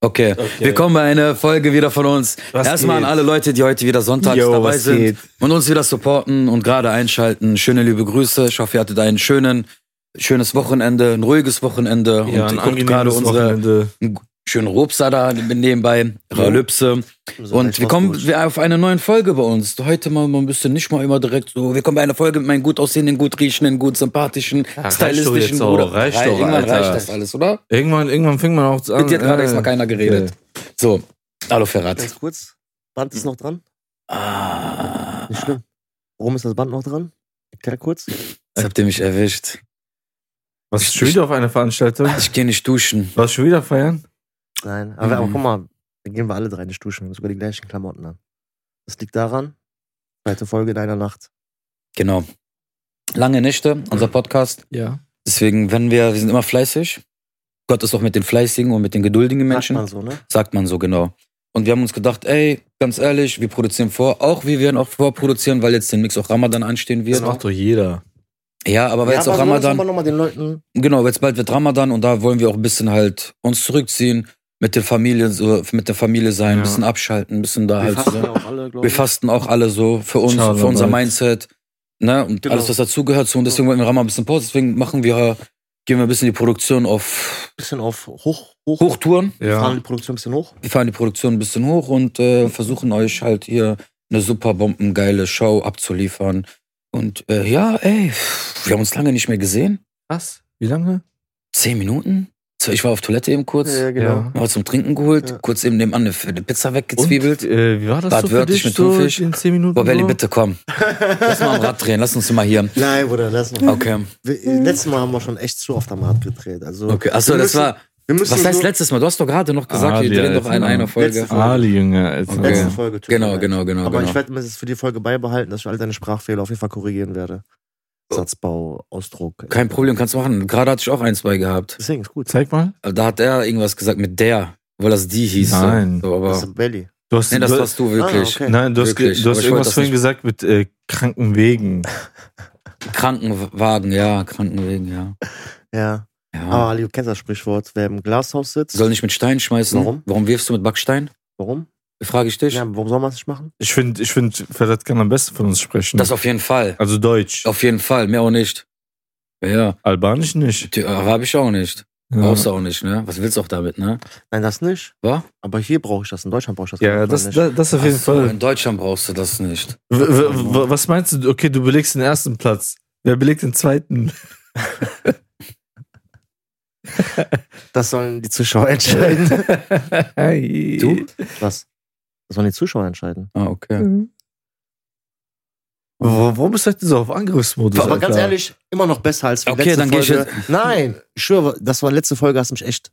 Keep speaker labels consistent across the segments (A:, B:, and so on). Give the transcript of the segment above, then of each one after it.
A: Okay. willkommen bei einer Folge wieder von uns.
B: Was
A: Erstmal an
B: geht?
A: alle Leute, die heute wieder sonntags
B: Yo,
A: dabei
B: was
A: sind
B: geht?
A: und uns wieder supporten und gerade einschalten. Schöne liebe Grüße. Ich hoffe, ihr hattet einen schönen, schönes Wochenende, ein ruhiges Wochenende
B: Ja,
A: und
B: ein
A: guckt
B: angenehmes
A: gerade unsere
B: Wochenende.
A: schönen Rupsa da nebenbei, Ralypse. Und wir kommen wir auf eine neue Folge bei uns. Heute mal mal ein bisschen, nicht mal immer direkt so. Wir kommen bei einer Folge mit meinem gut aussehenden, gut riechenden, gut sympathischen,
B: reicht doch
A: stylistischen
B: jetzt auch,
A: Bruder.
B: reicht
A: Rei-
B: doch,
A: Irgendwann
B: Alter.
A: reicht das alles, oder?
B: Irgendwann, irgendwann fing man auch an.
A: Mit dir hat gerade
B: äh,
A: jetzt mal keiner geredet. So, hallo Ferrat.
C: Ganz kurz. Band
A: Hm.
C: ist noch dran.
A: Ah,
C: Nicht schlimm. Warum ist das Band noch dran? Erklär kurz.
A: jetzt habt ihr mich erwischt.
B: Was schon wieder auf einer Veranstaltung?
A: Ich gehe nicht duschen.
B: Was schon wieder feiern?
C: Nein. Aber, aber
A: Mhm.
C: guck mal, dann gehen wir alle drei in die Stufen. Wir haben sogar die gleichen Klamotten an. Das liegt daran. Zweite Folge deiner Nacht.
A: Genau. Lange Nächte, unser Podcast.
B: Ja.
A: Deswegen, wenn wir, wir sind immer fleißig. Gott ist auch mit den fleißigen und mit den geduldigen Menschen.
C: Sagt man so, ne?
A: sagt man so genau. Und wir haben uns gedacht, ey, ganz ehrlich, wir produzieren vor, auch wir werden auch vorproduzieren, weil jetzt den Mix auch Ramadan anstehen
B: Das
A: wird.
B: macht doch jeder.
A: Ja, aber weil jetzt auch
C: aber so
A: Ramadan,
C: langsam Aber nochmal den Leuten.
A: genau, jetzt bald wird Ramadan und da wollen wir auch ein bisschen halt uns zurückziehen, mit der Familie, so, mit der Familie sein, ein
B: Ja.
A: bisschen abschalten, ein bisschen da halt. so.
C: auch alle, glaube
A: Wir fasten auch alle so für uns,
B: Schauen wir
A: für unser
B: mal.
A: Mindset, ne, und
C: Genau.
A: alles, was dazugehört. So, und deswegen wollen wir Ramadan ein bisschen Pause, deswegen machen wir, gehen wir ein bisschen die Produktion auf
C: bisschen auf hoch, hoch,
A: Hochtouren.
C: Fahren
B: Ja.
C: die Produktion ein bisschen hoch.
A: Wir fahren die Produktion ein bisschen hoch und äh, versuchen euch halt hier eine super bombengeile Show abzuliefern. Und äh, ja, ey, wir haben uns lange nicht mehr gesehen.
B: Was? Wie lange?
A: Zehn Minuten? So, Ich war auf Toilette eben kurz,
C: Ja, genau.
A: mal was zum Trinken geholt,
C: Ja.
A: kurz eben nebenan eine F- eine Pizza
B: Und,
A: weggezwiebelt.
B: äh, wie war das
A: Bad
B: so für
A: Wörthlich
B: dich
A: mit
B: so
A: Thunfisch.
B: in 10 Minuten?
A: Boah, Belly,
B: so?
A: bitte komm. Lass mal am Rad drehen, lass uns mal hier.
C: Nein, Bruder, lass noch.
A: Okay,
C: Wir, äh, letztes Mal haben wir schon echt zu oft am Rad gedreht. Also,
A: okay. Achso,
C: wir
A: das
C: müssen-
A: war.
C: Wir müssen
A: Was heißt
C: so,
A: letztes Mal? Du hast doch gerade noch gesagt,
B: Ah,
A: wir
B: die
A: drehen doch
B: letzte
A: in einer
B: Mal. Ah,
A: Folge.
C: Letzte-
B: Ali, Junge. also, Alter.
A: Okay.
C: letzte Folge? tut mir
A: Genau,
C: leid.
A: genau, genau.
C: Aber
A: genau.
C: ich werde mir das für die Folge beibehalten, dass ich all deine Sprachfehler auf jeden Fall korrigieren werde. Satzbau, Ausdruck.
A: Kein Problem, kannst du machen. Gerade hatte ich auch ein, zwei gehabt.
C: Deswegen ist gut.
B: Zeig mal.
A: Da hat er irgendwas gesagt mit der, weil das die hieß. so.
B: Nein.
A: So, aber
C: Das ist Belly.
B: Du hast,
A: Nee, das
B: du,
A: warst du wirklich.
C: Ah, okay.
B: Nein, du hast, ge-
A: Wirklich,
B: du
A: aber
B: hast
A: ich wollte
B: irgendwas
A: das
B: vorhin
A: nicht.
B: gesagt mit äh, kranken Wegen.
A: Krankenwagen, ja, Krankenwegen, ja.
C: Ja. Aber
A: ja.
C: Ali, du kennst das Sprichwort, wer im Glashaus sitzt.
A: Ah. Soll nicht mit Stein schmeißen.
C: Warum?
A: Warum wirfst du mit Backstein?
C: warum?
A: Frage ich dich.
C: Ja, warum soll man es nicht machen?
B: Ich finde, ich find, Ferhat kann am besten von uns sprechen.
A: Das auf jeden Fall.
B: also Deutsch.
A: Auf jeden Fall, mehr auch nicht. Ja,
B: Albanisch nicht.
A: die- äh, Arabisch auch nicht.
B: Ja.
A: Außer auch nicht, ne? Was willst du auch damit, ne?
C: Nein, das nicht.
A: Wa?
C: Aber hier brauche ich das. In Deutschland brauche ich das.
B: Ja,
C: gar
B: das,
C: nicht.
B: das, das auf jeden
A: Ach so,
B: Fall.
A: In Deutschland brauchst du das nicht.
B: W- w- w- Was meinst du? Okay, du belegst den ersten Platz. Wer belegt den zweiten?
C: das sollen die Zuschauer entscheiden.
B: du?
C: Was? Das sollen die Zuschauer entscheiden.
A: Ah, okay.
B: Warum bist du heute so auf Angriffsmodus?
C: Aber ganz
B: Alter?
C: ehrlich, immer noch besser als die
A: Okay,
C: letzte
A: dann geh ich
C: Folge. Nein, ich schwöre, das war letzte Folge, hast mich echt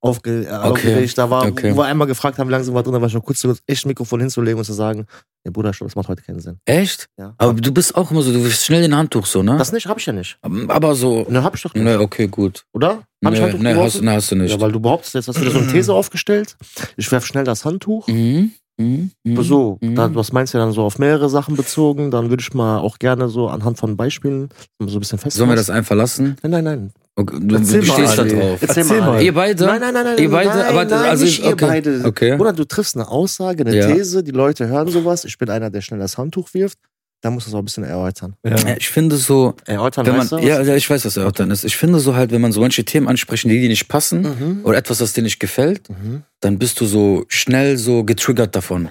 C: aufge äh, aufgeregt. Da war,
A: okay.
C: wo wir einmal gefragt haben, wie langsam war drin, da war ich noch kurz zu kurz, echt ein Mikrofon hinzulegen und zu sagen, ja Bruder, das macht heute keinen Sinn.
A: Echt?
C: Ja.
A: Aber du bist auch immer so, du wirfst schnell den Handtuch so, ne? Ähm,
C: Das nicht, hab ich ja nicht.
A: Aber so.
C: Ne, hab ich doch nicht.
A: Ne, okay, gut.
C: Oder? Hab ich
A: Ne,
C: Handtuch
A: ne,
C: geworfen?
A: hast, ne, hast du nicht.
C: Ja, weil du behauptest jetzt, hast du dir so eine These aufgestellt. Ich werf schnell das Handtuch.
A: mhm. Mhm. Mhm.
C: So,
A: Mhm.
C: dann, was meinst du dann so auf mehrere Sachen bezogen? Dann würde ich mal auch gerne so anhand von Beispielen so ein bisschen festmachen.
A: Sollen wir das einfach lassen?
C: Nein, nein, nein.
A: Okay, du,
B: Erzähl
A: du
B: mal,
A: stehst da
B: Ali.
A: drauf.
C: Erzähl,
B: Erzähl
C: mal.
B: mal.
A: Ihr beide?
C: Nein, nein, nein, nein.
A: Ihr beide?
C: Nein,
A: Aber-
C: nein,
A: also,
C: nicht ihr
A: okay.
C: beide.
A: Okay.
C: Oder du triffst eine Aussage, eine
A: Ja.
C: These, die Leute hören sowas. Ich bin einer, der schnell das Handtuch wirft. Da muss es auch ein bisschen erörtern.
B: Ja.
A: Ja, Ich finde so,
C: Erörtern,
A: wenn man,
C: weißt du?
A: ja, ja, ich weiß, was erörtern ist. Ich finde so halt, wenn man so manche Themen ansprechen, die dir nicht passen
C: Mhm.
A: oder etwas, das dir nicht gefällt,
C: Mhm.
A: dann bist du so schnell so getriggert davon.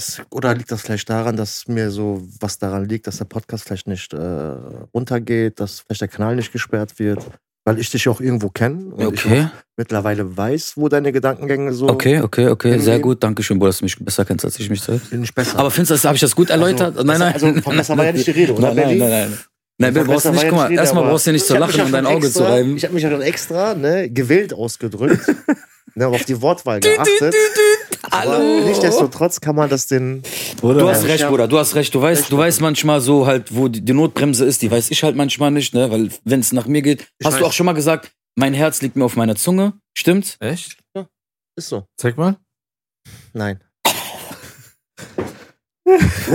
C: Ist- Oder liegt das vielleicht daran, dass mir so was daran liegt, dass der Podcast vielleicht nicht äh, runtergeht, dass vielleicht der Kanal nicht gesperrt wird, weil ich dich ja auch irgendwo kenne und ich auch
A: Okay,
C: mittlerweile weiß, wo deine Gedankengänge so
A: okay, okay, okay, sehr
C: Hingehen.
A: gut. Dankeschön, Bruder, dass du mich besser kennst, als ich mich selbst.
C: bin ich besser.
A: Aber findest du, habe ich das gut erläutert?
C: Also,
A: nein, nein.
C: also von besser war ja nicht die Rede, oder,
A: Nein, nein,
C: Berlin?
A: nein, nein. Nein,
C: Von
A: wir brauchst du
C: besser
A: nicht,
C: war
A: guck mal,
C: jetzt nicht,
A: erstmal
C: aber
A: brauchst du nicht zu
C: ich hab mich
A: lachen
C: ja
A: und dein
C: schon
A: Auge
C: extra,
A: zu reiben.
C: Ich habe mich ja schon extra ne, gewählt ausgedrückt. ne, aber auf die Wortwahl geachtet. Aber Nichtsdestotrotz kann man das den.
B: Oder?
A: Du hast
C: Ja.
A: recht, Bruder, du hast recht. Du weißt, du weißt manchmal so halt, wo die, die Notbremse ist, die weiß ich halt manchmal nicht, ne? Weil wenn es nach mir geht,
C: Ich
A: hast du
C: weiß.
A: auch schon mal gesagt, mein Herz liegt mir auf meiner Zunge. Stimmt?
B: Echt?
C: Ist so.
B: Zeig mal.
C: Nein.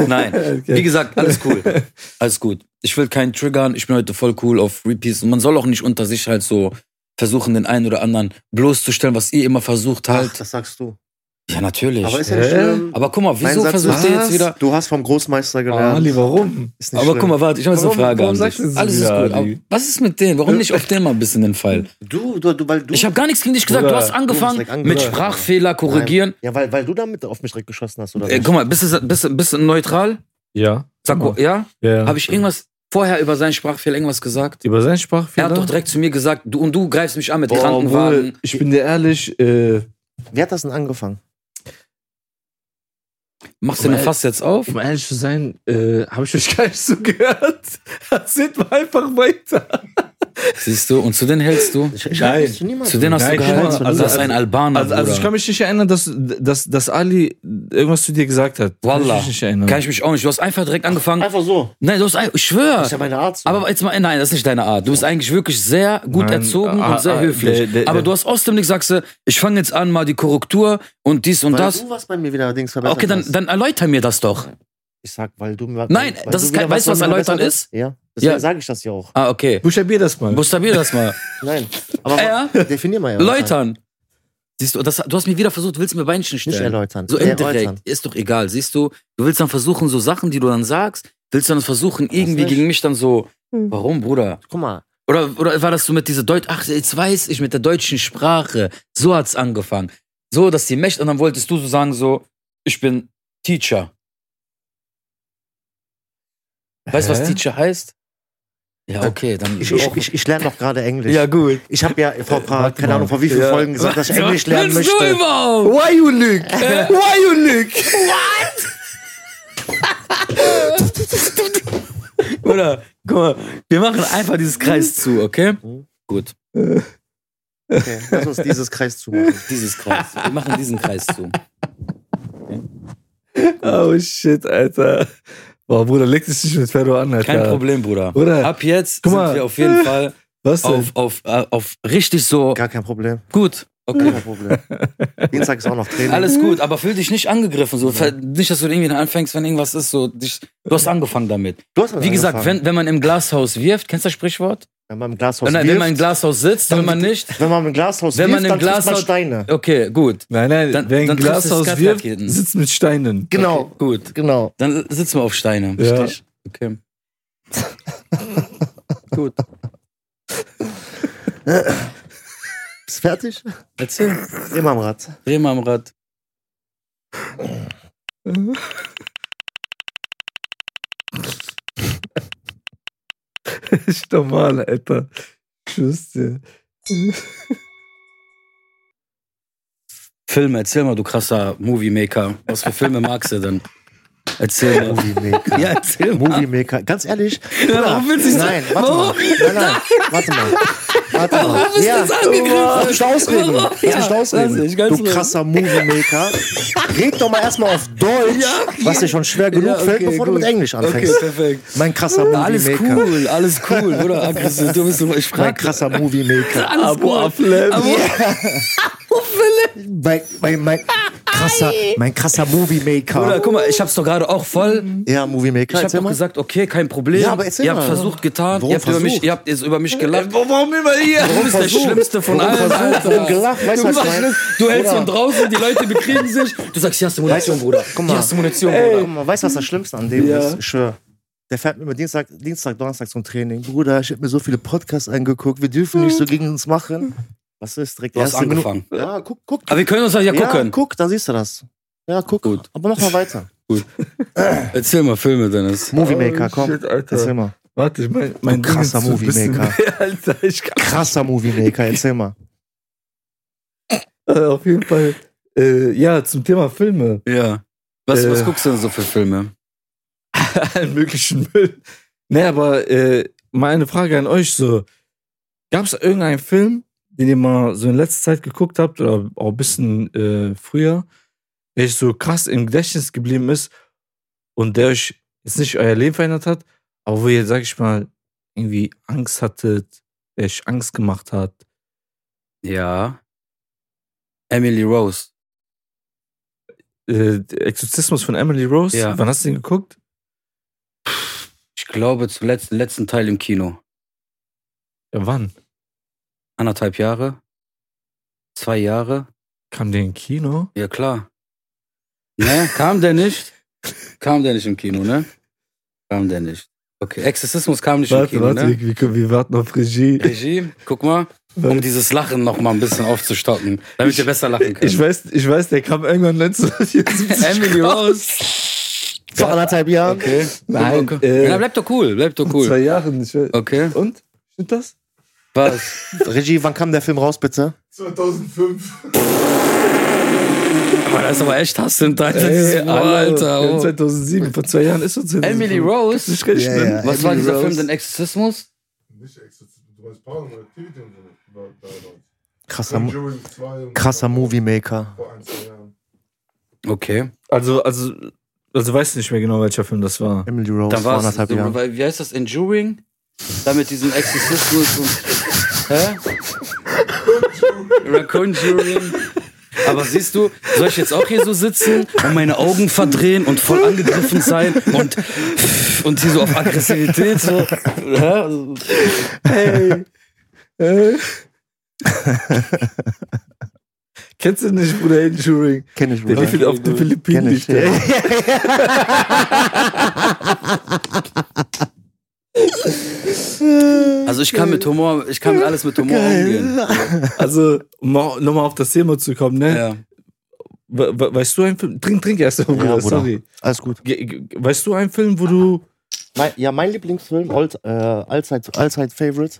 A: Nein. Wie gesagt, alles cool. Alles gut. Ich will keinen triggern, ich bin heute voll cool auf Repeats. Und man soll auch nicht unter sich halt so versuchen, den einen oder anderen bloßzustellen, was ihr immer versucht
C: Ach,
A: halt.
C: das sagst du.
A: ja, natürlich.
C: Aber
A: Aber,
C: ist ja nicht
B: Hä?
C: schlimm.
A: guck mal,
C: Mein
A: wieso
C: Satz
A: versucht
C: ist,
A: ihr jetzt wieder. Ah,
C: Du hast vom Großmeister gelernt.
B: Ali, warum?
C: Ist nicht
A: Aber
C: schlimm.
A: guck mal, warte, ich habe jetzt eine
B: Warum-
A: Frage
B: warum
A: an
B: sagst du
A: dich.
B: das
A: Alles ist
B: wieder,
A: gut. Aber
B: Ali?
A: was ist mit denen? Warum nicht auf den mal ein bisschen den Fall?
C: Du, du, du, weil du.
A: Ich habe gar nichts gegen dich gesagt. Du
B: Bruder,
A: hast
C: du hast
A: angefangen
C: direkt angefangen.
A: mit Sprachfehler korrigieren.
C: ja, weil, weil du damit auf mich direkt geschossen hast, oder?
A: Äh,
C: nicht?
A: guck mal, bist du, bist, du- bist du neutral?
B: Ja.
A: Sag,
B: Guck mal.
A: ja?
B: ja.
A: Habe ich irgendwas vorher über seinen Sprachfehler irgendwas gesagt?
B: über seinen
A: Er
B: Sprachfehler?
A: hat doch direkt zu mir gesagt, du und du greifst mich an mit
B: Boah,
A: Krankenwagen.
B: Bruder, Ich bin dir ehrlich, äh,
C: Wer hat das denn angefangen?
A: Machst du den Fass jetzt auf?
B: um ehrlich zu sein, äh, habe ich euch gar nicht so gehört. Erzählt mal einfach weiter.
A: Siehst du, und zu denen hältst du?
C: Ich, ich
B: Nein.
C: hab das zu niemandem.
A: Zu denen hast du
B: Nein, guck mal,
A: gehalten.
B: also-
A: das ist ein Albaner.
B: Also, also ich kann mich nicht erinnern, dass, dass, dass Ali irgendwas zu dir gesagt hat. Kann
A: Wallah.
B: ich mich nicht erinnern.
A: Kann ich mich auch nicht. Du hast einfach direkt angefangen.
C: Einfach so.
A: Nein, du hast ein, ich
C: Das
A: schwöre.
C: ist ja meine Art. So.
A: Aber jetzt mal, nein, das ist nicht deine Art. Du bist eigentlich wirklich sehr gut
B: Nein,
A: erzogen
B: ah,
A: und sehr
B: ah,
A: höflich.
B: der- der-
A: Aber
B: der-
A: du hast aus dem Nichts sagst du, ich fange jetzt an, mal die Korrektur und dies und
C: weil
A: das. Ah,
C: du was bei mir wieder allerdings verbessert
A: Okay, dann,
C: hast.
A: dann erläuter mir das doch.
C: Ich sag, weil du mir.
A: Nein, das ist kein- weißt du, was erläutern ist?
C: Ja. Deswegen
A: Ja.
C: sage ich das ja auch.
A: Ah, okay.
B: Buchstabier das mal.
A: Buchstabier das mal.
C: Nein. Aber
A: Ja.
C: definier mal ja. was heißt.
A: Läutern. Siehst du, das, du hast mir wieder versucht, du willst mir Beinchen
C: Nicht
A: stellen.
C: erläutern.
A: So
C: Erläutern.
A: indirekt, ist doch egal, siehst du? Du willst dann versuchen, so Sachen, die du dann sagst, willst du dann versuchen, irgendwie
C: nicht.
A: gegen mich dann so, warum, Bruder?
C: Guck mal.
A: Oder, oder war das so mit dieser Deutsch, ach, jetzt weiß ich, mit der deutschen Sprache, so hat's angefangen. So, dass die Mächte, und dann wolltest du so sagen, so, ich bin Teacher. Weißt du, was
B: Hä?
A: Teacher heißt? Ja, okay, dann.
C: Ich, ich, ich, ich lerne doch gerade Englisch.
B: gut.
C: Ich habe ja vor ein paar,
B: Warte
C: keine
B: mal.
C: Ahnung, vor wie vielen
B: Ja.
C: Folgen gesagt, dass ich Englisch
A: was
C: lernen
A: willst du
C: möchte.
A: überhaupt?
B: Why you look? Why you look?
A: Oh, Oder, guck mal, wir machen einfach dieses Kreis zu, okay?
C: Mhm.
A: Gut,
C: Okay, lass uns dieses Kreis zumachen.
A: dieses Kreis. Wir machen diesen Kreis zu.
B: Oh shit, Alter. Boah, Bruder, leg dich nicht mit Ferro an, Alter.
A: Kein Problem, Bruder.
B: Bruder.
A: Ab jetzt
B: Guck
A: sind
B: mal.
A: wir auf jeden Fall
B: Was denn?
A: auf, auf, äh, auf richtig so
C: Gar kein Problem.
A: gut.
C: Gar
A: Okay.
C: kein Problem. Dienstag ist auch noch Training.
A: Alles gut, aber fühl dich nicht angegriffen. So. Ver- Nicht, dass du irgendwie dann anfängst, wenn irgendwas ist. So. Dich, du hast angefangen damit.
C: Du hast
A: Wie gesagt, wenn, wenn man im Glashaus wirft, kennst du das Sprichwort?
C: wenn man im Glashaus
A: Wenn,
C: wirft,
A: wenn man im Glashaus sitzt, wenn man nicht.
C: wenn man im Glashaus
A: Wenn
C: wirft,
A: man im
C: dann trifft
A: Glashaus-
C: man Steine.
A: Okay, gut.
B: nein, nein,
A: Dann-
B: wer ein
A: dann triffst du
B: Glashaus wirft,
A: Skatraketen.
B: sitzt mit Steinen.
C: Genau,
A: Gut.
C: genau.
A: Dann sitzen wir auf Steine.
B: Ja.
A: Richtig. Okay. Gut.
C: Ist fertig?
A: Erzähl.
C: Dreh mal am Rad.
A: Dreh mal am Rad.
B: Ist normal, Alter. Tschüss dir.
A: Filme, erzähl mal, du krasser Moviemaker. Was für Filme magst du denn? Erzähl mal.
C: Movie Maker.
A: Ja, erzähl mal.
C: Movie Maker. Ganz ehrlich.
A: warum willst du das-
C: Nein, warte
A: warum?
C: mal. Nein, nein, warte mal. Warte mal.
A: Warum bist du jetzt angegriffen?
C: Lass mich ausreden.
A: Warum?
C: Lass
A: Ja,
C: mich ausreden.
A: lass mich, ganz genau.
C: du
A: ruhig.
C: krasser Movie Maker. Red doch mal erstmal auf Deutsch, was dir schon schwer genug
A: Ja, okay,
C: fällt, bevor
A: gut.
C: du mit Englisch
A: Okay,
C: anfängst.
A: perfekt.
C: Mein krasser Movie
A: Alles
C: Maker.
A: cool, alles cool, oder? Aggressiv, du bist so, ich
C: Mein
A: frag.
C: krasser Movie Maker.
A: Alles
B: Abo
A: cool.
B: Aflem.
A: Abo-
C: Mein, mein, mein krasser, mein krasser Movie
A: Bruder,
C: Maker.
A: guck mal, ich hab's doch gerade auch voll.
C: Ja, Movie Maker.
A: Ich hab
C: erzähl
A: doch
C: mal.
A: gesagt, okay, kein Problem.
C: Ja, aber erzähl
A: ihr habt
C: mal.
A: versucht, getan.
C: Warum
A: ihr, habt über mich,
C: versucht?
A: ihr habt jetzt über mich gelacht.
B: Warum immer hier?
A: Du bist der
C: versucht?
A: Schlimmste von
C: Warum
A: allen,
C: versucht?
A: Alter.
C: Warum gelacht? Weißt
A: du,
C: du, was ich
A: bist
C: meine?
A: schlimm. du hältst
C: Bruder.
A: von draußen, die Leute bekriegen sich. Du sagst, hier hast du Munition, Bruder.
C: Guck
A: Hier
C: mal.
A: hast du Munition,
C: Ey,
A: Bruder.
C: guck mal, weißt du, was das Schlimmste an dem
B: Ja.
C: ist? Ich schwör. Der fährt mit mir Dienstag, Dienstag, Donnerstag zum Training. Bruder, ich hab mir so viele Podcasts angeguckt. Wir dürfen nicht so gegen uns machen. Was ist direkt?
A: Du hast
C: erste Minute-
A: angefangen.
C: Ja, guck, guck.
A: Aber wir können uns das ja
C: Ja,
A: gucken.
C: guck, da siehst du das. Ja, guck.
A: Gut. Oh,
C: Aber mach mal weiter.
A: Erzähl mal Filme, Dennis.
C: Movie Maker, komm.
B: Oh, Shit, Alter.
C: Erzähl mal.
B: Warte, ich mein, mein
C: Du krasser
B: Ding ist so ein bisschen-
C: Moviemaker.
B: Alter, ich kann.
C: Krasser Movie Maker, erzähl mal.
B: Äh, auf jeden Fall. Äh, ja, zum Thema Filme.
A: Ja. Was,
B: Äh.
A: was guckst du denn so für Filme?
B: Allen möglichen Müll. Nee, aber äh, mal eine Frage an euch: so, Gab es irgendeinen Film, den ihr mal so in letzter Zeit geguckt habt oder auch ein bisschen äh, früher, der euch so krass im Gedächtnis geblieben ist und der euch jetzt nicht euer Leben verändert hat, aber wo ihr, sag ich mal, irgendwie Angst hattet, der euch Angst gemacht hat?
A: Ja. Emily Rose.
B: Äh, der Exorzismus von Emily Rose,
A: Ja.
B: wann hast du den geguckt?
A: Ich glaube, zuletzt den letzten Teil im Kino.
B: Ja, wann?
A: anderthalb Jahre, zwei Jahre.
B: Kam der im Kino?
A: Ja, klar. Ne, kam der nicht? Kam der nicht im Kino, ne? Kam der nicht. Okay, Exorzismus kam nicht im
B: Warte,
A: Kino,
B: warte,
A: ne?
B: wir, wir, wir warten auf Regie.
A: Regie, guck mal, um dieses Lachen noch mal ein bisschen aufzustocken, damit wir besser lachen
B: Ich
A: können.
B: weiß, ich weiß, der kam irgendwann 1974
A: Emily
B: raus.
C: Vor anderthalb Jahren.
A: Okay.
B: Nein,
A: okay.
B: äh,
A: Na, bleib doch cool, bleib doch
B: Vor zwei
A: cool.
B: Jahren. Ich weiß.
A: Okay.
B: Und? Stimmt das?
A: Was?
C: Regie, wann kam der Film raus, bitte?
D: 2005.
A: Aber da ist aber echt Hass hinter.
B: Ey,
A: Alter, Alter.
B: Alter,
A: Oh.
B: 2007, vor zwei Jahren ist uns
A: Emily Rose?
B: Nicht rechnen.
C: Ja, ja.
A: Was war
C: Emily
A: dieser
C: Rose.
A: Film denn? Exorzismus?
D: Nicht Exorzismus, du weißt Paranormal Activity und so. war damals.
C: Krasser, Mo-
D: Conjuring 2 und
C: krasser Moviemaker.
D: Vor ein, zwei Jahren.
A: Okay.
B: Also, also, also weiß nicht mehr genau, welcher Film das war.
C: Emily Rose
A: Da
C: vor
A: war es.
C: anderthalb
A: So,
C: Jahren.
A: weil- wie heißt das? Enduring? Da mit diesem Exorzismus und. Hä? Reconjuring. Aber siehst du, soll ich jetzt auch hier so sitzen und meine Augen verdrehen und voll angegriffen sein und, und hier so auf Aggressivität so. Hä?
B: Hey. hey. Kennst du nicht, Bruder Enduring?
C: Kenn ich,
B: Der
C: Bruder.
B: lief auf den
C: Kenn
B: Philippinen.
C: ich.
B: nicht,
C: Ja.
B: der.
A: Also ich kann mit Humor, ich kann mit alles mit Humor umgehen.
B: Also, um auch- nochmal auf das Thema zu kommen, ne?
A: Ja.
B: We- we- Weißt du einen Film? Trink, trink erst mal, Bruder,
C: Bruder.
B: sorry.
C: Alles gut.
B: Ge- ge- Weißt du einen Film, wo du.
C: Mein, ja, mein Lieblingsfilm, All, äh, Allzeit, Allzeit Favorite.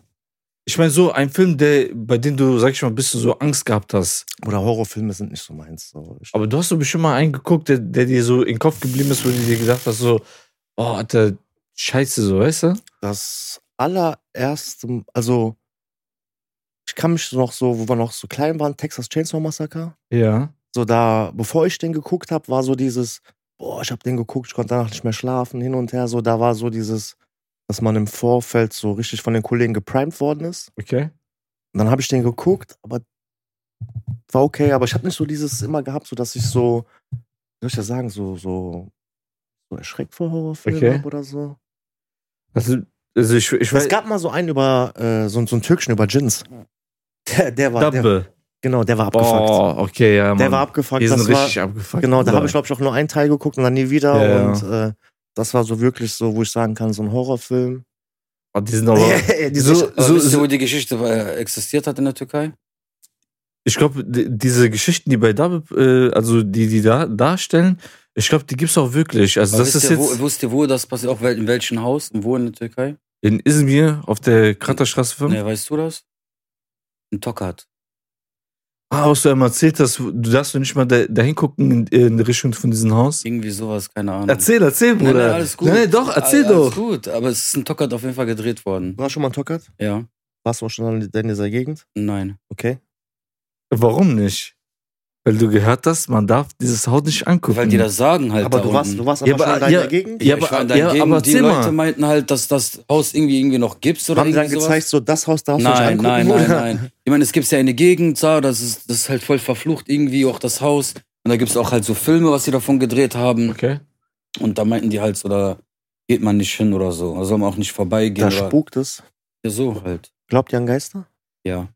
B: Ich meine, so ein Film, der, bei dem du, sag ich mal, ein bisschen so Angst gehabt hast.
C: Oder Horrorfilme sind nicht so meins. So. Ich-
B: Aber du hast so bestimmt mal einen geguckt, der, der dir so in den Kopf geblieben ist, wo du dir gedacht hast, so, oh, Alter, scheiße, so, weißt du?
C: Das allererste, also ich kann mich noch so, wo wir noch so klein waren, Texas Chainsaw Massacre.
B: Ja.
C: So da, bevor ich den geguckt habe, war so dieses, boah, ich habe den geguckt, ich konnte danach nicht mehr schlafen, hin und her. So da war so dieses, dass man im Vorfeld so richtig von den Kollegen geprimed worden ist.
B: Okay.
C: Und dann habe ich den geguckt, aber war okay, aber ich habe nicht so dieses immer gehabt, so dass ich so, wie soll ich das sagen, so, so, so erschreckt vor Horrorfilmen
B: Okay.
C: hab oder so.
B: Also, also ich, ich weiß.
C: Es gab mal so einen über, äh, so, so einen Türkischen über Jins. Der, der war, der,
B: Dabbe.
C: genau, der war abgefuckt.
B: Oh, okay, ja, Mann.
C: der war abgefuckt.
B: Die sind
C: das war,
B: richtig abgefuckt.
C: genau, da
B: Bruder.
C: habe ich glaube ich auch nur einen Teil geguckt und dann nie wieder.
B: Ja, ja.
C: und äh, das war so wirklich so, wo ich sagen kann, so ein Horrorfilm.
B: Oh, die sind aber.
C: Die
B: so-
C: sind-
A: Aber
B: so-
A: wisst ihr,
B: so-
A: wo die Geschichte äh, existiert hat in der Türkei?
B: ich glaube, diese Geschichten, die bei Dabbe, äh, also die, die da darstellen, ich glaube, die gibt's auch wirklich. Also,
A: Aber
B: das
A: wisst
B: ist
A: ihr,
B: jetzt
A: wo, wisst ihr, wo das passiert? Auch wel- in welchem Haus und wo in der Türkei?
B: in Izmir auf der Kraterstraße 5.
A: Ne, weißt du das? In Tokat.
B: Ah, was du einmal erzählt hast, du darfst du nicht mal da, dahin gucken in, in die Richtung von diesem Haus.
A: Irgendwie sowas, keine Ahnung.
B: Erzähl, erzähl,
A: Nein,
B: Bruder.
A: nein, alles gut.
B: Nein, nein, doch, erzähl
A: Al- alles
B: doch.
A: gut, aber es ist in Tokat auf jeden Fall gedreht worden.
C: War schon mal in Tockert?
A: Ja,
C: Warst du auch schon in in dieser Gegend?
A: nein.
C: Okay.
B: Warum nicht? Weil du gehört hast, man darf dieses Haus nicht angucken.
A: Weil die das sagen halt.
C: Aber
A: da
C: du warst, du
A: unten.
C: warst aber
B: Ja,
C: schon
B: aber-
C: in deiner
B: ja,
C: Gegend?
A: ja,
B: Ja,
A: ich
B: aber-
A: war
B: ja,
A: dagegen.
B: aber
A: die
B: erzähl
A: Leute
B: mal.
A: meinten halt, dass das Haus irgendwie irgendwie noch gibt oder
C: Haben die dann
A: irgendwie sowas.
C: gezeigt, so das Haus darfst du nicht
A: Nein,
C: angucken?
A: nein, nein,
C: oder?
A: nein. Ich meine, es gibt ja eine Gegend, so, das ist, das ist halt voll verflucht, irgendwie auch das Haus. Und da gibt es auch halt so Filme, was sie davon gedreht haben.
B: Okay.
A: Und da meinten die halt so, da geht man nicht hin oder so. Da soll man auch nicht vorbeigehen.
C: Da
A: oder
C: spukt es.
A: Ja, so halt.
C: Glaubt ihr an Geister?
A: Ja.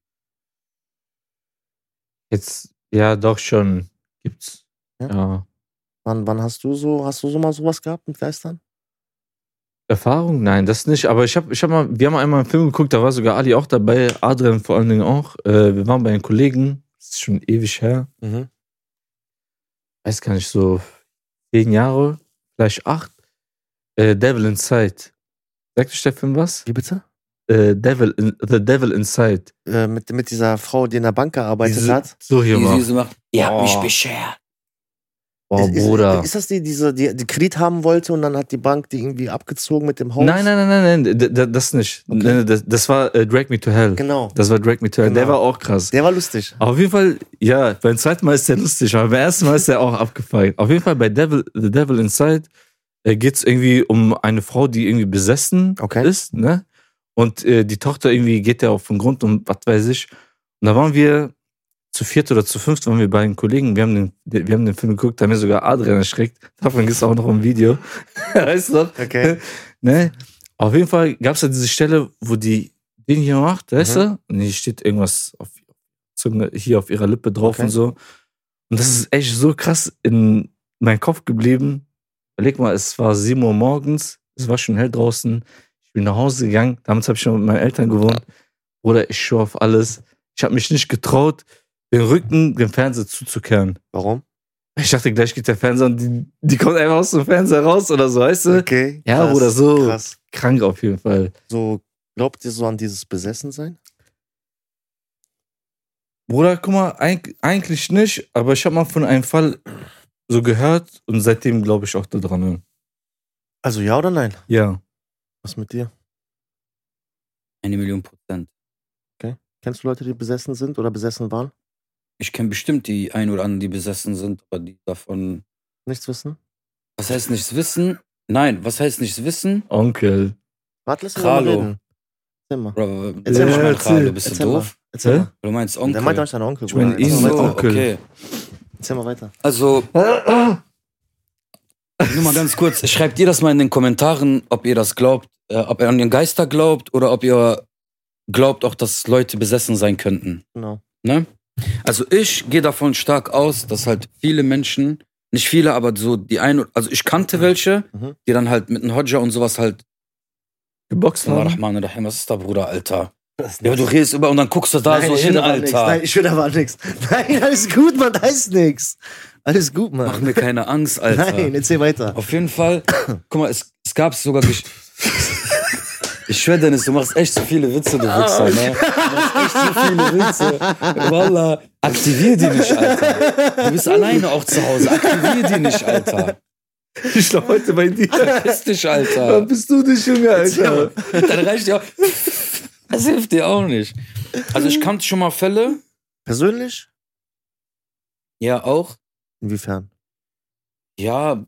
B: Jetzt, ja, doch schon. Gibt's.
C: Ja.
B: ja.
C: Wann, wann hast du so, hast du so mal sowas gehabt mit Geistern?
B: Erfahrung? Nein, das nicht. Aber ich habe, ich hab mal, wir haben einmal einen Film geguckt, da war sogar Ali auch dabei, Adrian vor allen Dingen auch. Äh, wir waren bei einem Kollegen, das ist schon ewig her,
C: Mhm.
B: weiß gar nicht, so zehn Jahre, vielleicht acht. Äh, Devil Inside. Sagt euch der Film was?
C: Wie bitte?
B: Äh, Devil in, The Devil Inside.
C: Äh, mit, mit dieser Frau, die in der Bank gearbeitet
B: Diese-
C: hat.
B: So hier
A: Die
B: war.
A: Süße macht, ihr habt
B: Oh.
A: mich beschert.
B: Boah,
C: Ist- ist,
B: Oh, Bruder.
C: Ist das die, diese, die, die Kredit haben wollte und dann hat die Bank die irgendwie abgezogen mit dem Haus?
B: Nein, nein, nein, nein, nein, d- d- das nicht.
C: Okay.
B: Nein, nein, das, das war äh, Drag Me to Hell.
C: Genau.
B: Das war Drag Me to Hell. Der
C: Genau.
B: war auch krass.
C: Der war lustig.
B: Auf jeden Fall, ja, beim zweiten Mal ist der lustig, aber beim ersten Mal ist der auch abgefuckt. Auf jeden Fall bei Devil, The Devil Inside äh, geht es irgendwie um eine Frau, die irgendwie besessen
C: Okay.
B: ist, ne? Und äh, die Tochter irgendwie geht ja auf den Grund und was weiß ich. Und da waren wir zu viert oder zu fünft, waren wir bei den Kollegen, wir haben den, wir haben den Film geguckt, da haben wir sogar Adrian erschreckt. Davon gibt es auch noch ein Video. weißt du noch?
C: Okay.
B: Ne? Auf jeden Fall gab es ja diese Stelle, wo die, den hier macht, weißt
C: Mhm.
B: du? Und hier steht irgendwas auf, Zunge- hier auf ihrer Lippe drauf
C: Okay.
B: und so. Und das ist echt so krass in meinem Kopf geblieben. Überleg mal, es war 7 Uhr morgens, es war schon hell draußen. Ich bin nach Hause gegangen, damals habe ich schon mit meinen Eltern gewohnt. Oder ich schwör auf alles. Ich habe mich nicht getraut, den Rücken dem Fernseher zuzukehren.
C: Warum?
B: Ich dachte, gleich geht der Fernseher und die, die kommt einfach aus dem Fernseher raus oder so, weißt du?
C: Okay.
B: Ja, Bruder, so.
C: Krass.
B: Krank auf jeden Fall.
C: So, glaubt ihr so an dieses Besessensein?
B: Bruder, guck mal, eig eigentlich nicht, aber ich habe mal von einem Fall so gehört und seitdem glaube ich auch da dran.
C: Also ja oder nein?
B: Ja.
C: Was mit dir?
A: Eine Million Prozent.
C: Kennst du Leute, die besessen sind oder besessen waren?
A: Ich kenne bestimmt die ein oder anderen, die besessen sind, aber die davon.
C: Nichts wissen?
A: Was heißt nichts wissen? Nein, was heißt nichts wissen?
B: Onkel.
C: Warte, lass mich mal
A: Kralo.
C: reden. Erzähl mal.
A: Bro,
C: Erzähl
A: äh, ich
C: mal,
A: mein,
B: erzähl.
A: Kralo, bist du
C: Erzähl
A: doof?
C: Erzähl
B: Hä?
C: mal.
A: Du meinst
C: Der meint doch
A: Onkel.
C: nicht deinen Onkel,
B: Ich meine,
C: Bruder. Erzähl
A: So,
B: ihn
C: mal weiter.
B: Onkel.
A: okay.
C: Erzähl mal weiter.
A: Also, nur mal ganz kurz, schreibt ihr das mal in den Kommentaren, ob ihr das glaubt, äh, ob ihr an den Geister glaubt oder ob ihr glaubt auch, dass Leute besessen sein könnten.
C: Genau.
A: Ne? Also ich gehe davon stark aus, dass halt viele Menschen, nicht viele, aber so die ein, also ich kannte welche,
C: Mhm.
A: die dann halt mit einem Hodja und sowas halt,
C: Mhm.
B: Geboxt
A: Allah
B: haben.
A: Rahman Rahim, was ist da, Bruder, Alter? Ja, aber du redest über und dann guckst du da
C: Nein,
A: so
C: ich will
A: hin,
C: aber nix. Nein,
A: Alter.
C: ich will aber nichts. Nein, alles gut, Mann, da ist nichts. Alles gut,
A: Mach
C: Mann.
A: mir keine Angst, Alter.
C: Nein, erzähl weiter.
A: Auf jeden Fall, guck mal, es, es gab sogar. Gesch ich schwör, Dennis, du machst echt so viele Witze, du
C: Ah,
A: Wichser, ne? Du machst echt so viele Witze. Wallah, aktivier die nicht, Alter. Du bist alleine auch zu Hause. Aktivier die nicht, Alter.
B: Ich glaube heute bei dir.
A: Verpiss dich,
B: Da
A: Alter.
B: bist du nicht, Junge, Alter.
A: Dann reicht dir auch. Das hilft dir auch nicht. Also, ich kannte schon mal Fälle.
C: Persönlich?
A: Ja, auch.
C: Inwiefern?
A: Ja,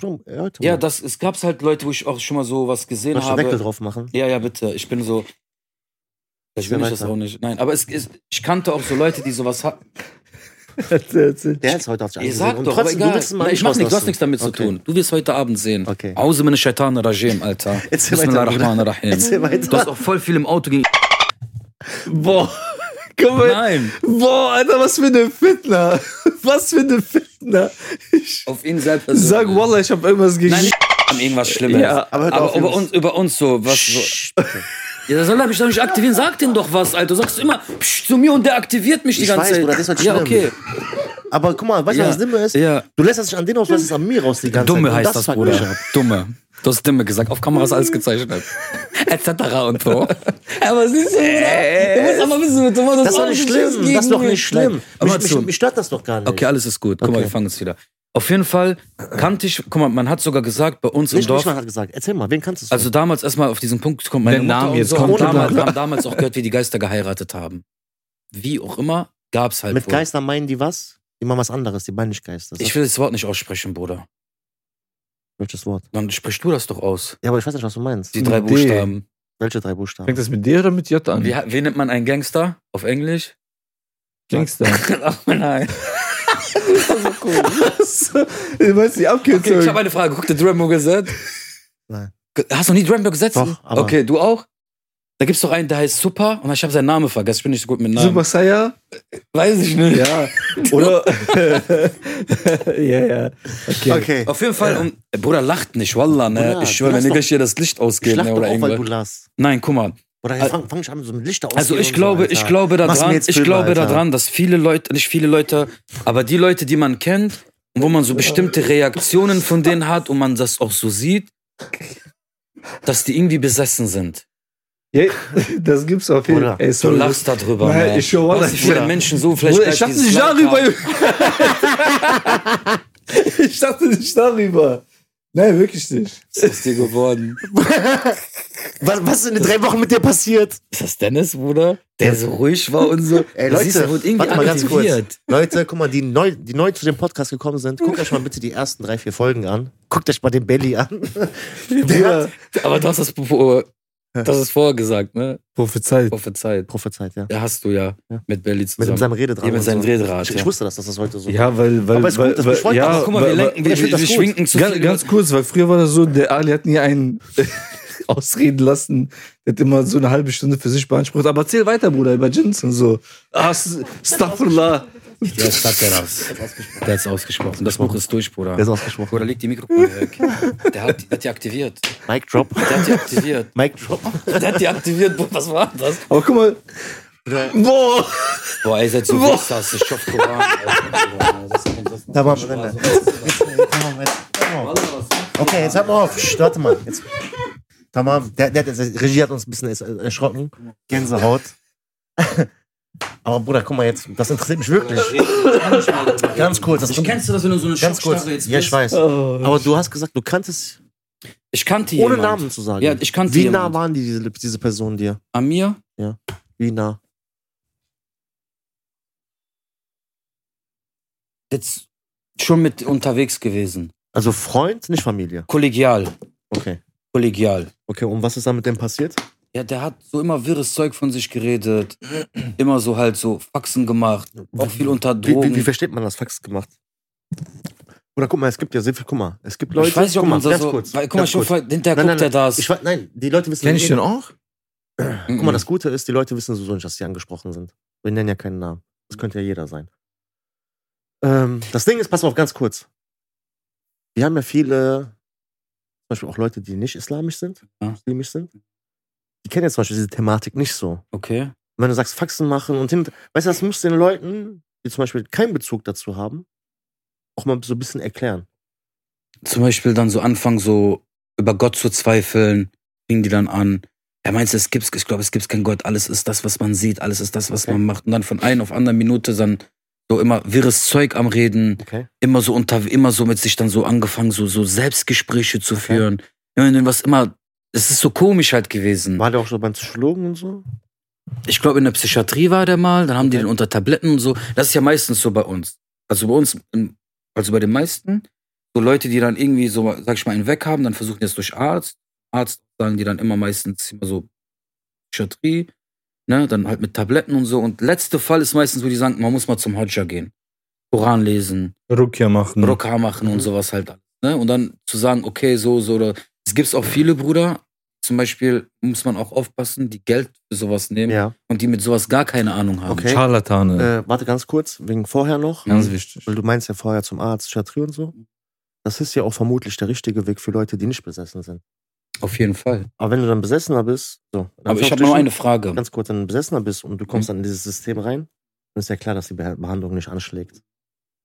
C: Drum, Leute,
A: ja, das, es gab's halt Leute, wo ich auch schon mal so was gesehen
C: Soll ich den
A: habe.
C: Deckel drauf machen?
A: Ja, ja, bitte. Ich bin so. Ich will
C: Ja,
A: ich das
C: weiter.
A: auch nicht. Nein, aber es ist, ich kannte auch so Leute, die sowas hatten.
B: Erzähl, erzähl.
C: Der ist heute auf die
A: Ihr
C: Eins gesehen.
A: sagt
C: Und
A: doch, aber
C: trotzdem,
A: egal.
C: du willst ihn mal
A: Nein, ich mach nichts, du hast nichts damit zu
C: Okay.
A: tun. Du wirst heute Abend sehen.
C: Okay.
A: Außer meine Shaitan Rajim, Alter.
C: Erzähl weiter,
A: Rahman Rahim.
C: Erzähl weiter.
A: Du hast auch voll viel im Auto gegen.
B: Boah. Komm mal.
A: Nein!
B: Boah, Alter, was für eine Fitner. Was für eine Fitner. Ich
A: Auf ihn selbst. also-
B: sag Wallah, ich habe irgendwas gegen.
A: Nein, nicht an irgendwas Schlimmes.
B: Ja,
C: aber hört
A: aber
C: auf,
A: über,
C: Jungs.
A: uns, über uns so. Was, so. Ja, das soll er mich doch nicht aktivieren. Sag dem doch was, Alter. Du sagst immer psch, zu mir und der aktiviert mich die
C: Ich
A: ganze
C: weiß,
A: Zeit.
C: Bruder, das ist halt
A: ja, okay.
C: schlimm. Aber guck mal, weißt du,
A: Ja.
C: was das Dumme ist?
A: Ja.
C: Du lässt das nicht an den aus, du lässt es an mir raus die ganze
A: Dumme
C: Zeit. Und
A: heißt das,
C: fuckt mich
A: Bruder.
C: ab.
A: Dumme. Du hast Dumme gesagt. Auf Kamera ist alles gezeichnet. Etc. und so. Aber siehst du, Bruder, du musst aber wissen, mit dem
C: Das ist doch nicht schlimm. Das ist doch nicht schlimm.
A: Aber
C: Mich, mich,
A: zu-
C: mich stört das doch gar nicht.
A: Okay, also alles ist gut. Guck mal,
C: Okay.
A: wir fangen jetzt wieder. Auf jeden Fall kannte ich, guck mal, man hat sogar gesagt, bei uns im
C: Nicht, nicht
A: Dorf,
C: mal hat gesagt. Erzähl mal, wen kannst du?
A: also damals erstmal auf diesen Punkt kommt meine
B: Der
A: Mutter
B: Name
A: und
B: jetzt
A: so,
B: kommt,
A: und
B: oder?
A: damals, haben damals auch gehört, wie die Geister geheiratet haben. Wie auch immer, gab's halt
C: mit
A: wohl.
C: Geistern meinen die was? Die meinen was anderes, die meinen nicht Geister.
A: Ich will das Wort nicht aussprechen, Bruder.
C: Welches Wort?
A: Dann sprich du das doch aus.
C: Ja, aber ich weiß nicht, was du meinst.
A: Die drei
B: D.
A: Buchstaben.
C: Welche drei Buchstaben?
B: Fängt das mit dir oder mit J an?
A: Wie, wie nennt man einen Gangster auf Englisch?
B: Gangster.
A: Ach nein.
B: du meinst die abgezogen?
A: Okay, ich habe eine Frage. Guckt der Drembo gesetzt?
C: Nein.
A: Ge- Hast du noch nie Drembo gesetzt?
C: Doch, aber-
A: Okay, du auch? Da gibt's doch einen, der heißt Super und ich habe seinen Namen vergessen. Ich bin nicht so gut mit Namen.
B: Super Saiyan?
A: Weiß ich nicht.
B: Ja. Oder? ja, ja. Okay.
C: Okay.
A: Auf jeden Fall, und, äh, Bruder, lacht nicht, wallah, ne?
C: Bruder,
A: ich schwöre,
C: du
A: wenn ihr
C: lachst
A: gleich hier das Licht
C: Ich
A: ausgeht,
C: lach
A: ne,
C: doch
A: oder
C: auch, weil du
A: irgendwas.
C: lachst.
A: Nein, guck mal.
C: Oder jetzt fang, fang ich an mit um so einem Lichter aus.
A: Also ich glaube, ich glaube
C: Mach's mir
A: daran,
C: jetzt
A: ich
C: Filme,
A: glaube
C: Alter.
A: daran, dass viele Leute, nicht viele Leute, aber die Leute, die man kennt, und wo man so bestimmte Reaktionen von denen hat und man das auch so sieht, dass die irgendwie besessen sind.
B: Ja, das gibt's auf jeden Fall.
C: Bruder,
B: Ey,
A: Du
B: sorry.
A: lachst darüber.
B: Nein,
A: man.
B: ich schwör, Wallah,
A: Was
B: ich
A: für
B: schwör.
A: den Menschen so vielleicht.
B: Bruder, ich dachte
A: gleich
B: nicht
A: dieses
B: darüber.
A: Leid
B: ich dachte nicht darüber. Nein, wirklich nicht.
A: hat. Was ist aus dir geworden?
C: Was, was ist in den drei Wochen mit dir passiert?
A: Ist das Dennis, Bruder? Der so ruhig war und so.
C: Ey,
A: Das
C: Leute,
A: siehst du, der wurde irgendwie
C: warte mal ganz
A: aktiviert.
C: kurz. Leute, guck mal, die neu, die neu zu dem Podcast gekommen sind, guckt euch mal bitte die ersten drei, vier Folgen an. Guckt euch mal den Belly an. Der
B: Bruder,
C: hat
A: Aber du hast das, bevor- das ist vorgesagt, ne?
B: prophezeit.
A: Prophezeit.
C: prophezeit, ja.
A: Da hast du ja,
C: Ja.
A: mit Belly
C: Mit
A: zusammen.
C: dem- seinem Rededraht.
A: Ja, mit
C: und
A: seinem
C: so.
A: Rededraht,
C: Ich,
A: ja.
C: ich wusste das, dass das heute so
B: Ja, weil, weil,
C: Aber ist gut,
B: weil,
C: das- ich
B: weil
C: wollte
B: ja,
C: aber-
A: Guck mal, wir
B: weil-
A: lenken,
C: weil-
A: wir,
C: ich find
A: wir
C: das gut.
A: schwinken zu
B: Ganz,
A: viel.
B: ganz kurz, weil früher war das so, der Ali hat nie einen ausreden lassen. Der hat immer so eine halbe Stunde für sich beansprucht. Aber erzähl weiter, Bruder, über Jins und so. Ah, Staffullah.
A: Der ist sagt der das. Der hat es ausgesprochen. Das Buch ist durch, Bruder.
C: Der ist ausgesprochen.
A: Bruder, leg die Mikrofone weg. Der hat, hat die aktiviert.
C: Mic drop.
A: Der hat die aktiviert.
C: Mic drop.
A: Der hat die aktiviert. Bruder, Was war das?
B: Aber guck mal. Boah.
A: Boah, ey, seid so
B: Boah.
A: Wichser. Das ist Schopf Koran. Alter. Das ist- Also, das ist-
C: Da war Brille. Okay, jetzt hört mal auf. Psst, Warte mal. Jetzt. Tamam. Der, der, der Regie hat uns ein bisschen erschrocken. Gänsehaut. Aber Bruder, guck mal jetzt. Das interessiert mich wirklich. Ganz kurz. Das
A: Ich Also, kennst du das, wenn du so eine
C: ganz kurz.
A: Schockstarre jetzt
C: Ja, ich
A: bist?
C: weiß.
B: Oh.
C: Aber du hast gesagt, du kanntest,
A: Ich kannte
C: ohne
A: jemand.
C: Namen zu sagen.
A: Ja, ich kannte
C: Wie nah
A: jemand.
C: waren die, diese, diese Person dir?
A: An mir?
C: Wie nah?
A: Jetzt schon mit unterwegs gewesen.
C: Also Freund, nicht Familie.
A: Kollegial.
C: Okay.
A: Kollegial.
C: Okay, und was ist dann mit dem passiert?
A: Ja, der hat so immer wirres Zeug von sich geredet. Immer so halt so Faxen gemacht. Auch viel unter
C: Wie,
A: Drogen.
C: wie, wie versteht man das? Fax gemacht. Oder guck mal, es gibt ja sehr viel, guck mal, es gibt Leute.
A: ich weiß nicht, ob
C: guck
A: man das
C: ganz
A: so.
C: kurz,
A: weil, guck mal,
C: ganz
A: schon
C: kurz.
A: vor- hinterher
C: Nein,
A: guckt er
C: nein,
A: das.
C: Ich, weiß- nein, die Leute wissen.
B: Kenn ich den auch?
A: Mhm.
C: Guck mal, das Gute ist, die Leute wissen sowieso nicht, dass sie angesprochen sind. Wir nennen ja keinen Namen. Das könnte ja jeder sein. Ähm, das Ding ist, pass auf, ganz kurz. Wir haben ja viele, zum Beispiel auch Leute, die nicht islamisch sind,
A: Ja.
C: muslimisch sind. Die kennen ja zum Beispiel diese Thematik nicht so.
A: Okay.
C: Und wenn du sagst, Faxen machen und hin, weißt du, das musst du den Leuten, die zum Beispiel keinen Bezug dazu haben, auch mal so ein bisschen erklären.
A: Zum Beispiel dann so anfangen, so über Gott zu zweifeln, fingen die dann an. Er meint, es gibt, ich glaube, es gibt keinen Gott. Alles ist das, was man sieht. Alles ist das, was
C: Okay.
A: man macht. Und dann von einer auf andere Minute dann so immer wirres Zeug am Reden.
C: Okay.
A: immer so unter, immer so mit sich dann so angefangen, so, so Selbstgespräche zu führen. Immer, was immer, es ist so komisch halt gewesen.
C: Hm. War der auch so beim Psychologen und so?
A: Ich glaube, in der Psychiatrie war der mal, dann haben die
C: Okay.
A: den unter Tabletten und so. Das ist ja meistens so bei uns. Also bei uns, ähm, also bei den meisten, so Leute, die dann irgendwie so, sag ich mal, einen weg haben, dann versuchen die das durch Arzt. Arzt sagen die dann immer meistens immer so Psychiatrie, ne, dann halt mit Tabletten und so. Und letzter Fall ist meistens, wo die sagen, man muss mal zum Hodja gehen. Koran lesen,
B: Rukia machen.
A: Rocker machen und sowas halt. Ne? Und dann zu sagen, okay, so, so, oder. Es gibt auch viele Brüder, zum Beispiel muss man auch aufpassen, die Geld für sowas nehmen
C: Ja.
A: und die mit sowas gar keine Ahnung haben.
C: Okay.
B: Scharlatane.
C: Äh, warte ganz kurz, wegen vorher noch.
B: Ganz wichtig.
C: Weil du meinst ja vorher zum Arzt, Psychiatrie und so. Das ist ja auch vermutlich der richtige Weg für Leute, die nicht besessen sind.
A: Auf jeden Fall.
C: Aber wenn du dann Besessener bist, so. dann
A: Aber ich habe
C: verstehe
A: noch eine Frage.
C: Ganz kurz, wenn du ein Besessener bist und du kommst
A: Mhm.
C: dann in dieses System rein, dann ist ja klar, dass die Beh- Behandlung nicht anschlägt.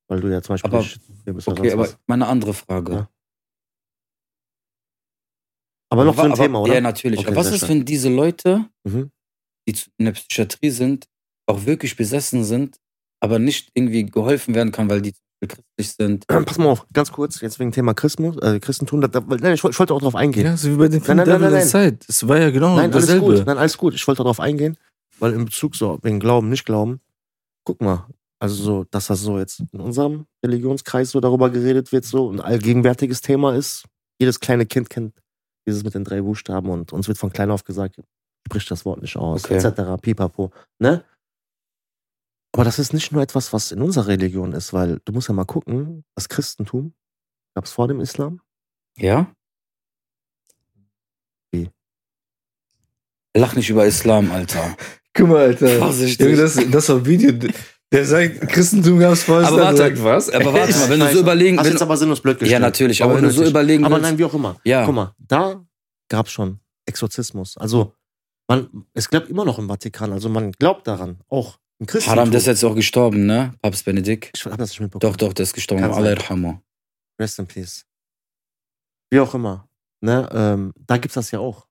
C: Weil du ja zum Beispiel
A: Aber-
C: nicht schizophren bist oder
A: Okay,
C: sonst
A: aber
C: was.
A: meine andere Frage.
C: Ja. aber noch so ein
A: Aber-
C: Thema, oder?
A: Ja, natürlich.
C: Okay,
A: aber was
C: sehr
A: ist,
C: schön.
A: wenn diese Leute,
C: Mhm.
A: die zu- in der Psychiatrie sind, auch wirklich besessen sind, aber nicht irgendwie geholfen werden kann, weil die zum Beispiel christlich sind?
C: Pass mal auf, ganz kurz, jetzt wegen Thema Christmus, äh, Christentum. Da, da, weil- nein, ich, woll- ich wollte auch darauf eingehen.
B: Ja, so wie bei dem Film
C: Nein, nein,
B: Devil
C: nein, nein.
B: Inside. Es war ja genau
C: Nein, alles
B: dasselbe.
C: gut. Nein, alles gut. Ich wollte darauf eingehen, weil in Bezug so wegen Glauben, nicht Glauben, guck mal, also so, dass das so jetzt in unserem Religionskreis so darüber geredet wird, so ein allgegenwärtiges Thema ist. Jedes kleine Kind kennt dieses mit den drei Buchstaben und uns wird von klein auf gesagt, sprich das Wort nicht aus,
A: Okay.
C: etc. Pipapo, ne? Aber das ist nicht nur etwas, was in unserer Religion ist, weil du musst ja mal gucken, das Christentum gab es vor dem Islam.
A: Ja?
C: Wie?
A: Lach nicht über Islam, Alter.
B: Guck mal, Alter.
A: Vorsichtig.
B: Junge, das, das war ein Video. Der sagt, Christentum gab es vorher.
A: Aber warte.
B: sagt, was?
A: Aber warte mal, wenn du so überlegen.
C: Hast du
A: Wenn,
C: jetzt aber sinnlos blöd
A: ja,
C: gestellt.
A: natürlich,
C: War
A: aber wenn du so
C: unnötig.
A: überlegen
C: Aber
A: willst-
C: nein, wie auch immer.
A: ja,
C: Guck mal, da gab es schon Exorzismus. Also, man, es glaubt immer noch im Vatikan. Also, man glaubt daran. Auch im Christentum.
A: Haram, der ist jetzt auch gestorben, ne? Papst Benedikt.
C: ich hab das nicht mitbekommen.
A: Doch, doch, der ist gestorben.
C: Kann sein.
A: Allah irhamu.
C: Rest in peace. Wie auch immer. Ne, ähm, da gibt's das ja auch.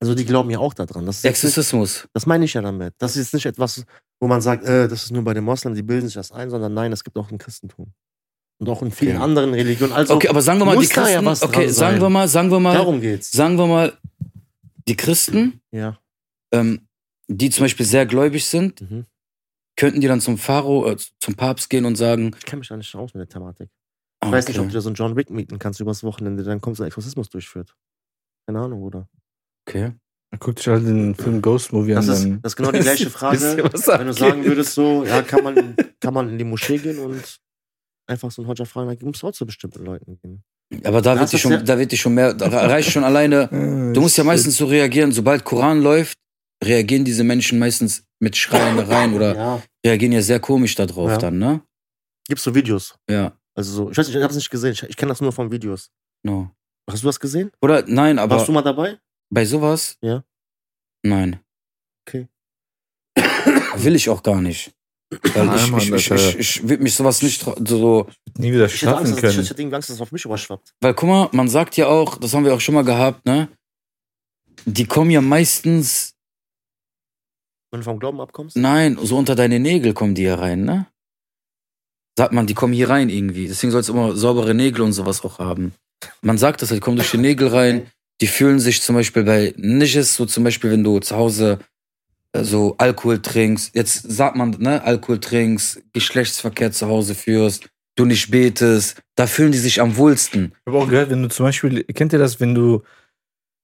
C: Also, die glauben ja auch daran. Das, ist jetzt nicht,
A: Exorzismus.
C: das meine ich ja damit. Das ist jetzt nicht etwas, wo man sagt, äh, das ist nur bei den Moslems, die bilden sich das ein, sondern nein, es gibt auch im Christentum. Und auch in vielen
A: Okay.
C: anderen Religionen. Also,
A: Okay, aber sagen wir mal, die
C: muss da ja
A: Christen.
C: was
A: okay,
C: dran
A: sagen
C: sein.
A: wir mal, sagen wir mal,
C: darum geht's.
A: sagen wir mal, die Christen,
C: Ja.
A: ähm, die zum Beispiel sehr gläubig sind,
C: Mhm.
A: könnten die dann zum Pharao, äh, zum Papst gehen und sagen,
C: Ich kenne mich da nicht aus mit der Thematik.
A: ah,
C: Ich weiß nicht, ob
A: okay,
C: du da so einen John Wick mieten kannst übers Wochenende, dann kommt so ein Exorzismus durchführt. Keine Ahnung, oder?
A: okay.
B: Guck dich halt den Film Ghost Movie
C: Das
B: an.
C: ist,
B: dann
C: das ist genau die gleiche
B: wisst
C: Frage.
B: ihr, was
C: Wenn du
B: abgeht.
C: sagen würdest, so, ja, kann man, kann man in die Moschee gehen und einfach so einen Hodja fragen, da muss auch zu bestimmten Leuten gehen.
A: Aber da
C: Da
A: wird
C: ist
A: die
C: das
A: schon,
C: ja-
A: da wird die schon mehr, da reicht schon
B: Ah,
A: alleine. Du musst ja meistens so reagieren, sobald Koran läuft, reagieren diese Menschen meistens mit Schreien rein oder
C: Ja.
A: reagieren ja sehr komisch darauf
C: Ja.
A: dann, ne?
C: Gibt's so Videos?
A: Ja,
C: Also so, ich weiß nicht, ich hab's nicht gesehen. Ich, ich kenne das nur von Videos.
A: no.
C: Hast du das gesehen?
A: Oder nein, aber
C: Warst du mal dabei?
A: bei sowas?
C: Ja.
A: Nein.
C: Okay.
A: Will ich auch gar nicht. Weil
B: Nein,
A: ich,
B: Mann,
A: ich, ich,
B: das, äh,
A: ich, ich würde mich sowas nicht tra- so.
B: Nie wieder
C: Ich hätte,
B: schlafen
C: Angst, dass, ich,
B: können.
C: ich hätte irgendwie Angst, dass es auf mich überschwappt.
A: Weil guck mal, man sagt ja auch, das haben wir auch schon mal gehabt, ne? Die kommen ja meistens,
C: Wenn du vom Glauben abkommst.
A: nein, so unter deine Nägel kommen die ja rein, ne? Sagt man, die kommen hier rein irgendwie. Deswegen sollst du immer saubere Nägel und sowas auch haben. Man sagt das halt, die kommen durch die Nägel rein. Die fühlen sich zum Beispiel bei Nisches, so zum Beispiel, wenn du zu Hause äh, so Alkohol trinkst, jetzt sagt man, ne, Alkohol trinkst, Geschlechtsverkehr zu Hause führst, du nicht betest, da fühlen die sich am wohlsten.
B: Ich habe auch gehört, wenn du zum Beispiel, kennt ihr das, wenn du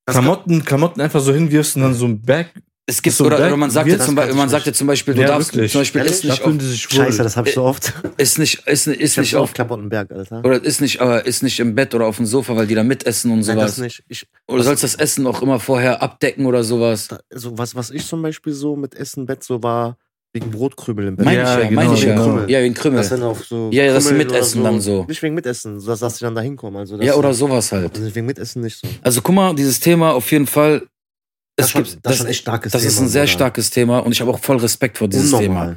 C: Das
B: Klamotten, Klamotten einfach so hinwirfst und dann so ein Berg.
A: Es gibt,
B: So
A: oder,
B: direkt
A: oder man sagt
B: wird
A: ja zum,
C: das
A: Beispiel-
C: ganz
A: man sagt ja zum Beispiel, du
B: Ja,
A: darfst
B: wirklich.
A: zum Beispiel
C: Ehrlich?
A: ist
B: Da
A: nicht,
B: fühlen
A: auf,
B: die sich wohl.
C: Scheiße, Äh, das habe ich so oft.
A: ist nicht, ist, nicht- ist
C: Ich hab's
A: nicht auf,
C: Klappottenberg, Alter.
A: oder ist nicht, äh, ist nicht im Bett oder auf dem Sofa, weil die da mitessen und
C: Nein, das
A: sowas.
C: nicht. Ich,
A: oder sollst das Essen auch immer vorher abdecken oder sowas.
C: da- also was, was ich zum Beispiel so mit Essen Bett so war, wegen Brotkrümel im Bett.
A: Meine
B: Ja,
A: ich ja,
B: genau,
A: meine ich ja.
C: genau.
A: Ja, wie ein Krümmel.
C: Das dann auf so
A: Ja, ja, das
C: Krümmeln oder
A: Mitessen dann so.
C: Nicht wegen Mitessen, so dass, dass sie dann da hinkommen. Also, das-
A: ja, oder sowas halt.
C: Also wegen Mitessen nicht so.
A: Also guck mal, dieses Thema auf jeden Fall.
C: Das
A: Es
C: schon-
A: gibt,
C: das
A: das,
C: schon
A: das,
C: echt starkes
A: ist
C: Thema,
A: ein sehr
C: Bruder.
A: starkes Thema und ich habe auch voll Respekt vor dieses Thema.
C: Unnormal.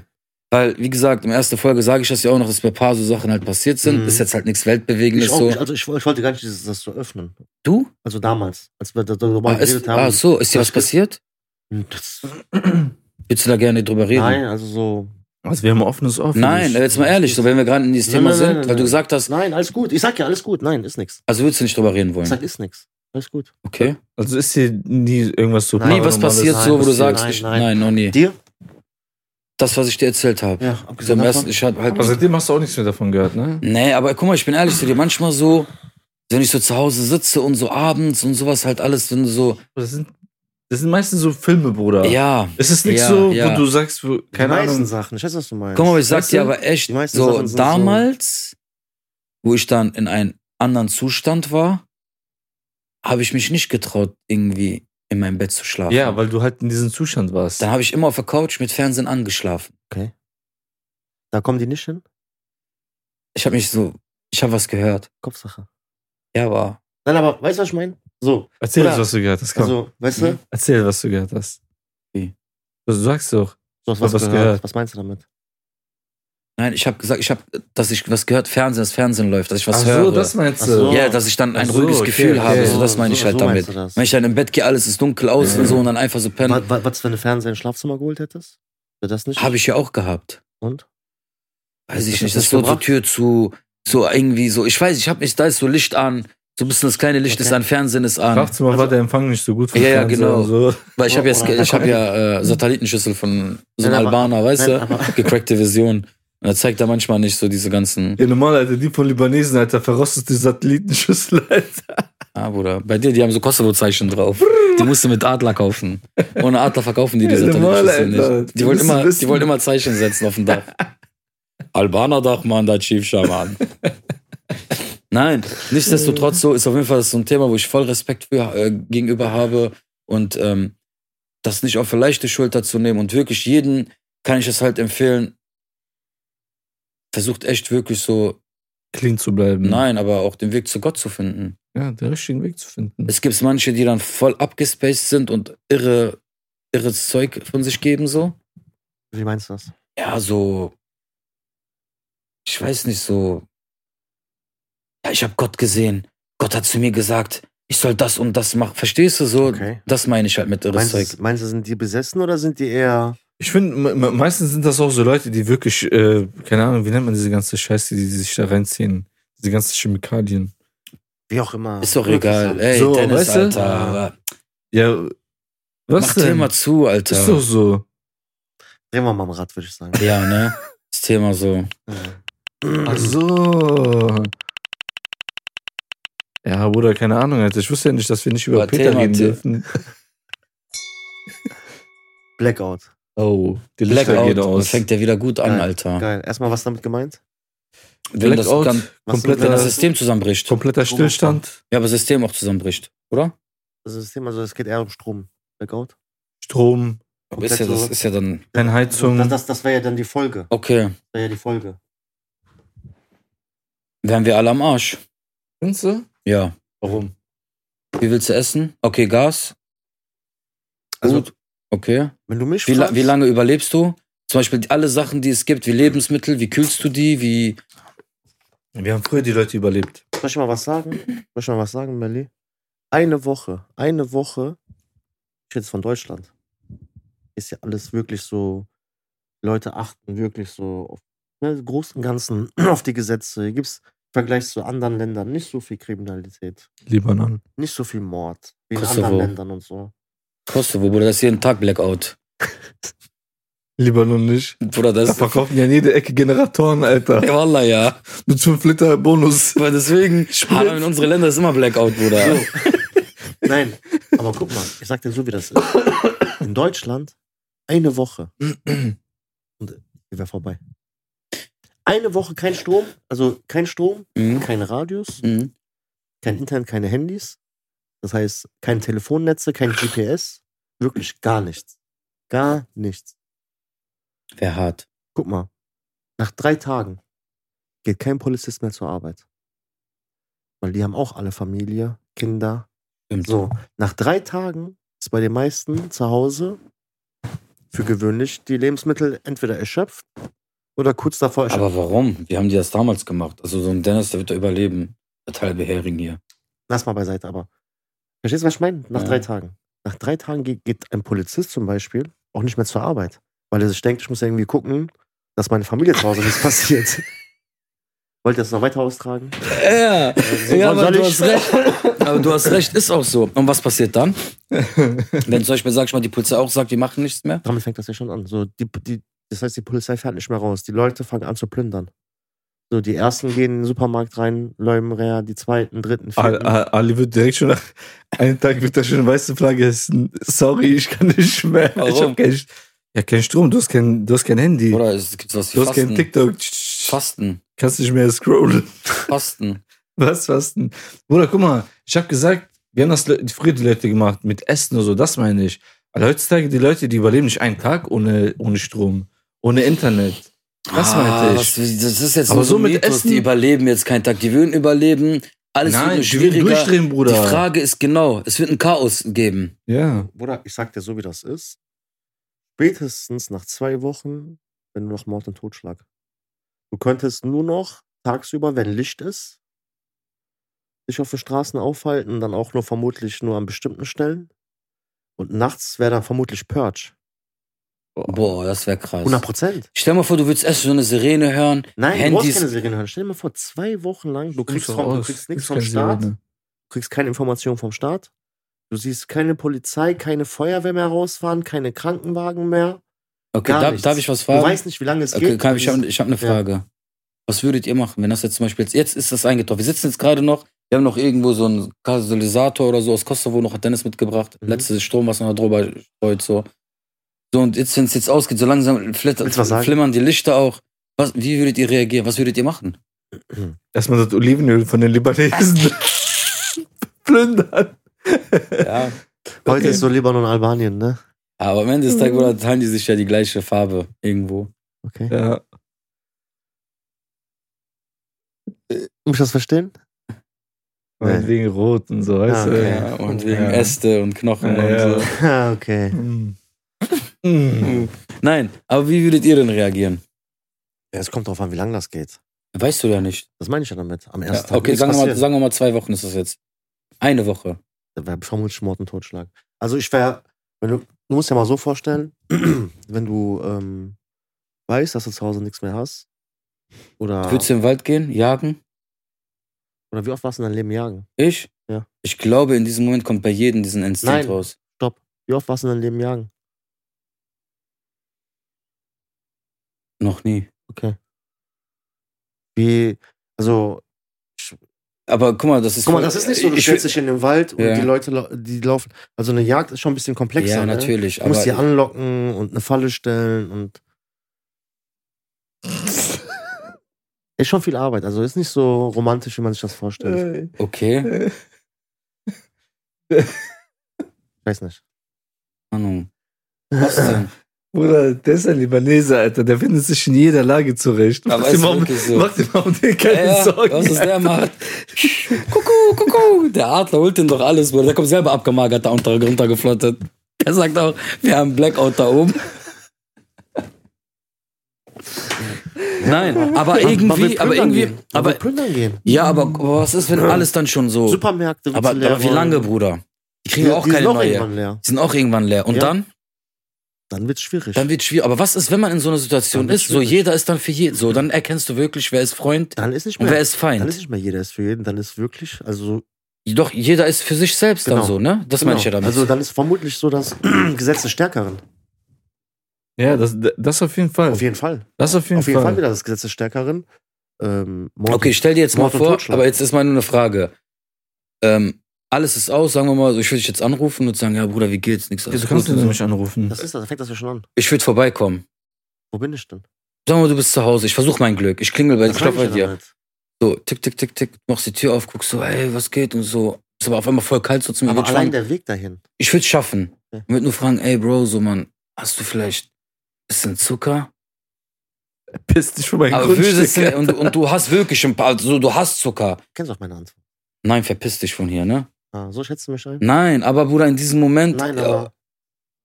A: Weil, wie gesagt, in der ersten Folge sage ich das ja auch noch, dass bei ein paar so Sachen halt passiert sind.
C: Mhm.
A: Ist jetzt halt nichts
C: Ich
A: Weltbewegendes
C: auch
A: so.
C: nicht. Also ich, ich wollte gar nicht dieses, das so öffnen.
A: Du?
C: Also damals, als wir darüber
A: Ah,
C: geredet
A: ist,
C: haben.
A: ah, so, ist dir was
C: Das-
A: passiert?
C: Das,
A: Willst du da gerne drüber reden?
C: nein, also so.
B: Also wir haben ein offenes Ohr. für
A: Nein,
B: dich.
A: jetzt mal ehrlich, so wenn wir gerade in dieses
C: Nein,
A: Thema
C: nein,
A: sind,
C: nein, nein,
A: weil du
C: nein.
A: gesagt hast,
C: Nein, alles gut. Ich sag ja alles gut. Nein, ist nichts.
A: also willst du nicht drüber reden
C: Ich
A: wollen.
C: sag, ist nichts. Alles gut.
A: Okay.
B: Also ist hier nie irgendwas so
C: Nein.
A: nie was
B: Paranormales?
A: passiert
C: nein,
A: so, wo du
C: passiert,
A: sagst,
C: nein,
A: ich, nein.
C: nein.
A: noch nie.
C: Dir?
A: Das, was ich dir erzählt habe.
C: Ja,
A: so
C: abgesehen
A: am
C: davon.
A: ersten, ich hab halt.
B: Aber seitdem hast du auch nichts mehr davon gehört, ne?
A: Nee, aber guck mal, ich bin ehrlich zu dir, manchmal so, wenn ich so zu Hause sitze und so abends und sowas halt alles, wenn du so,
B: Das sind, das sind meistens so Filme, Bruder.
A: ja.
B: Es ist nicht
A: Ja,
B: so,
A: ja.
B: wo du sagst, wo,
C: Die
B: keine
C: meisten
B: Ahnung.
C: Sachen. Ich weiß, was du meinst.
A: Guck mal, aber ich sag
B: Weißt du,
A: dir aber echt,
C: die meisten
A: so
C: Sachen sind so-
A: damals, wo ich dann in einem anderen Zustand war, habe ich mich nicht getraut, irgendwie in meinem Bett zu schlafen.
B: Ja, weil du halt in diesem Zustand warst.
A: Dann habe ich immer auf der Couch mit Fernsehen angeschlafen.
C: Da kommen die nicht hin.
A: Ich habe mich so, ich habe was gehört.
C: Kopfsache.
A: Ja, aber
C: Nein, aber weißt du, was ich meine? So,
B: Erzähl
C: Oder-
B: uns, was du gehört hast. Komm.
C: also, weißt du?
A: Mhm.
B: Erzähl, was du gehört hast.
A: Wie?
B: Du sagst doch.
C: Du hast
B: Ich hab
C: was,
B: was
C: gehört.
B: gehört.
C: Was meinst du damit?
A: nein, ich habe gesagt, ich habe, dass ich was gehört, Fernsehen, das Fernsehen läuft, dass ich was
B: Ach
A: höre.
B: so, das meinst
C: Ach
B: du.
C: so.
A: ja, dass ich dann ein
B: Ach so,
A: ruhiges
B: okay,
A: Gefühl
B: okay.
A: habe, so das
C: So,
A: meine ich
C: so-
A: halt
C: so
A: damit.
C: meinst du das?
A: Wenn ich dann im Bett gehe, alles ist dunkel aus
B: Ja.
A: und so und dann einfach so pennen,
C: Was, was, wenn du Fernseher ins Schlafzimmer geholt hättest? Wäre das nicht?
A: habe ich ja auch gehabt.
C: Und?
A: Weiß ich
C: Das
A: nicht, das
C: hast du
A: ist so die
C: gebracht?
A: Tür zu, so irgendwie so, ich weiß, ich habe mich, da ist so Licht an, so ein bisschen das kleine Licht ist
C: Okay.
A: an, Fernsehen ist an.
B: Schlafzimmer war der Empfang nicht so gut vom
A: Also- Ja, ja,
B: Fernseher
A: genau.
B: und So.
A: Weil ich habe jetzt,
C: Oder-
A: ich habe ja äh, Satellitenschüssel von so einem
C: Oh, Nein, aber-
A: Albaner, weißt
C: Nein,
A: du?
C: aber,
A: Gecrackte Version. Und er zeigt da manchmal nicht so diese ganzen.
B: Ja, normal, Alter, die von Libanesen, Alter, verrostet die Satellitenschüssel, Alter.
A: Ah, Bruder. Bei dir, die haben so Kosovo-Zeichen drauf. Die musst du mit Adler kaufen. Ohne Adler verkaufen die die
B: Ja,
A: Satellitenschüssel
B: normal, Alter.
A: nicht. Die
B: Wir
A: wollen,
B: müssen
A: immer, die
B: wissen.
A: wollen immer Zeichen setzen auf dem Dach. Albaner Dach, Mann, da Chief Schaman. Nein, nichtsdestotrotz so ist auf jeden Fall so ein Thema, wo ich voll Respekt für, äh, gegenüber habe und ähm, das nicht auf eine leichte Schulter zu nehmen und wirklich jeden kann ich es halt empfehlen. Versucht echt wirklich so,
B: Clean zu bleiben.
A: nein, aber auch den Weg zu Gott zu finden.
B: Ja, den richtigen Weg zu finden.
A: Es gibt manche, die dann voll abgespaced sind und irre, irres Zeug von sich geben, so.
C: wie meinst du das?
A: Ja, so. Ich weiß nicht, so. Ja, ich habe Gott gesehen. Gott hat zu mir gesagt, ich soll das und das machen. Verstehst du so?
C: Okay.
A: Das meine ich halt mit irres
C: Meinst
A: Zeug.
C: du, meinst du, sind die besessen oder sind die eher.
B: Ich finde, me- me- meistens sind das auch so Leute, die wirklich, äh, keine Ahnung, wie nennt man diese ganze Scheiße, die, die sich da reinziehen. Diese ganzen Chemikalien.
C: Wie auch immer.
A: Ist doch egal. Ey,
B: So,
A: Dennis,
B: weißt du?
A: Alter.
B: Ja,
A: Mach
B: was
A: dir
B: denn?
A: mal zu, Alter.
B: Ist doch so.
C: Drehen wir mal am Rad, würde ich sagen.
A: Ja, ne? Das Thema so.
B: Ach so. Ja, Bruder, keine Ahnung, Alter. Ich wusste ja nicht, dass wir nicht über
A: Aber
B: Peter
A: Thema,
B: reden
A: Thema.
B: dürfen.
C: Blackout.
B: Oh, die Lichter
A: Blackout.
B: geht
A: Und
B: aus.
A: fängt ja wieder gut an,
C: Geil,
A: Alter.
C: Geil. Erstmal, was damit gemeint?
A: Wenn das,
B: Blackout,
A: dann,
C: Was-
A: wenn das
B: kompletter,
A: System zusammenbricht.
B: kompletter Stillstand,
A: Ja, aber System auch zusammenbricht, oder?
C: Das ist das Thema, also es geht eher um Strom. Blackout.
B: Strom,
A: Aber ist ja, das
C: Komplett
A: ist ja dann.
B: keine Heizung.
C: Das, das, das wäre ja dann die Folge.
A: Okay,
C: Das wäre ja die Folge.
A: wären wir alle am Arsch.
B: Findest du?
A: Ja.
B: Warum?
A: Wie willst du essen? Okay, Gas.
C: Also-
A: Gut. Okay.
C: Wenn du mich
A: Wie, la
C: fragst,
A: wie lange überlebst du? Zum Beispiel alle Sachen, die es gibt, wie Lebensmittel, wie kühlst du die, wie.
B: Wir haben früher die Leute überlebt.
C: soll ich mal was sagen? Soll ich mal was sagen, Melli? Eine Woche, eine Woche, ich rede jetzt von Deutschland, ist ja alles wirklich so, Leute achten wirklich so auf ne, Großen und Ganzen, auf die Gesetze. Hier gibt's im Vergleich zu anderen Ländern nicht so viel Kriminalität,
B: Libanon.
C: nicht so viel Mord, wie in
A: Kosovo.
C: anderen Ländern und so.
A: Kosovo, Bruder, das ist jeden Tag Blackout.
B: Libanon nicht.
A: Bruder,
B: Da
A: das ist.
B: verkaufen ja in jede Ecke Generatoren, Alter.
A: Ja, Wallah, ja.
B: Mit 5 Liter Bonus.
A: Aber deswegen, Haram in unsere Länder ist immer Blackout, Bruder.
C: Nein, aber guck mal, ich sag dir so, wie das ist. In Deutschland eine Woche und äh, hier wäre vorbei. Eine Woche kein Strom, also kein Strom,
A: Mhm.
C: kein Radius,
A: Mhm.
C: kein Internet, keine Handys. Das heißt, keine Telefonnetze, kein GPS, wirklich gar nichts. Gar nichts.
A: Wär hart.
C: Guck mal, nach drei Tagen geht kein Polizist mehr zur Arbeit. Weil die haben auch alle Familie, Kinder,
A: Stimmt.
C: So, nach drei Tagen ist bei den meisten zu Hause für gewöhnlich die Lebensmittel entweder erschöpft oder kurz davor erschöpft.
A: Aber warum? Wie haben die das damals gemacht? Also so ein Dennis, der wird da überleben. Der halbe Hering hier.
C: Lass mal beiseite, aber. Verstehst du, was ich meine? Nach
A: Ja.
C: drei Tagen. Nach drei Tagen geht, geht ein Polizist zum Beispiel auch nicht mehr zur Arbeit, weil er sich denkt, ich muss irgendwie gucken, dass meine Familie zu Hause nichts passiert. Wollt ihr das noch weiter austragen?
A: Ja,
C: soll-
A: aber
C: soll
A: du
C: ich?
A: hast recht. Aber du hast recht, ist auch so. Und was passiert dann? Wenn zum Beispiel, sag ich mal, die Polizei auch sagt, wir machen nichts mehr?
C: Damit fängt das ja schon an. So, die, die, das heißt, die Polizei fährt nicht mehr raus. Die Leute fangen an zu plündern. So, die ersten gehen in den Supermarkt rein, läumen Rea, die zweiten, dritten,
B: Al-
C: vierten.
B: Al- Ali wird direkt schon nach einem Tag mit der schönen weißen Flagge essen. Sorry, ich kann nicht mehr. Ich
A: Warum?
B: hab kein, ja, kein Strom, du hast kein, du hast kein Handy.
A: Oder es gibt was wie
B: du hast kein
A: Fasten.
B: TikTok.
A: Fasten.
B: Kannst nicht mehr scrollen.
A: Fasten.
B: Was fasten? Bruder, guck mal, ich habe gesagt, wir haben das le- früher die Leute gemacht mit Essen oder so, das meine ich. Weil heutzutage die Leute, die überleben nicht einen Tag ohne, ohne Strom, ohne Internet. Das meinte ich.
A: was- Ah, das ist jetzt
B: Aber
A: nur
B: so mit
A: Mythos.
B: Essen-
A: Die überleben jetzt keinen Tag. Die würden überleben. Alles
B: Nein,
A: wird
B: ich will
A: schwieriger.
B: durchdrehen,
A: die
B: Bruder.
A: Frage ist genau, es wird ein Chaos geben.
B: ja.
C: Bruder, ich sag dir so, wie das ist. Spätestens nach zwei Wochen, wenn nur noch Mord und Totschlag. Du könntest nur noch tagsüber, wenn Licht ist, dich auf den Straßen aufhalten, dann auch nur vermutlich nur an bestimmten Stellen. Und nachts wäre dann vermutlich Purge.
A: Boah, das wäre krass.
C: 100 Prozent.
A: Stell mal vor, du willst erst so eine Sirene hören.
C: Nein, du
A: Handys.
C: brauchst keine Serien hören. Stell dir mal vor, zwei Wochen lang, du kriegst, vom, du kriegst nichts vom
B: Kriegst keine
C: Staat, du
B: Sirene.
C: kriegst keine Informationen vom Staat, du siehst keine Polizei, keine Feuerwehr mehr rausfahren, keine Krankenwagen mehr.
A: Okay,
C: Gar
A: darf,
C: nichts.
A: darf ich was
C: Du
A: fragen?
C: weißt nicht, wie lange es
A: Okay,
C: geht.
A: kann, ich habe ich hab eine
C: Ja.
A: Frage. Was würdet ihr machen, wenn das jetzt zum Beispiel jetzt, jetzt ist das eingetroffen? Wir sitzen jetzt gerade noch, wir haben noch irgendwo so einen Katalysator oder so aus Kosovo noch hat Dennis mitgebracht.
C: Mhm.
A: Letztes Strom, was noch drüber streut, so. So, und jetzt, wenn es jetzt ausgeht, so langsam flittert,
C: Willst du was sagen?
A: flimmern die Lichter auch. Was, wie würdet ihr reagieren? Was würdet ihr machen?
B: Erstmal das Olivenöl von den Libanesen plündern.
A: Ja.
C: Heute ist so Libanon Albanien, ne?
A: Aber am Ende des Tages Bruder, teilen die sich ja die gleiche Farbe irgendwo.
C: Okay.
B: Ja.
C: Muss ich das verstehen?
B: Und
C: Nee.
B: wegen Rot und so, weißt
C: Ah, okay.
B: du?
A: Ja, und wegen
B: Ja.
A: Äste und Knochen
B: Ja,
A: und
B: ja.
A: so.
C: Ah, okay.
B: Mm. Mm.
A: Nein, aber wie würdet ihr denn reagieren?
C: Ja, es kommt drauf an, wie lange das geht.
A: Weißt du ja nicht.
C: Das meine ich ja damit. Am
A: Ja,
C: ersten Tag.
A: okay,
C: nichts
A: sagen wir, mal,
C: passiert.
A: sagen wir mal zwei Wochen ist das jetzt. Eine Woche.
C: Da wäre vermutlich Mord und Totschlag. Also ich wäre, wenn du, du musst dir mal so vorstellen, wenn du ähm, weißt, dass du zu Hause nichts mehr hast, oder,
A: Würdest du in den Wald gehen, jagen?
C: oder wie oft warst du in deinem Leben jagen?
A: Ich?
C: Ja.
A: Ich glaube, in diesem Moment kommt bei jedem diesen Instinkt
C: Nein.
A: raus.
C: Wie oft warst du in deinem Leben jagen?
A: Noch nie.
C: Okay. Wie, also, äh,
A: Aber guck mal, das ist.
C: guck mal, das ist nicht so, du
A: Ich-
C: stellst dich in den Wald und
A: Ja.
C: die Leute, lau- die laufen, also eine Jagd ist schon ein bisschen komplexer,
A: Ja,
C: ne?
A: natürlich.
C: Du musst die
A: Aber
C: anlocken und eine Falle stellen und Ist schon viel Arbeit, also ist nicht so romantisch, wie man sich das vorstellt.
A: Okay,
C: Ich weiß nicht.
A: Ahnung. Was denn?
B: Bruder, der ist ein Libanese, Alter. Der findet sich in jeder Lage zurecht.
A: Aber
B: mach
A: ist
B: dir mal,
A: wirklich so.
B: mach dir mal um den keine
A: Ja,
B: Sorgen.
A: was ist der macht? Kuckuck, Kuckuck. Der Adler holt den doch alles, Bruder. Der kommt selber abgemagert da unter, runtergeflottet. Der sagt auch, wir haben Blackout da oben. Nein, aber
C: Man will
A: irgendwie, aber
C: plündern
A: irgendwie,
C: gehen. Man
A: aber
C: will plündern gehen.
A: ja, aber was ist, wenn alles dann schon so?
C: Supermärkte.
A: Aber,
C: willst du leer
A: aber wie
C: räumen.
A: lange, Bruder? Die kriegen
C: Die-
A: auch
C: die
A: keine
C: sind auch
A: neue.
C: irgendwann leer.
A: Die sind auch irgendwann leer. Und
C: Ja.
A: dann?
C: Dann wird's schwierig.
A: Dann wird schwierig. Aber was ist, wenn man in so einer Situation
C: Dann wird's
A: ist? So
C: schwierig.
A: jeder ist dann für jeden. So, dann erkennst du wirklich, wer ist Freund
C: Dann ist nicht
A: und
C: mehr.
A: wer ist
C: dann ist
A: Feind.
C: nicht mehr jeder ist für jeden. Dann ist wirklich, also
A: Doch jeder ist für sich selbst dann
C: Genau.
A: so, ne? Das meine ich ja damit.
C: Also dann ist vermutlich so das Gesetz des Stärkeren.
B: Ja, das, das auf jeden Fall.
C: Auf jeden Fall.
B: das auf jeden,
C: Auf jeden Fall,
B: Fall.
C: wieder das Gesetz des Stärkeren. Ähm, Mord-
A: okay, stell dir jetzt mal
C: Mord und
A: vor,
C: Totschlag.
A: aber jetzt ist mal nur eine Frage. Ähm, alles ist aus, sagen wir mal, so, ich würde dich jetzt anrufen und sagen, ja Bruder, wie geht's? Nix. alles
B: Wieso kannst
A: gut
B: du
A: und
B: denn
A: so.
B: mich anrufen?
C: Das ist das, da fängt das ja schon an.
A: Ich würde vorbeikommen.
C: Wo bin ich denn?
A: Sagen wir, du bist zu Hause, ich versuche mein Glück. Ich klingel bei, ich
C: Das sag
A: klopfe bei
C: ich ja
A: dir.
C: dann halt.
A: So, tick, tick, tick, tick, machst die Tür auf, guckst so, ey, was geht und so. Ist aber auf einmal voll kalt so zu mir.
C: Aber
A: würd ich
C: allein
A: fragen,
C: der Weg dahin.
A: ich würde schaffen.
C: Ja.
A: Ich würde nur fragen, ey Bro, so Mann, hast du vielleicht ein bisschen Zucker?
B: Piss dich für mein
A: Aber würdest du, und, und du hast wirklich ein paar, also du hast Zucker.
C: Kennst du auch meine Antwort?
A: Nein, verpiss dich von hier, ne?
C: Ah, so schätzt du mich ein?
A: Nein, aber Bruder, in diesem Moment,
C: Nein,
A: äh,
C: aber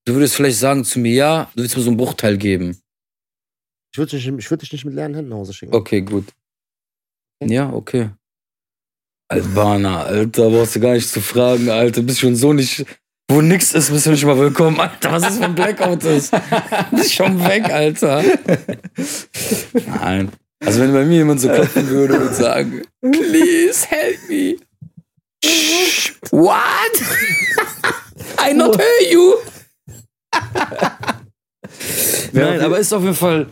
A: du würdest vielleicht sagen zu mir, ja, du willst mir so einen Bruchteil geben.
C: ich würde dich, nicht- ich würd dich nicht mit leeren Händen nach Hause schicken.
A: Okay, gut. Ja, okay. Albaner, Alter, brauchst du gar nicht zu fragen, Alter. Bist schon so nicht. Wo nix ist, bist du nicht mal willkommen. Alter, was ist, wenn Blackout ist? Bist schon weg, Alter. Nein. Also, wenn bei mir jemand so klopfen würde und sagen: Please help me. Shh, What? I not hear you. Nein, aber ist auf jeden Fall.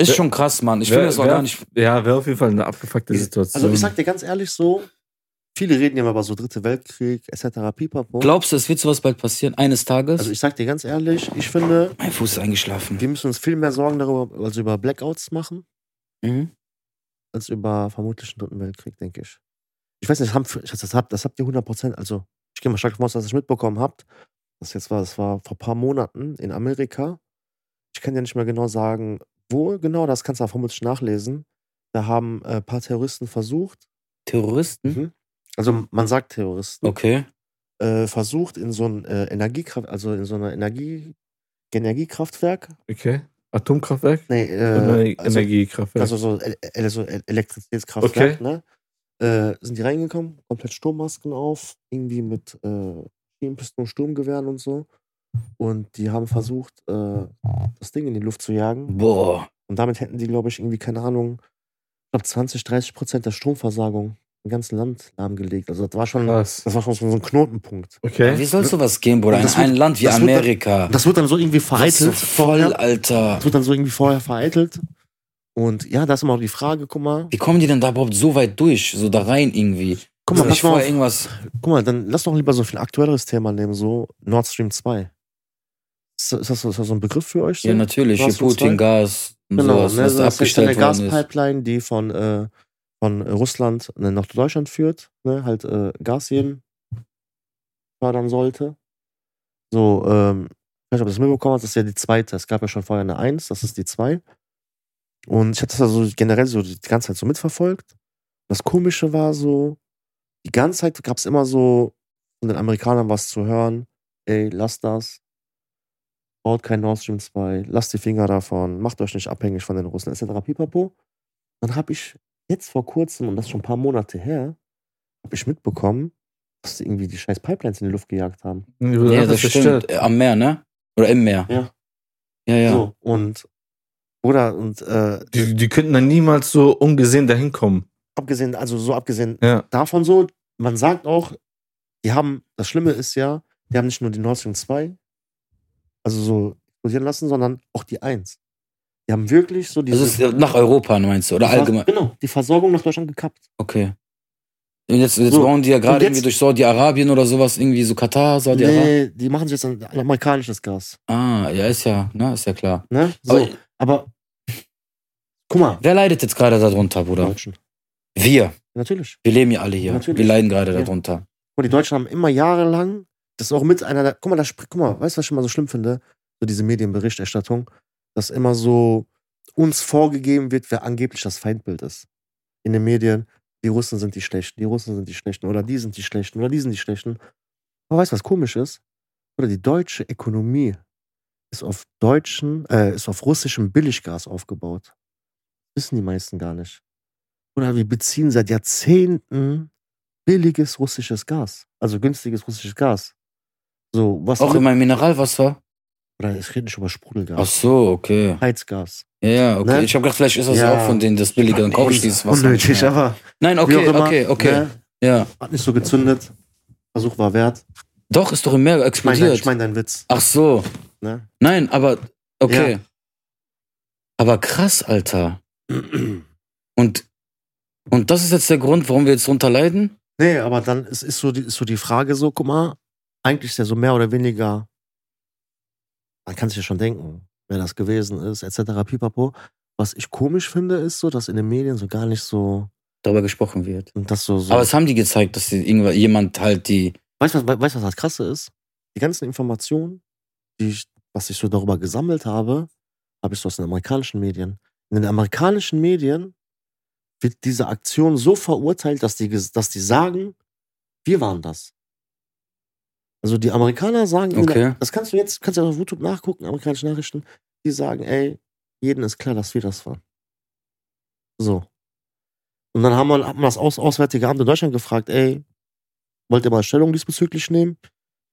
A: Ist schon krass, Mann. Ich will das auch gar nicht
B: Ja, wäre auf jeden Fall eine abgefuckte Situation.
C: Also ich sag dir ganz ehrlich so, viele reden ja immer über so Dritte Weltkrieg etc. Pipapo.
A: Glaubst du, es wird sowas bald passieren? Eines Tages?
C: Also ich sag dir ganz ehrlich, ich finde,
A: mein Fuß ist eingeschlafen.
C: wir müssen uns viel mehr Sorgen darüber, also über Blackouts machen, Mhm. als über vermutlichen Dritten Weltkrieg, denke ich. Ich weiß nicht, das, haben, das, habt, das habt ihr 100%, also ich gehe mal stark davon aus, dass ihr es mitbekommen habt. Das jetzt war, das war vor ein paar Monaten in Amerika. Ich kann dir nicht mehr genau sagen, wo genau, das kannst du aber vermutlich nachlesen. Da haben äh, ein paar Terroristen versucht,
A: Terroristen?
C: also man sagt Terroristen,
A: Okay.
C: äh, versucht in so ein äh, Energiekraft, also in so einer Energie, Energiekraftwerk,
B: okay. Atomkraftwerk?
C: nee,
B: Oder
C: äh, also,
B: Energiekraftwerk?
C: also so El- El- so El- Elektrizitätskraftwerk,
B: Okay.
C: ne? Äh, sind die reingekommen, komplett Sturmmasken auf, irgendwie mit äh, Schienenpistolen, Sturmgewehren und so. Und die haben versucht, äh, das Ding in die Luft zu jagen.
A: Boah.
C: Und damit hätten die, glaube ich, irgendwie, keine Ahnung, ich glaube 20, 30 Prozent der Stromversorgung im ganzen Land lahmgelegt. Also das war schon,
B: Krass.
C: das war schon so ein Knotenpunkt.
A: Wie
B: Okay.
A: soll sowas gehen, Bruder? In
C: Das wird-
A: einem Land wie
C: das wird-
A: Amerika.
C: Das wird dann so irgendwie
A: Das ist so
C: vereitelt.
A: voll,
C: vorher.
A: Alter.
C: Das wird dann so irgendwie vorher vereitelt. Und ja, da ist immer auch die Frage, guck mal,
A: Wie kommen die denn da überhaupt so weit durch? So da rein irgendwie?
C: guck mal,
A: Ist nicht
C: pass mal
A: vorher
C: auf,
A: irgendwas.
C: guck mal, dann lass doch lieber so ein viel aktuelleres Thema nehmen, so Nord Stream 2. Ist das, ist das, so- ist das so ein Begriff für euch? So?
A: Ja, natürlich. Hier
C: Nord Stream
A: Putin, Gas. und
C: genau,
A: sowas,
C: ne,
A: was
C: so
A: da
C: das ist eine
A: abgestellt worden ist.
C: Gaspipeline, die von, äh, von Russland ne, nach Deutschland führt, ne, halt äh, Gas jeden fördern sollte. So, ähm, ich weiß nicht, ob du das mitbekommen hast, das ist ja die zweite. Es gab ja schon vorher eine Eins, das ist die zwei. Und ich hatte das also generell so die ganze Zeit so mitverfolgt. Das Komische war so, die ganze Zeit gab es immer so von den Amerikanern was zu hören. Ey, lasst das. Baut kein Nord Stream 2. Lasst die Finger davon. Macht euch nicht abhängig von den Russen, etc. Pipapo. Dann habe ich jetzt vor kurzem, und das ist schon ein paar Monate her, habe ich mitbekommen, dass die irgendwie die scheiß Pipelines in die Luft gejagt haben.
A: Ja, das stimmt. Äh, Am Meer, ne? Oder im Meer.
C: Ja.
A: Ja, ja.
C: So, und, oder, und, äh,
B: Die, die könnten dann niemals so ungesehen dahin kommen.
C: abgesehen, also so abgesehen
B: Ja.
C: davon so, man sagt auch, die haben, das Schlimme ist ja, die haben nicht nur die Nord Stream 2, also so explodieren lassen, sondern auch die 1. Die haben wirklich so
A: Das
C: diese,
A: ist äh, nach Europa, meinst du? Oder
C: die Ver-
A: allgemein?
C: Genau, die Versorgung nach Deutschland gekappt.
A: Okay. Und jetzt, jetzt
C: So,
A: bauen die ja
C: und
A: gerade
C: jetzt-
A: irgendwie durch Saudi-Arabien oder sowas, irgendwie so Katar, Saudi-Arabien.
C: Nee, die machen sich jetzt ein, ein amerikanisches Gas.
A: Ah, ja, ist ja, ne, ist ja klar.
C: Ne? So,
A: Aber
C: aber Guck mal.
A: Wer leidet jetzt gerade darunter, Bruder?
C: Deutschen.
A: Wir.
C: Natürlich.
A: Wir leben ja alle hier.
C: Natürlich.
A: Wir leiden gerade
C: Ja.
A: darunter.
C: Guck mal, die Deutschen haben immer jahrelang, das ist auch mit einer, der- guck mal, das, spr- guck mal, weißt du, was ich immer so schlimm finde? So diese Medienberichterstattung, dass immer so uns vorgegeben wird, wer angeblich das Feindbild ist. In den Medien, die Russen sind die Schlechten, die Russen sind die Schlechten, oder die sind die Schlechten, oder die sind die Schlechten. Aber weißt du, was komisch ist? Oder die deutsche Ökonomie ist auf deutschen, äh, ist auf russischem Billiggas aufgebaut. Wissen die meisten gar nicht. Oder wir beziehen seit Jahrzehnten billiges russisches Gas. Also günstiges russisches Gas. So, was
A: Auch
C: mit-
A: in meinem Mineralwasser?
C: Oder es redet nicht über Sprudelgas.
A: Ach so, okay.
C: Heizgas.
A: Ja, Ja, okay.
C: Ne?
A: Ich habe gedacht, vielleicht ist das ja
C: Ja.
A: auch von denen das billige. Dann kaufe ich dieses Wasser. nicht
C: Unnötig,
A: mehr.
C: aber.
A: Nein,
C: wie
A: okay,
C: auch immer,
A: okay, okay.
C: Ne?
A: Ja.
C: Hat nicht so gezündet. Versuch war wert.
A: Doch, ist doch im Meer
C: Ich meine
A: explodiert.
C: ich mein deinen Witz.
A: Ach so.
C: Ne?
A: Nein, aber okay. Aber krass, Alter. Und, und das ist jetzt der Grund, warum wir jetzt drunter leiden?
C: Nee, aber dann ist, ist, so die, ist so die Frage so, guck mal, eigentlich ist ja so mehr oder weniger, man kann sich ja schon denken, wer das gewesen ist, etc. Pipapo. Was ich komisch finde, ist so, dass in den Medien so gar nicht so,
A: Darüber gesprochen wird.
C: dass so, so
A: Aber es haben die gezeigt, dass die irgendwann, jemand halt die.
C: Weißt du, was, weißt, du, was das Krasse ist? Die ganzen Informationen, die ich, was ich so darüber gesammelt habe, habe ich so aus den amerikanischen Medien. In den amerikanischen Medien wird diese Aktion so verurteilt, dass die, ges- dass die sagen, wir waren das. Also die Amerikaner sagen, in
A: Okay.
C: der, das kannst du jetzt, kannst du auf YouTube nachgucken, amerikanische Nachrichten, die sagen, ey, jedem ist klar, dass wir das waren. So. Und dann haben wir, hat man das Aus, Auswärtige Amt in Deutschland gefragt, ey, wollt ihr mal Stellung diesbezüglich nehmen?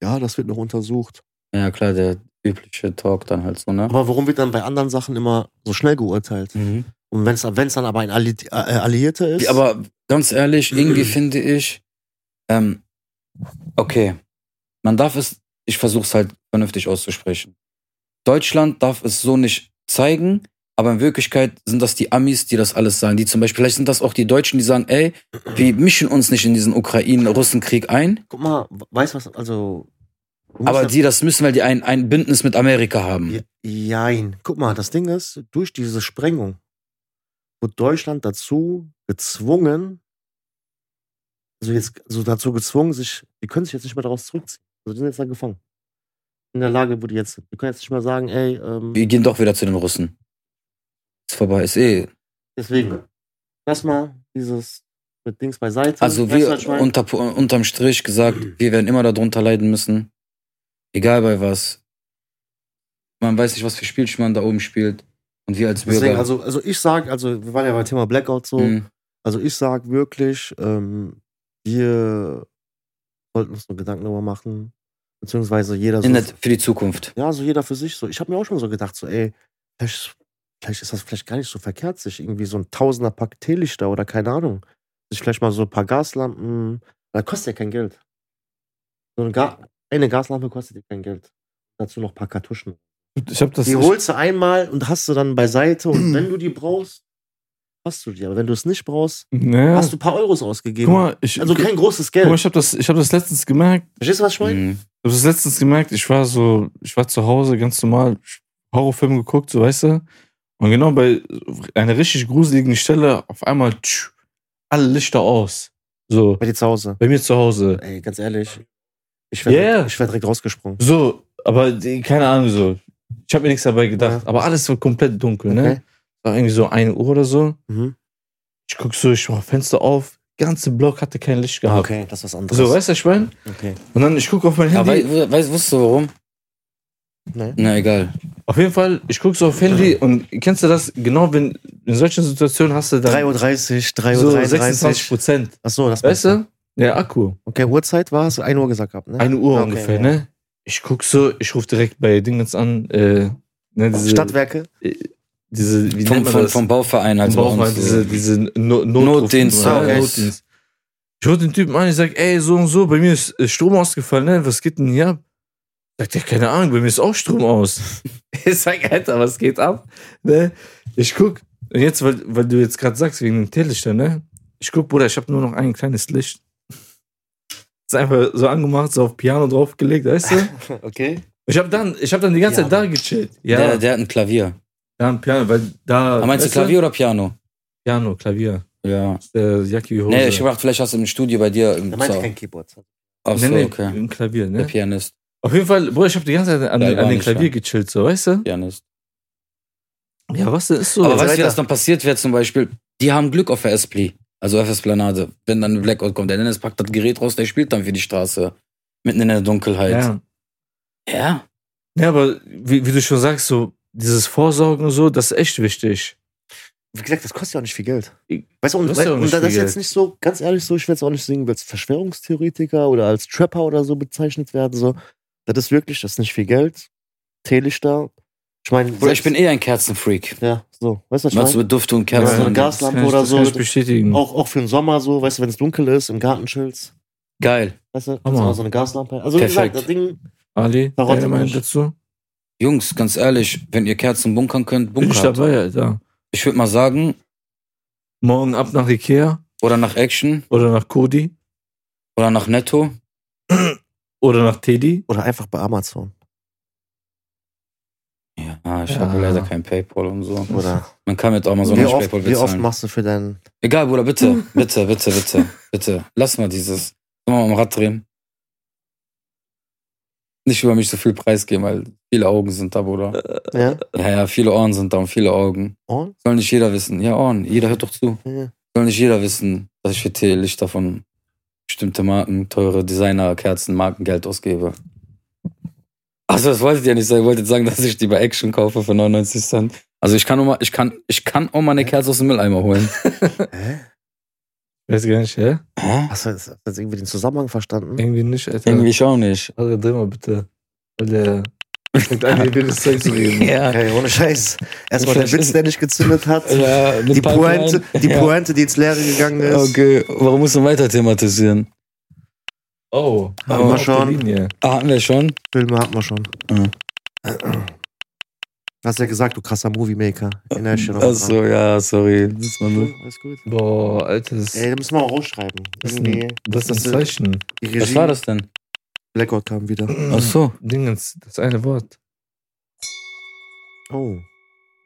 C: Ja, das wird noch untersucht.
A: Ja, klar, der übliche Talk dann halt so, ne?
C: Aber warum wird dann bei anderen Sachen immer so schnell geurteilt?
A: Mhm.
C: Und wenn es dann aber ein Alli äh, Alliierter ist,
A: Ja, Aber ganz ehrlich, irgendwie finde ich, ähm, okay, man darf es, ich versuche es halt vernünftig auszusprechen. Deutschland darf es so nicht zeigen, aber in Wirklichkeit sind das die Amis, die das alles sagen. Die zum Beispiel, vielleicht sind das auch die Deutschen, die sagen, ey, wir mischen uns nicht in diesen Ukraine-Russen-Krieg ein,
C: guck mal, weißt du was, also... du musst
A: aber
C: ja-
A: die das müssen, weil die ein, ein Bündnis mit Amerika haben.
C: Ja, jein. Guck mal, das Ding ist, durch diese Sprengung wird Deutschland dazu gezwungen, also jetzt so dazu gezwungen, sich, die können sich jetzt nicht mehr daraus zurückziehen. Also die sind jetzt da gefangen. In der Lage, wo die jetzt sind. Die können jetzt nicht mehr sagen, ey, ähm,
A: Wir gehen doch wieder zu den Russen. Ist vorbei, ist eh.
C: deswegen. Lass mal dieses mit Dings beiseite.
A: Also
C: Weißt du, was ich
A: wir
C: meine?
A: unter, unterm Strich gesagt, wir werden immer darunter leiden müssen. Egal bei was. Man weiß nicht, was für Spielchen man da oben spielt. Und wir als Bürger.
C: Deswegen, also, also ich sag, also wir waren ja beim Thema Blackout so,
A: Mhm.
C: Also ich sag wirklich, ähm, wir sollten uns nur Gedanken darüber machen, beziehungsweise jeder so.
A: in der, halt für die Zukunft.
C: Ja, so jeder für sich so. Ich habe mir auch schon so gedacht, so ey, vielleicht, vielleicht ist das vielleicht gar nicht so verkehrt, sich irgendwie so ein Tausender Pack Teelichter oder keine Ahnung, sich vielleicht mal so ein paar Gaslampen, da kostet ja kein Geld. So eine, Ga eine Gaslampe kostet ja kein Geld. Dazu noch ein paar Kartuschen.
B: Ich habe das.
C: Die
B: ich-
C: holst du einmal und hast du dann beiseite und wenn du die brauchst, hast du die. Aber wenn du es nicht brauchst,
B: Naja,
C: hast du ein paar Euros ausgegeben.
B: guck mal, ich,
C: Also kein großes
B: guck
C: Geld.
B: mal, ich habe das, ich hab das letztens gemerkt.
C: Verstehst du, was ich meine?
A: Mhm.
B: Ich habe das letztens gemerkt, ich war so, ich war zu Hause ganz normal, Horrorfilm geguckt, so weißt du. Und genau bei einer richtig gruseligen Stelle auf einmal tsch, alle Lichter aus. So,
C: Bei dir zu Hause.
B: bei mir zu Hause.
C: Ey, ganz ehrlich. Ich wäre
B: Yeah.
C: ich wär direkt rausgesprungen.
B: So, aber die, keine Ahnung, so. Ich habe mir nichts dabei gedacht,
C: Ja.
B: aber alles war komplett dunkel, ne?
C: Okay.
B: War irgendwie so 1 Uhr oder so.
C: Mhm.
B: Ich guck so, ich mach Fenster auf, ganze Block hatte kein Licht gehabt.
C: Okay, das ist was anderes.
B: So, weißt du, ich mein?
C: Okay.
B: Und dann, ich guck auf mein
A: Aber
B: Handy.
A: wei- wei- wusstest du warum?
C: Nee.
A: Na egal.
B: Auf jeden Fall, ich guck so auf Handy und kennst du das? Genau, wenn in solchen Situationen hast du dann
C: 3.30 Uhr, 3.33
B: so
C: Uhr.
B: 26 Prozent.
C: Achso, das
B: Weißt
C: weißt du?
B: du? Der Akku.
C: Okay, Uhrzeit war es, 1 Uhr gesagt gehabt, ne?
B: Eine Uhr
C: Okay,
B: ungefähr,
C: ja.
B: ne? Ich guck so, ich rufe direkt bei Dingens an, äh, ne, diese,
C: Stadtwerke.
B: diese, wie
A: Vom,
B: nennt man
A: vom,
B: das?
A: vom Bauverein halt
B: Also
A: bei
B: braucht man
A: uns.
B: diese, diese no
A: Notdienst,
B: Notruf-
C: ja, okay.
B: Notdienst. Ich hol den Typen an, ich sag, ey, so und so, bei mir ist äh, Strom ausgefallen, ne? Was geht denn hier ab? Sagt er, keine Ahnung, bei mir ist auch Strom aus. Ich sag, Alter, was geht ab? Ne? Ich guck, und jetzt, weil, weil du jetzt gerade sagst, wegen dem Teelichter, ne? Ich guck, Bruder, ich habe nur noch ein kleines Licht. Ist einfach so angemacht, so auf Piano draufgelegt, weißt du?
C: Okay.
B: Ich habe dann, ich hab dann die ganze Zeit da gechillt. Ja,
A: Der, der hat ein Klavier.
B: Ja, ein Piano, weil da.
A: Aber meinst du
B: weißt
A: Klavier oder Piano?
B: Piano, Klavier.
A: Ja.
B: Äh, Jacke wie Hose.
A: Nee, ich hab gedacht, vielleicht hast du im Studio bei dir im
C: Da meinte ich
A: Zau.
C: kein Keyboard.
A: Ach
B: nee,
A: so,
B: nee,
A: okay.
B: ein Klavier, ne?
A: Der Pianist.
B: Auf jeden Fall, Bruder, ich habe die ganze Zeit an,
A: Ja,
B: den-
A: gar
B: an den
A: nicht,
B: Klavier
A: ja.
B: gechillt, so, weißt du?
A: Pianist.
B: Ja, was ist so?
A: Aber weißt du, wie
C: weiter.
A: das dann passiert wäre zum Beispiel? Die haben Glück auf der Espli, also auf der Esplanade. Wenn dann ein Blackout kommt, der Dennis packt das Gerät raus, der spielt dann für die Straße. Mitten in der Dunkelheit.
B: ja.
A: Ja.
B: ja, aber wie, wie du schon sagst, so dieses Vorsorgen und so, das ist echt wichtig.
C: Wie gesagt, das kostet ja auch nicht viel Geld.
B: Ich-
C: Weißt du, und,
B: Kostet ja auch
C: und
B: nicht
C: das
B: viel
C: ist
B: Geld.
C: jetzt nicht so, ganz ehrlich, so, ich will jetzt auch nicht singen, als Verschwörungstheoretiker oder als Trapper oder so bezeichnet werden. So. Das ist wirklich, das ist nicht viel Geld. Teelichter. Ich meine,
A: Oder ich
C: selbst-
A: bin eh ein Kerzenfreak.
C: Ja, so. Weißt du, was ich
A: Was
C: meine?
A: mit Duft und
C: Ja, so
A: Kerzen.
C: eine
A: angeht.
B: Das
C: Gaslampe
B: kann ich,
C: oder
B: das
C: so.
B: Kann ich bestätigen.
C: Auch, auch für den Sommer so, weißt du, wenn es dunkel ist, im Garten chillst.
A: Geil.
C: Weißt du, kannst
B: Hammer.
C: du mal so eine Gaslampe. Also, wie
A: Perfekt.
C: gesagt, das Ding.
B: Ali,
C: Warum
B: deine
C: denn
B: Meinung
C: nicht?
B: dazu?
A: Jungs, ganz ehrlich, wenn ihr Kerzen bunkern könnt,
B: Bin ich
A: bunkert.
B: dabei, Alter.
A: Ich würde mal sagen,
B: Morgen ab nach Ikea
A: oder nach Action,
B: oder nach Cody
A: oder nach Netto.
B: oder nach Teddy.
C: Oder einfach bei Amazon.
A: Ja, ich
B: Ja.
A: habe leider kein Paypal und so.
C: Oder
A: Man kann mit Amazon
C: wie,
A: Also nicht
C: oft,
A: Paypal
C: wie oft
A: bezahlen.
C: machst du für deinen.
A: Egal, Bruder, bitte, bitte, bitte, bitte, bitte. Lass mal dieses. Sollen wir mal am Rad drehen? Nicht über mich so viel preisgeben, weil viele Augen sind da, Bruder.
C: Ja?
A: Ja, ja, viele Ohren sind da und viele Augen.
C: Und?
A: Soll nicht jeder wissen. Ja, Ohren, jeder hört doch zu.
C: Ja.
A: Soll nicht jeder wissen, dass ich für Teelichter von bestimmte Marken, teure Designer-Kerzen, Markengeld ausgebe. Also das wolltet ihr nicht sagen. Ihr wolltet sagen, dass ich die bei Action kaufe für 99 Cent. Also ich kann auch mal, ich kann, ich kann auch mal eine Kerze aus dem Mülleimer holen.
C: Hä?
B: Weiß gar nicht, hä?
A: Hä?
C: Hast du jetzt, hast du jetzt irgendwie den Zusammenhang verstanden?
B: Irgendwie nicht, Alter.
A: Irgendwie ich auch nicht.
B: Also dreh mal bitte. Weil der fängt an, dir wildes Zeug zu reden.
A: Ja.
C: Okay, ohne Scheiß. Erstmal der
A: Vielleicht
C: Witz,
A: ist-
C: der nicht gezündet hat.
A: ja
C: Die Pointe, die Pointe, die ins Leere gegangen ist.
A: Okay, warum musst du weiter thematisieren?
B: Oh,
C: Haben wir
B: auf der
C: schon.
B: Linie.
A: Ah, hatten wir schon?
C: Filme hatten wir schon.
A: Mhm.
C: Du hast ja gesagt, du krasser Moviemaker. Erinner dich noch
A: Ach
C: dran.
A: so, ja, sorry. Das ist mal so.
C: Alles gut.
B: Boah, Alter, das,
C: Ey, da müssen wir auch rausschreiben.
B: das, ist
C: Irgendwie,
B: ein, das ist ein
C: das-
B: Zeichen.
C: die Regie,
A: Was war das denn?
C: Blackout kam wieder.
A: Ach so.
B: Dingens, das eine Wort.
C: Oh,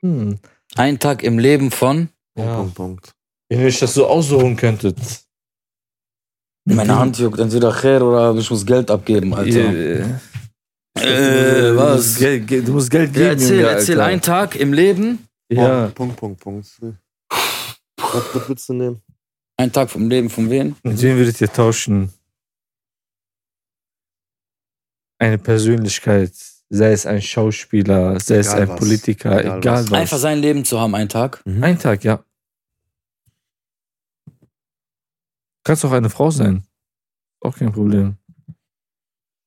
B: Hm.
A: Ein Tag im Leben von
C: Punkt,
B: Ja.
C: Punkt, Punkt.
B: Wenn ihr euch das so aussuchen könntet.
A: Meine Hand juckt entweder her oder ich muss Geld abgeben, Alter.
B: Ihr-
A: Äh,
B: Du
A: was?
B: musst Geld, Geld- du musst Geld geben.
A: Ja, erzähl,
B: Junge,
A: erzähl
B: Alter.
A: einen Tag im Leben.
B: Ja,
C: Punkt, Punkt, Punkt. Was, was willst du nehmen?
A: Ein Tag vom Leben von wen?
B: mit wem würdet ihr tauschen? Eine Persönlichkeit, sei es ein Schauspieler, sei es
C: Egal
B: ein
C: was.
B: Politiker, egal,
C: Egal
B: was.
C: was.
A: Einfach sein Leben zu haben, einen Tag.
B: Ein Tag, ja. Kannst auch eine Frau sein. Auch kein Problem.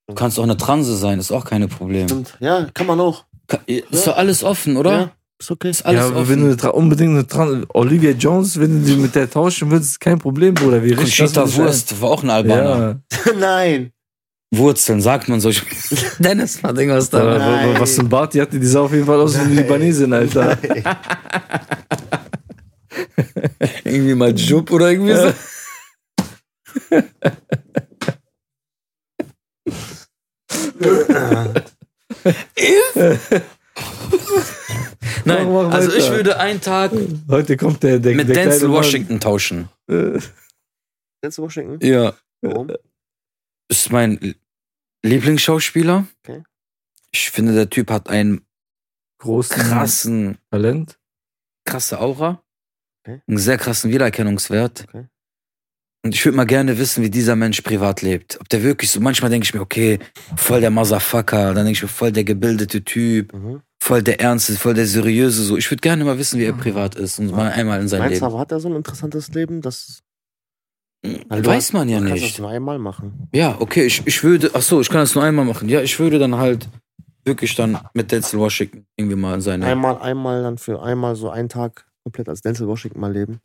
A: Du kannst auch eine Transe sein, ist auch kein Problem.
C: Stimmt. Ja, kann man auch.
A: Ka- Ist doch alles offen, oder?
C: Ja, ist okay.
A: Ist alles
B: ja, aber wenn
A: offen.
B: du tra- unbedingt eine Trans Olivia Jones, wenn du die mit der tauschen würdest, kein Problem, Bruder. Wir richten das
A: Conchita
B: für dich ein.
A: Wurst war auch ein Albaner.
B: Ja.
C: Nein.
A: Wurzeln, sagt man so. Dennis hat irgendwas
B: Da,
A: da.
B: wa- wa- was für ein Bart, die hatte die sah auf jeden Fall aus wie eine Libanesin, Alter.
A: Irgendwie mal Jupp oder irgendwie so. Nein,
B: Mach, mach
A: also ich
B: weiter.
A: würde einen Tag
B: Heute kommt der, der
A: mit
B: der kleine
A: Denzel
B: Mann.
A: Washington tauschen.
B: Äh,
C: Jetzt Washington.
A: Ja.
C: Warum?
A: ist mein Lieblingsschauspieler.
C: Okay.
A: Ich finde, der Typ hat
B: Mhm.
A: einen
B: Großen
A: krassen,
B: Talent.
A: krasse Aura.
C: Okay.
A: Einen sehr krassen Wiedererkennungswert.
C: Okay.
A: Und ich würde mal gerne wissen, wie dieser Mensch privat lebt. Ob der wirklich so, manchmal denke ich mir, okay, voll der Motherfucker. Dann denke ich mir, voll der gebildete Typ,
C: Mhm.
A: voll der Ernste, voll der Seriöse. So. Ich würde gerne mal wissen, wie er privat ist und mal einmal in sein
C: Meinst du,
A: Leben. Hm,
C: aber hat er so ein interessantes Leben? Das Weil du
A: Weiß man ja
C: du kannst
A: nicht.
C: das nur einmal machen.
A: Ja, okay, ich, ich würde, ach so, ich kann das nur einmal machen. Ja, ich würde dann halt wirklich dann mit Denzel Washington irgendwie mal in seine.
C: Einmal, einmal dann für einmal so einen Tag komplett als Denzel Washington mal leben.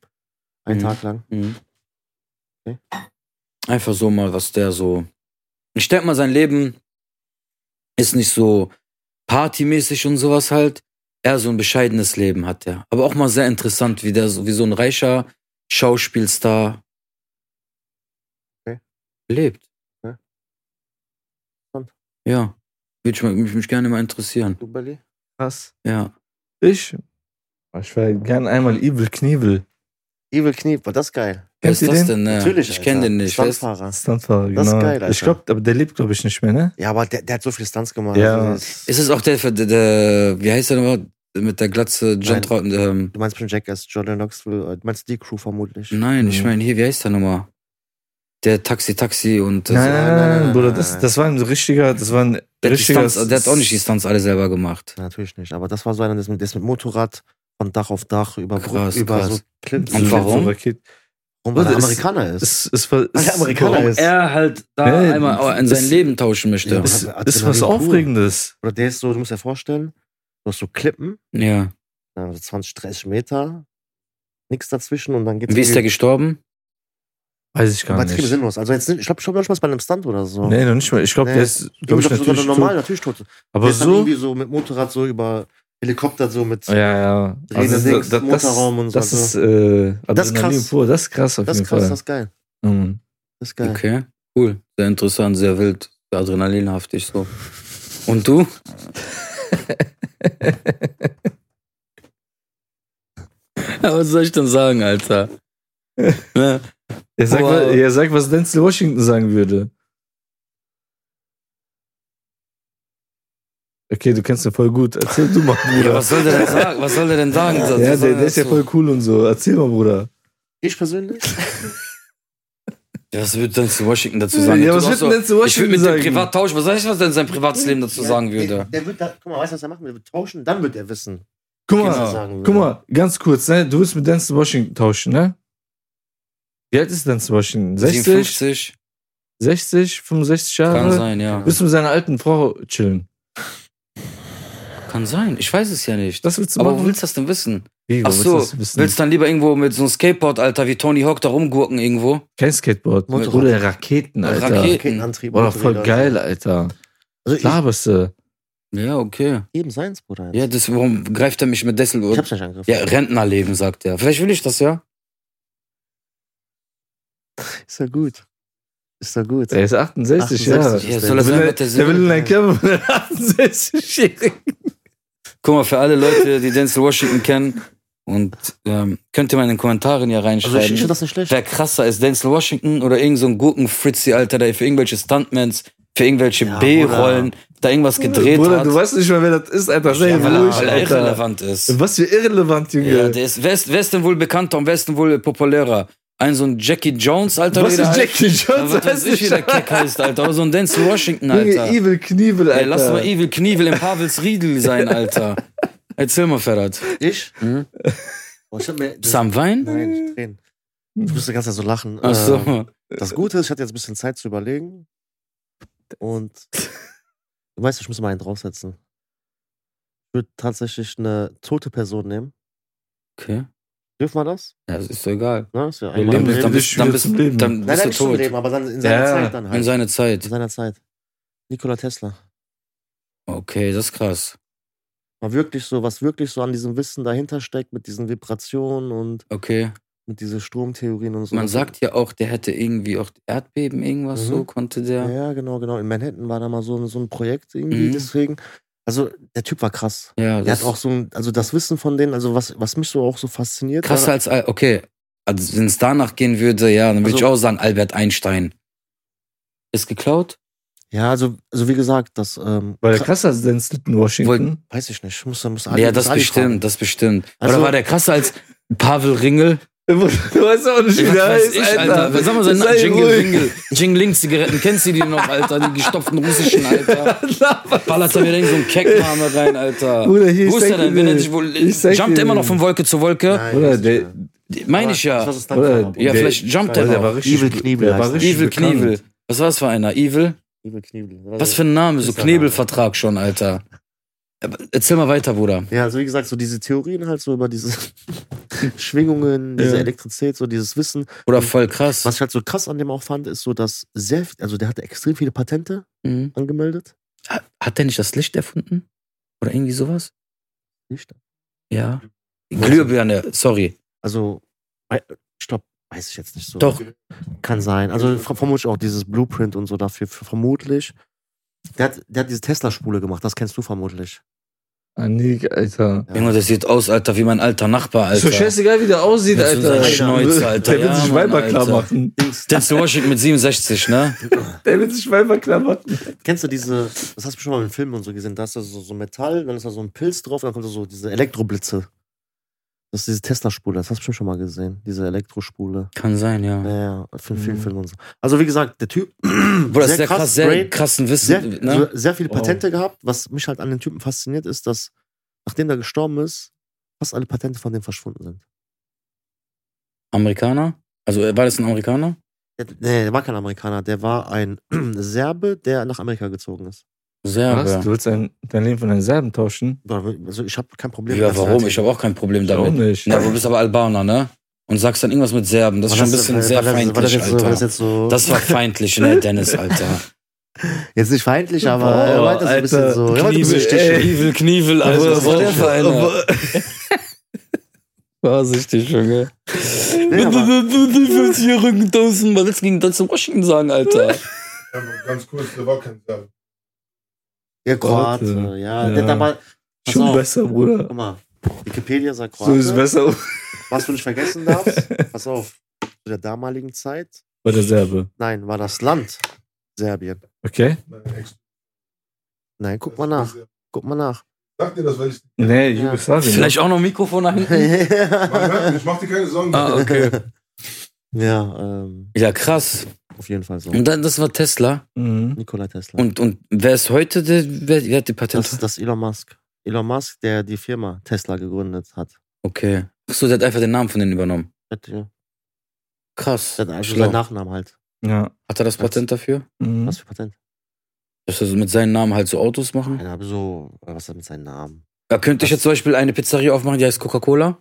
C: Einen
A: Mhm.
C: Tag lang.
A: Mhm.
C: Okay.
A: Einfach so mal, was der so. Ich denke mal, sein Leben ist nicht so partymäßig und sowas halt. Eher so ein bescheidenes Leben hat er. Aber auch mal sehr interessant, wie der so, wie so ein reicher Schauspielstar
C: Okay.
A: lebt.
C: Okay. Interessant.
A: Ja. Würde ich mal- mich, mich gerne mal interessieren.
C: Du, Belly?
B: Krass.
A: Ja.
B: Ich Ah, Ich wäre gern einmal Evil Knievel.
C: Evil Knie, war das geil.
A: Wer ist
B: Kennt ihr
A: das
B: den?
A: denn? ne?
C: Natürlich.
A: Ich kenne
C: Alter.
A: den nicht. Wer ist-
C: Stuntfahrer.
B: Stuntfahrer, genau.
C: Das ist geil, Alter.
B: Ich glaube, aber der lebt, glaube ich, nicht mehr, ne?
C: Ja, aber der, der hat so viele Stunts gemacht.
B: Ja.
C: Also das-
A: Ist es auch der, der, der wie heißt der nochmal? Mit der Glatze John
C: Nein.
A: Traut, ähm,
C: du meinst bestimmt Jackass, Jordan Knoxville, äh, du meinst die Crew vermutlich.
A: Nein, ich
B: Mhm.
A: meine hier, wie heißt der nochmal? Der Taxi Taxi und äh,
B: Nein, nein, nein, nein,
C: nein,
B: Bruder,
C: nein,
B: das,
C: nein.
B: das war ein richtiger, das war ein
A: der, hat die
B: richtiger.
A: Stunts, der hat auch nicht die Stunts alle selber gemacht.
C: Natürlich nicht, aber das war so einer, der ist mit, der ist mit Motorrad von Dach auf Dach über, Brücken,
A: Krass,
C: über
A: krass.
C: so Klippen.
A: Und warum? Also
B: So Raket-
C: Warum? Weil er
B: Das-
C: Amerikaner ist.
B: Es, es war,
C: Weil
B: es,
C: er Amerikaner
B: warum-
C: ist.
A: Er halt da
B: Ja,
A: einmal in sein
B: das-
A: Leben tauschen möchte.
B: Es
C: Ja,
B: ist was
C: Adrenalin pur.
B: Aufregendes.
C: Oder der ist so, du musst dir vorstellen, du hast so Klippen,
A: Ja.
C: dann so 20, 30 Meter, nichts dazwischen und dann geht's.
A: Wie ist der gestorben?
B: Weiß ich gar
C: Übertrieben
B: nicht.
C: sinnlos. Also jetzt, nicht- ich glaube, ich glaube nicht mal bei einem Stunt oder so.
B: Nee, noch nicht mal. Ich glaube,
C: Nee.
B: der ist,
C: Ich
B: glaube ich,
C: glaub, sogar
B: natürlich
C: normal,
B: tot.
C: natürlich tot. der
B: Aber
C: ist dann
B: so.
C: irgendwie so mit Motorrad so über Helikopter so mit.
B: Ja, ja.
C: Drehen
B: Also,
C: links,
B: da- da- das,
C: Motorraum und so.
B: das ist äh,
C: Das ist
B: Adrenalin
C: krass.
B: pur. Das ist krass auf
C: das ist
B: jeden
C: krass,
B: Fall.
C: das ist geil.
B: Mhm.
C: Das ist geil.
A: Okay, cool. Sehr interessant, sehr wild, sehr adrenalinhaftig so. Und du? Ja, Was soll ich denn sagen, Alter? Ne?
B: Er sagt,
A: Wow.
B: wa- er sagt, was Denzel Washington sagen würde. Okay, du kennst ihn voll gut. Erzähl du mal, Bruder.
A: Ja, was soll der denn sagen? Was soll der denn sagen? Was
B: Ja,
A: soll
B: der,
A: der
B: der ist ja
A: dazu-
B: voll cool und so. Erzähl mal, Bruder.
C: Ich persönlich?
A: Ja, was würde denn zu Washington dazu sagen?
B: Ja,
A: Der
B: was
A: tut
B: wird
A: auch
B: denn zu
A: Ich würde
B: Washington
A: mit
B: sagen?
A: dem privat tauschen. Was weiß ich, was er in seinem Privatsleben dazu
C: Ja,
A: sagen
C: der-
A: würde?
C: Der wird da, guck mal, weißt du, was er machen will? Wir tauschen, dann wird er wissen.
B: Guck
C: was
B: mal,
C: er sagen würde.
B: guck mal, ganz kurz, ne? Du willst mit Denzel Washington tauschen, ne? Wie alt ist Denzel Washington? 60,
A: 57?
B: 60, 65 Jahre?
A: Kann sein, ja.
B: Willst du mit seiner alten Frau chillen?
A: Kann sein. Ich weiß es ja nicht.
B: Das willst du
A: Aber
B: machen?
A: wo willst du das denn wissen?
B: Wie, wo
A: Ach
B: willst
A: so,
B: du das wissen?
A: Willst du dann lieber irgendwo mit so einem Skateboard, Alter, wie Tony Hawk da rumgurken irgendwo?
B: Kein Skateboard. ne?
C: Motorrad.
B: Oder Raketen, Alter.
A: Raketen.
C: Raketenantrieb.
B: War doch voll
C: Motorräder.
B: geil, Alter.
C: Also ich,
B: Laberst du?
A: Ja, okay.
C: eben seins, Bruder. jetzt.
A: Ja, das, warum greift er mich mit Dessel?
C: Ich hab's nicht angegriffen.
A: Ja, Rentnerleben, sagt er. Vielleicht will ich das ja.
C: Ist ja gut. Ist ja gut.
B: Er ist 68, ja.
C: 68.
A: ja soll das
B: Will
A: sein
B: er-
A: mit der
B: Der will in
A: Seele?
B: ein Club mit 68-Jährigen.
A: Guck mal, für alle Leute, die Denzel Washington kennen, und ähm, könnt ihr mal in den Kommentaren hier
C: Also
A: reinschreiben,
C: ich, ich finde das nicht schlecht.
A: wer krasser ist, Denzel Washington oder irgend so ein Gurkenfritzi, Alter, der für irgendwelche Stuntmans, für irgendwelche
C: Ja,
A: B-Rollen da irgendwas gedreht
B: Bruder,
A: hat.
B: du weißt nicht mal, wer das ist, Alter. Sei
A: ja, weil,
B: ruhig,
A: er, weil er
B: Alter.
A: irrelevant ist.
B: Was für irrelevant, Junge.
A: Ja, der ist, wer, ist, wer ist denn wohl bekannter und wer ist denn wohl populärer? Ein so ein Jackie Jones, Alter,
B: was
A: wie der
B: für Jackie
A: Ja,
B: Jones
A: was weiß ich, wie der Kick heißt, Alter. Oder so ein Denzel Washington,
B: Junge,
A: Alter.
B: Evil Knievel, Alter.
A: Ey, lass doch mal Evil Knievel im Pavels Riedel sein, Alter. Erzähl mal, Ferhat.
C: Ich?
B: Hm?
A: Mhm.
C: Boah, ich hab mir,
A: Bist du am Wein?
C: Nein, ich hab Tränen. Ich musste die ganze Zeit so lachen.
A: Ach
C: Ähm,
A: so.
C: Das Gute ist, ich hatte jetzt ein bisschen Zeit zu überlegen. Und du weißt, ich muss mal einen draufsetzen. Ich würde tatsächlich eine tote Person nehmen.
A: Okay.
C: Dürfen wir das?
A: Ja, das ist doch egal.
C: Ne? Ist ja
B: Wir
C: einmal
B: leben
C: im
B: das
A: Dann
C: Leben.
B: damit.
A: bist, dann bist,
B: Zum Leben.
A: dann
C: Nein,
A: bist
C: nein,
A: du
C: nicht zum
A: tot.
C: Leben, aber dann in seiner
B: Ja.
C: Zeit dann halt.
A: In seiner
C: in
A: Zeit.
C: seiner Zeit. Nikola Tesla.
A: Okay, das ist krass.
C: War wirklich so, was wirklich so an diesem Wissen dahinter steckt, mit diesen Vibrationen und
A: Okay.
C: mit diesen Stromtheorien und so.
A: Man
C: Das-
A: sagt ja auch, der hätte irgendwie auch Erdbeben, irgendwas
C: Mhm.
A: so, konnte der.
C: Ja, genau, genau. In Manhattan war da mal so, so ein Projekt irgendwie,
A: Mhm.
C: deswegen. Also, der Typ war krass.
A: Ja,
C: Der
A: das
C: hat auch so ein, also das Wissen von denen, also was, was mich so auch so fasziniert.
A: krasser
C: war-
A: als, Al- okay. Also, wenn es danach gehen würde, ja, dann würde
C: Also-
A: ich auch sagen, Albert Einstein. Ist geklaut?
C: Ja, also, also wie gesagt, das, ähm,
B: Weil
C: kra-
B: der krasser ist als Denzel Washington.
C: weiß ich nicht. Muss, muss
A: ja, das bestimmt, das bestimmt.
C: Also-
A: Oder war der krasser als Pavel Ringel?
B: Du weißt auch nicht, wie
A: Ja,
B: der
A: was
B: heißt,
A: ich,
B: Alter.
A: Sag mal, seinen
B: Sei
A: Namen. Jingle,
B: ruhig.
A: Jingle, Jingling Zigaretten. Kennst du die noch, Alter? Die gestopften russischen, Alter. Ballert da wieder irgend so ein Keckname rein, Alter.
B: Bruder, hier,
A: Wo
B: ich
A: ist
B: sag
A: der denn?
B: dir
A: Wenn er
B: den.
A: sich wohl,
B: Ich sag
A: jumpt
B: dir
A: immer
B: den.
A: noch von Wolke zu Wolke?
B: Oder der,
A: Meine ich ja.
B: oder
A: Ja, vielleicht jumpt er
B: der
A: noch.
B: war richtig.
C: Evil Knievel
B: Der
C: heißt
B: war
C: er.
B: richtig
A: Evil
B: bekannt.
A: Knievel. Was war das für einer? Evil? Was für ein Name? So
C: ist der Name.
A: Knebelvertrag schon, Alter. Aber Erzähl mal weiter, Bruder.
C: Ja, also wie gesagt, so diese Theorien halt so über diese Schwingungen, diese
B: Ja.
C: Elektrizität, so dieses Wissen.
A: Oder voll krass.
C: Was ich halt so krass an dem auch fand, ist so, dass sehr, viel- also der hatte extrem viele Patente
A: Mhm.
C: angemeldet.
A: Hat- Hat der nicht das Licht erfunden? Oder irgendwie sowas?
C: Nicht?
A: Ja. Glühbirne, sorry.
C: Also, wei- ich glaube, weiß ich jetzt nicht so.
A: Doch.
C: Kann sein. Also ver- vermutlich auch dieses Blueprint und so dafür. Vermutlich. Der hat, der hat diese Tesla-Spule gemacht, das kennst du vermutlich.
B: Anik, Alter.
C: Ja.
A: Junge, das sieht aus, Alter, wie mein alter Nachbar, Alter.
B: So scheißegal, wie der aussieht,
A: Mit so
B: Alter.
A: einer Schnäuze, Alter.
B: Der will
A: Ja,
B: sich
A: Mann,
B: Weiber klar
A: Alter.
B: machen.
A: Denzel Washington mit 67, ne?
B: Der will sich Weiber klar machen.
C: Kennst du diese, das hast du schon mal in Filmen und so gesehen, da ist das so, so Metall, dann ist da so ein Pilz drauf, und dann kommt da so diese Elektroblitze. Das ist diese Tesla-Spule, das hast du bestimmt schon mal gesehen, diese Elektrospule.
A: Kann sein, ja.
C: Ja, ja, für
B: Mhm.
C: vielen Film und so. Also wie gesagt, der Typ,
A: Bro, das
C: sehr
A: ist sehr
C: krass,
A: krass, sehr
C: great.
A: krassen Wissen,
C: sehr,
A: ne?
C: so- sehr viele
B: Wow.
C: Patente gehabt. Was mich halt an den Typen fasziniert, ist, dass nachdem er gestorben ist, fast alle Patente von dem verschwunden sind.
A: Amerikaner? Also äh, war das ein Amerikaner?
C: Der, nee, der war kein Amerikaner, der war ein Serbe, der nach Amerika gezogen ist.
B: Was? Du
A: Serbe.
B: willst dein, dein Leben von deinen Serben tauschen?
C: Boah, Also ich habe kein Problem
A: Ja,
C: mit
A: warum?
C: Nationalität.
A: Ich habe auch kein Problem
B: Ich auch
A: damit.
B: nicht.
A: Na, du bist aber Albaner, ne? Und sagst dann irgendwas mit Serben. Das ist
C: War
A: schon ein bisschen
C: war
A: sehr
C: das- war das
A: feindlich,
C: jetzt so, war das
A: Alter.
C: jetzt so
A: Das war feindlich, ne, Dennis, Alter.
C: Jetzt nicht feindlich, aber
B: Boah,
C: er meint das so ein bisschen
B: Alter.
C: so. Er meint ein bisschen
A: Knievel,
C: stichig.
A: ey, Knievel, Knievel,
C: Also,
A: Alter.
C: das
A: Was war
C: war
A: der
C: schon-
A: für einer?
B: Vorsichtig, Junge.
C: Nee, aber-
A: Die 40-jährigen Dosen, was willst du gegen Denzel Washington sagen, Alter?
D: Aber ganz kurz, der war kein Serb.
C: Ja, Kroate.
B: Kroate.
C: Ja,
B: Ja.
C: der hat aber. Pass
B: Schon
C: auf,
B: besser, Bruder.
C: Guck mal, Wikipedia sagt
B: So
C: Kroate.
B: ist besser.
C: Was du nicht vergessen darfst, pass auf, zu der damaligen Zeit,
B: War der Serbe.
C: nein, war das Land Serbien.
B: Okay?
D: Mein Ex.
C: Nein, guck mal nach, guck mal nach.
D: Sag dir das, weil ich.
B: Nee,
C: Ja.
B: Jugoslawien. ne?
A: Vielleicht auch noch ein Mikrofon nach hinten?
D: Man
A: Hm.
D: hört mich, mach dir keine Sorgen.
A: Ah, okay.
C: ja, ähm,
A: Ja, krass.
C: auf jeden Fall so.
A: Und dann, das war Tesla.
B: Mhm.
C: Nikola Tesla.
A: Und, und wer ist heute der, wer, wer hat die
C: das,
A: Patente?
C: das ist Elon Musk. Elon Musk, der die Firma Tesla gegründet hat.
A: Okay. Achso, der hat einfach den Namen von denen übernommen.
C: Hat, ja,
A: Krass.
C: hat also
A: Schlau.
C: seinen Nachnamen halt.
B: Ja.
A: Hat er das Patent dafür?
B: Mhm.
C: Was für Patent?
A: Dass er so mit seinem Namen halt so Autos machen?
C: Nein, aber so, was hat mit seinem Namen?
A: Da könnte ich jetzt zum Beispiel eine Pizzeria aufmachen, die heißt Coca-Cola.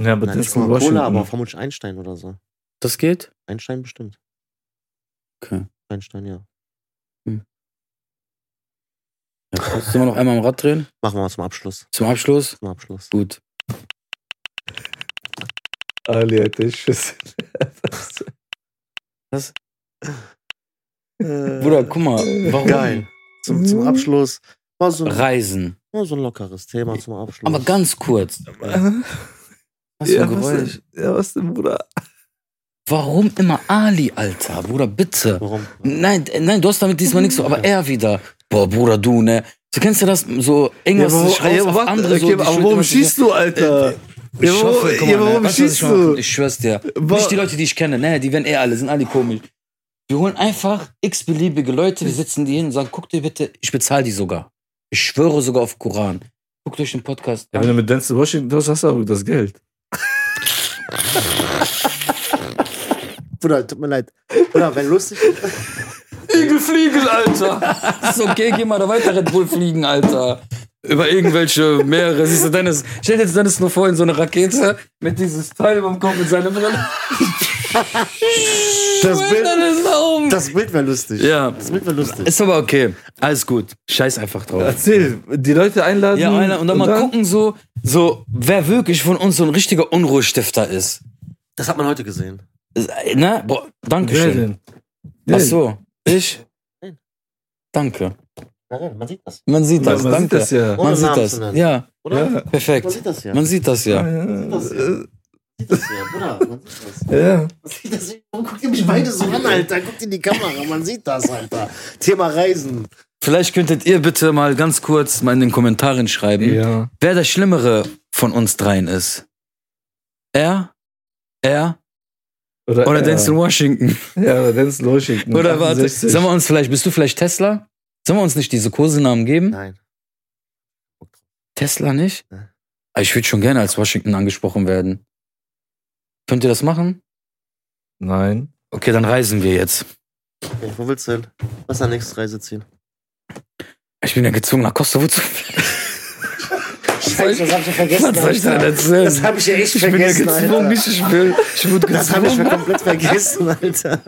B: Ja, aber
C: Nein,
B: das
C: nicht
B: ist ein
C: Coca-Cola, aber
B: Washington.
C: vermutlich Einstein oder so.
A: Das geht?
C: Einstein bestimmt.
A: Okay.
C: Einstein, ja.
A: Ja, krass. Sollen wir noch einmal am Rad drehen?
C: Machen wir mal zum Abschluss.
A: Zum Abschluss?
C: Zum Abschluss.
A: Gut.
B: Ali, Alter, ich schüsse. Äh,
A: Bruder, guck mal. Warum?
C: Geil. Zum,
B: Mhm.
C: zum Abschluss. War so, ein,
A: Reisen.
C: war so ein lockeres Thema zum Abschluss.
A: Aber ganz kurz. Was für ein
B: ja,
A: Geräusch.
B: was, ja, was denn, Bruder?
A: Warum immer Ali, Alter? Bruder, bitte.
C: Warum?
A: Nein, äh, nein, du hast damit diesmal nichts so, aber er wieder. Boah, Bruder, du, ne? Du kennst ja das, so irgendwas
B: warum-
A: sich raus
B: ja,
A: auf
B: warte,
A: andere so,
B: okay,
A: die
B: aber
A: schuld
B: warum
A: immer-
B: schießt du, Alter?
A: Äh, Ich
B: Ja, warum-
A: hoffe, guck
B: ja,
A: mal,
B: warum
A: ne? Weißt du, was ich
B: schießt
A: machen kann?
B: du?
A: Ich schwör's dir.
B: Wa-
A: Nicht die Leute, die ich kenne, ne? Die werden eh alle, sind alle komisch. Wir holen einfach x-beliebige Leute, wir sitzen die hin und sagen, guckt ihr bitte, ich bezahle die sogar. Ich schwöre sogar auf Koran. Guckt euch den Podcast
B: Ja, wenn
A: an.
B: du mit Denzel Washington tust, hast du auch das Geld.
C: Bruder, tut mir leid. Bruder, wenn lustig.
A: Igel fliegen, Alter! ist okay, geh mal da weiter Red Bull fliegen, Alter. Über irgendwelche Meere. Siehst du, Dennis, stell dir jetzt Dennis nur vor in so eine Rakete mit dieses Teil über dem Kopf mit seiner Brille.
C: Das Bild,
A: Dennis, warum?
C: das Bild wäre lustig.
A: Ja.
C: Das Bild wäre lustig.
A: Ist aber okay. Alles gut. Scheiß einfach drauf.
B: Erzähl, die Leute einladen.
A: Ja, einer, und dann mal gucken, so, so, wer wirklich von uns so ein richtiger Unruhestifter ist.
C: Das hat man heute gesehen.
A: Äh, Ne? Boah,
B: Wer
A: Dankeschön.
B: denn?
A: Ach so, ich?
C: Nein.
A: Danke.
C: Man sieht das.
A: Man sieht
B: Man,
A: das,
B: man sieht
A: danke.
B: das ja.
A: Man
C: Ohne
A: sieht
C: Namen
A: das.
C: zu nennen.
A: Ja,
C: Oder?
B: Ja.
C: Man
A: perfekt.
C: sieht das ja.
A: Man sieht das ja.
C: das
B: Ja.
C: Man sieht das ja, Bruder. Man sieht das.
B: ja.
C: Man sieht das. Warum guckt ihr mich beide so an, Alter? Guckt in die Kamera, man sieht das, Alter. Thema Reisen.
A: Vielleicht könntet ihr bitte mal ganz kurz mal in den Kommentaren schreiben,
B: ja.
A: wer der Schlimmere von uns dreien ist. Er? Er? Oder
B: er.
A: Denzel Washington?
B: Ja, oder Denzel Washington.
A: Oder warte,
B: 68.
A: sagen wir uns vielleicht, bist du vielleicht Tesla? Sollen wir uns nicht diese Kosenamen geben?
C: Nein.
A: Tesla nicht?
C: Nein.
A: Aber Ich würde schon gerne als Washington angesprochen werden. Könnt ihr das machen?
B: Nein.
A: Okay, dann reisen wir jetzt.
C: Okay, wo willst du hin? Was ist deine nächste Reise ziehen?
A: Ich bin ja gezwungen, nach Kosovo zu fliegen.
C: Scheiße, das hab ich ja vergessen.
A: Was soll ich denn erzählen?
C: Das hab ich ja echt
A: ich bin ja
C: vergessen,
A: gezwungen,
C: Alter.
A: nicht ich will. Ich wurde
C: Das hab ich
A: gezwungen.
C: ja komplett vergessen, Alter.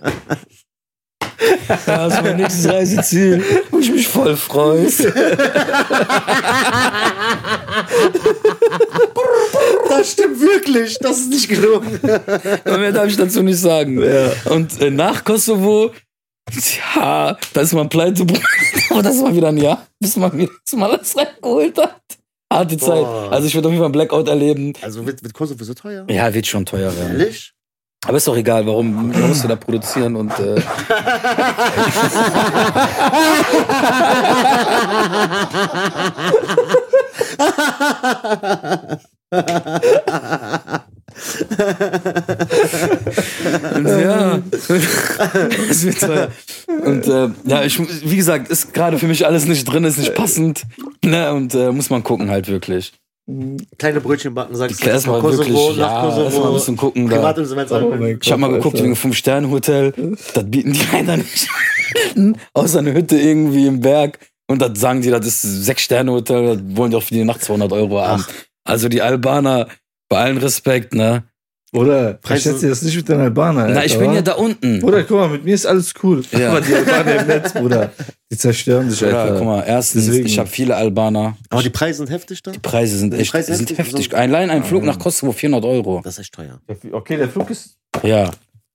A: Das ist mein nächstes Reiseziel. Wo ich mich voll freue.
C: Das stimmt wirklich. Das ist nicht gelogen.
A: Aber Mehr darf ich dazu nicht sagen. Und äh, nach Kosovo, ja, da ist man pleite, Bruder. aber das war wieder ein Jahr, bis man mir das mal alles reingeholt hat. Harte Zeit.
C: Boah.
A: Also ich würde auf jeden Fall einen Blackout erleben.
C: Also wird, wird Kosovo so teuer?
A: Ja, wird schon teuer werden.
C: Ehrlich?
A: Aber ist doch egal, warum Man musst du da produzieren und äh, ja, es wird teuer. Und äh, ja, ich, muss- wie gesagt, ist gerade für mich alles nicht drin, ist nicht passend. Ne, und äh, muss man gucken halt wirklich.
C: Kleine Brötchen backen, sagst du.
A: Erstmal
C: Kosovo,
A: wirklich,
C: nach
A: ja,
C: Kosovo.
A: erstmal ein bisschen gucken da. Oh
C: Privat und so weiter.
B: Oh
A: Ich habe mal geguckt wegen fünf Sterne Hotel, das bieten die einer nicht. an, Außer eine Hütte irgendwie im Berg und das sagen die, das ist sechs Sterne Hotel, das wollen die auch für die Nacht 200 Euro haben. Also die Albaner, bei allen Respekt, ne?
B: Oder
C: Preise-
B: verstehst du das nicht mit den Albanern?
A: Na, ich
B: Alter,
A: bin
B: wa?
A: ja da unten.
B: Bruder, guck mal, mit mir ist alles cool.
A: Ja.
B: Aber die Albaner im Netz, Bruder, die zerstören dich,
A: Ja,
B: Alter.
A: guck mal, erstens,
B: Deswegen.
A: ich habe viele Albaner.
C: Aber die Preise sind heftig da?
A: Die Preise sind
C: Die
A: echt
C: Preise
A: sind
C: sind
A: heftig.
C: so-
A: Allein ein Flug nach Kosovo 400 Euro.
C: Das ist echt teuer.
B: Okay, der Flug ist.
A: Ja.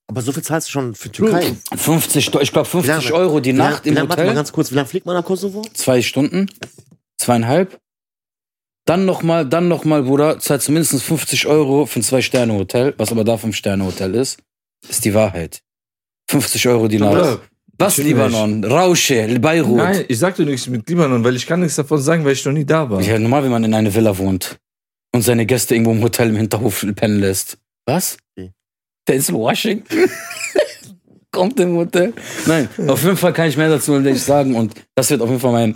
C: Aber so viel zahlst du schon für Türkei.
A: 50, Do- ich glaube
C: Wie
A: 50
C: lange-
A: Euro die
C: Wie
A: Nacht
C: lang- wie
A: im
C: lang- warte Mal
A: Hotel.
C: ganz kurz, wie lange fliegt man nach Kosovo?
A: Zwei Stunden. Zweieinhalb. Dann nochmal, dann nochmal, Bruder, zahlt zumindest 50 Euro für ein Zwei-Sterne-Hotel, was aber da vom Sterne-Hotel ist, ist die Wahrheit. 50 Euro die Nacht.
B: Bruder,
A: Was,
B: natürlich.
A: Libanon? Rausche, Beirut.
B: Nein, ich sag dir nichts mit Libanon, weil ich kann nichts davon sagen, weil ich noch nie da war.
A: Ja, normal, wenn man in einer Villa wohnt und seine Gäste irgendwo im Hotel im Hinterhof pennen lässt. Was?
C: Wie?
A: Der ist in Washington. Kommt im Hotel. Nein, auf jeden Fall kann ich mehr dazu nicht sagen und das wird auf jeden Fall mein,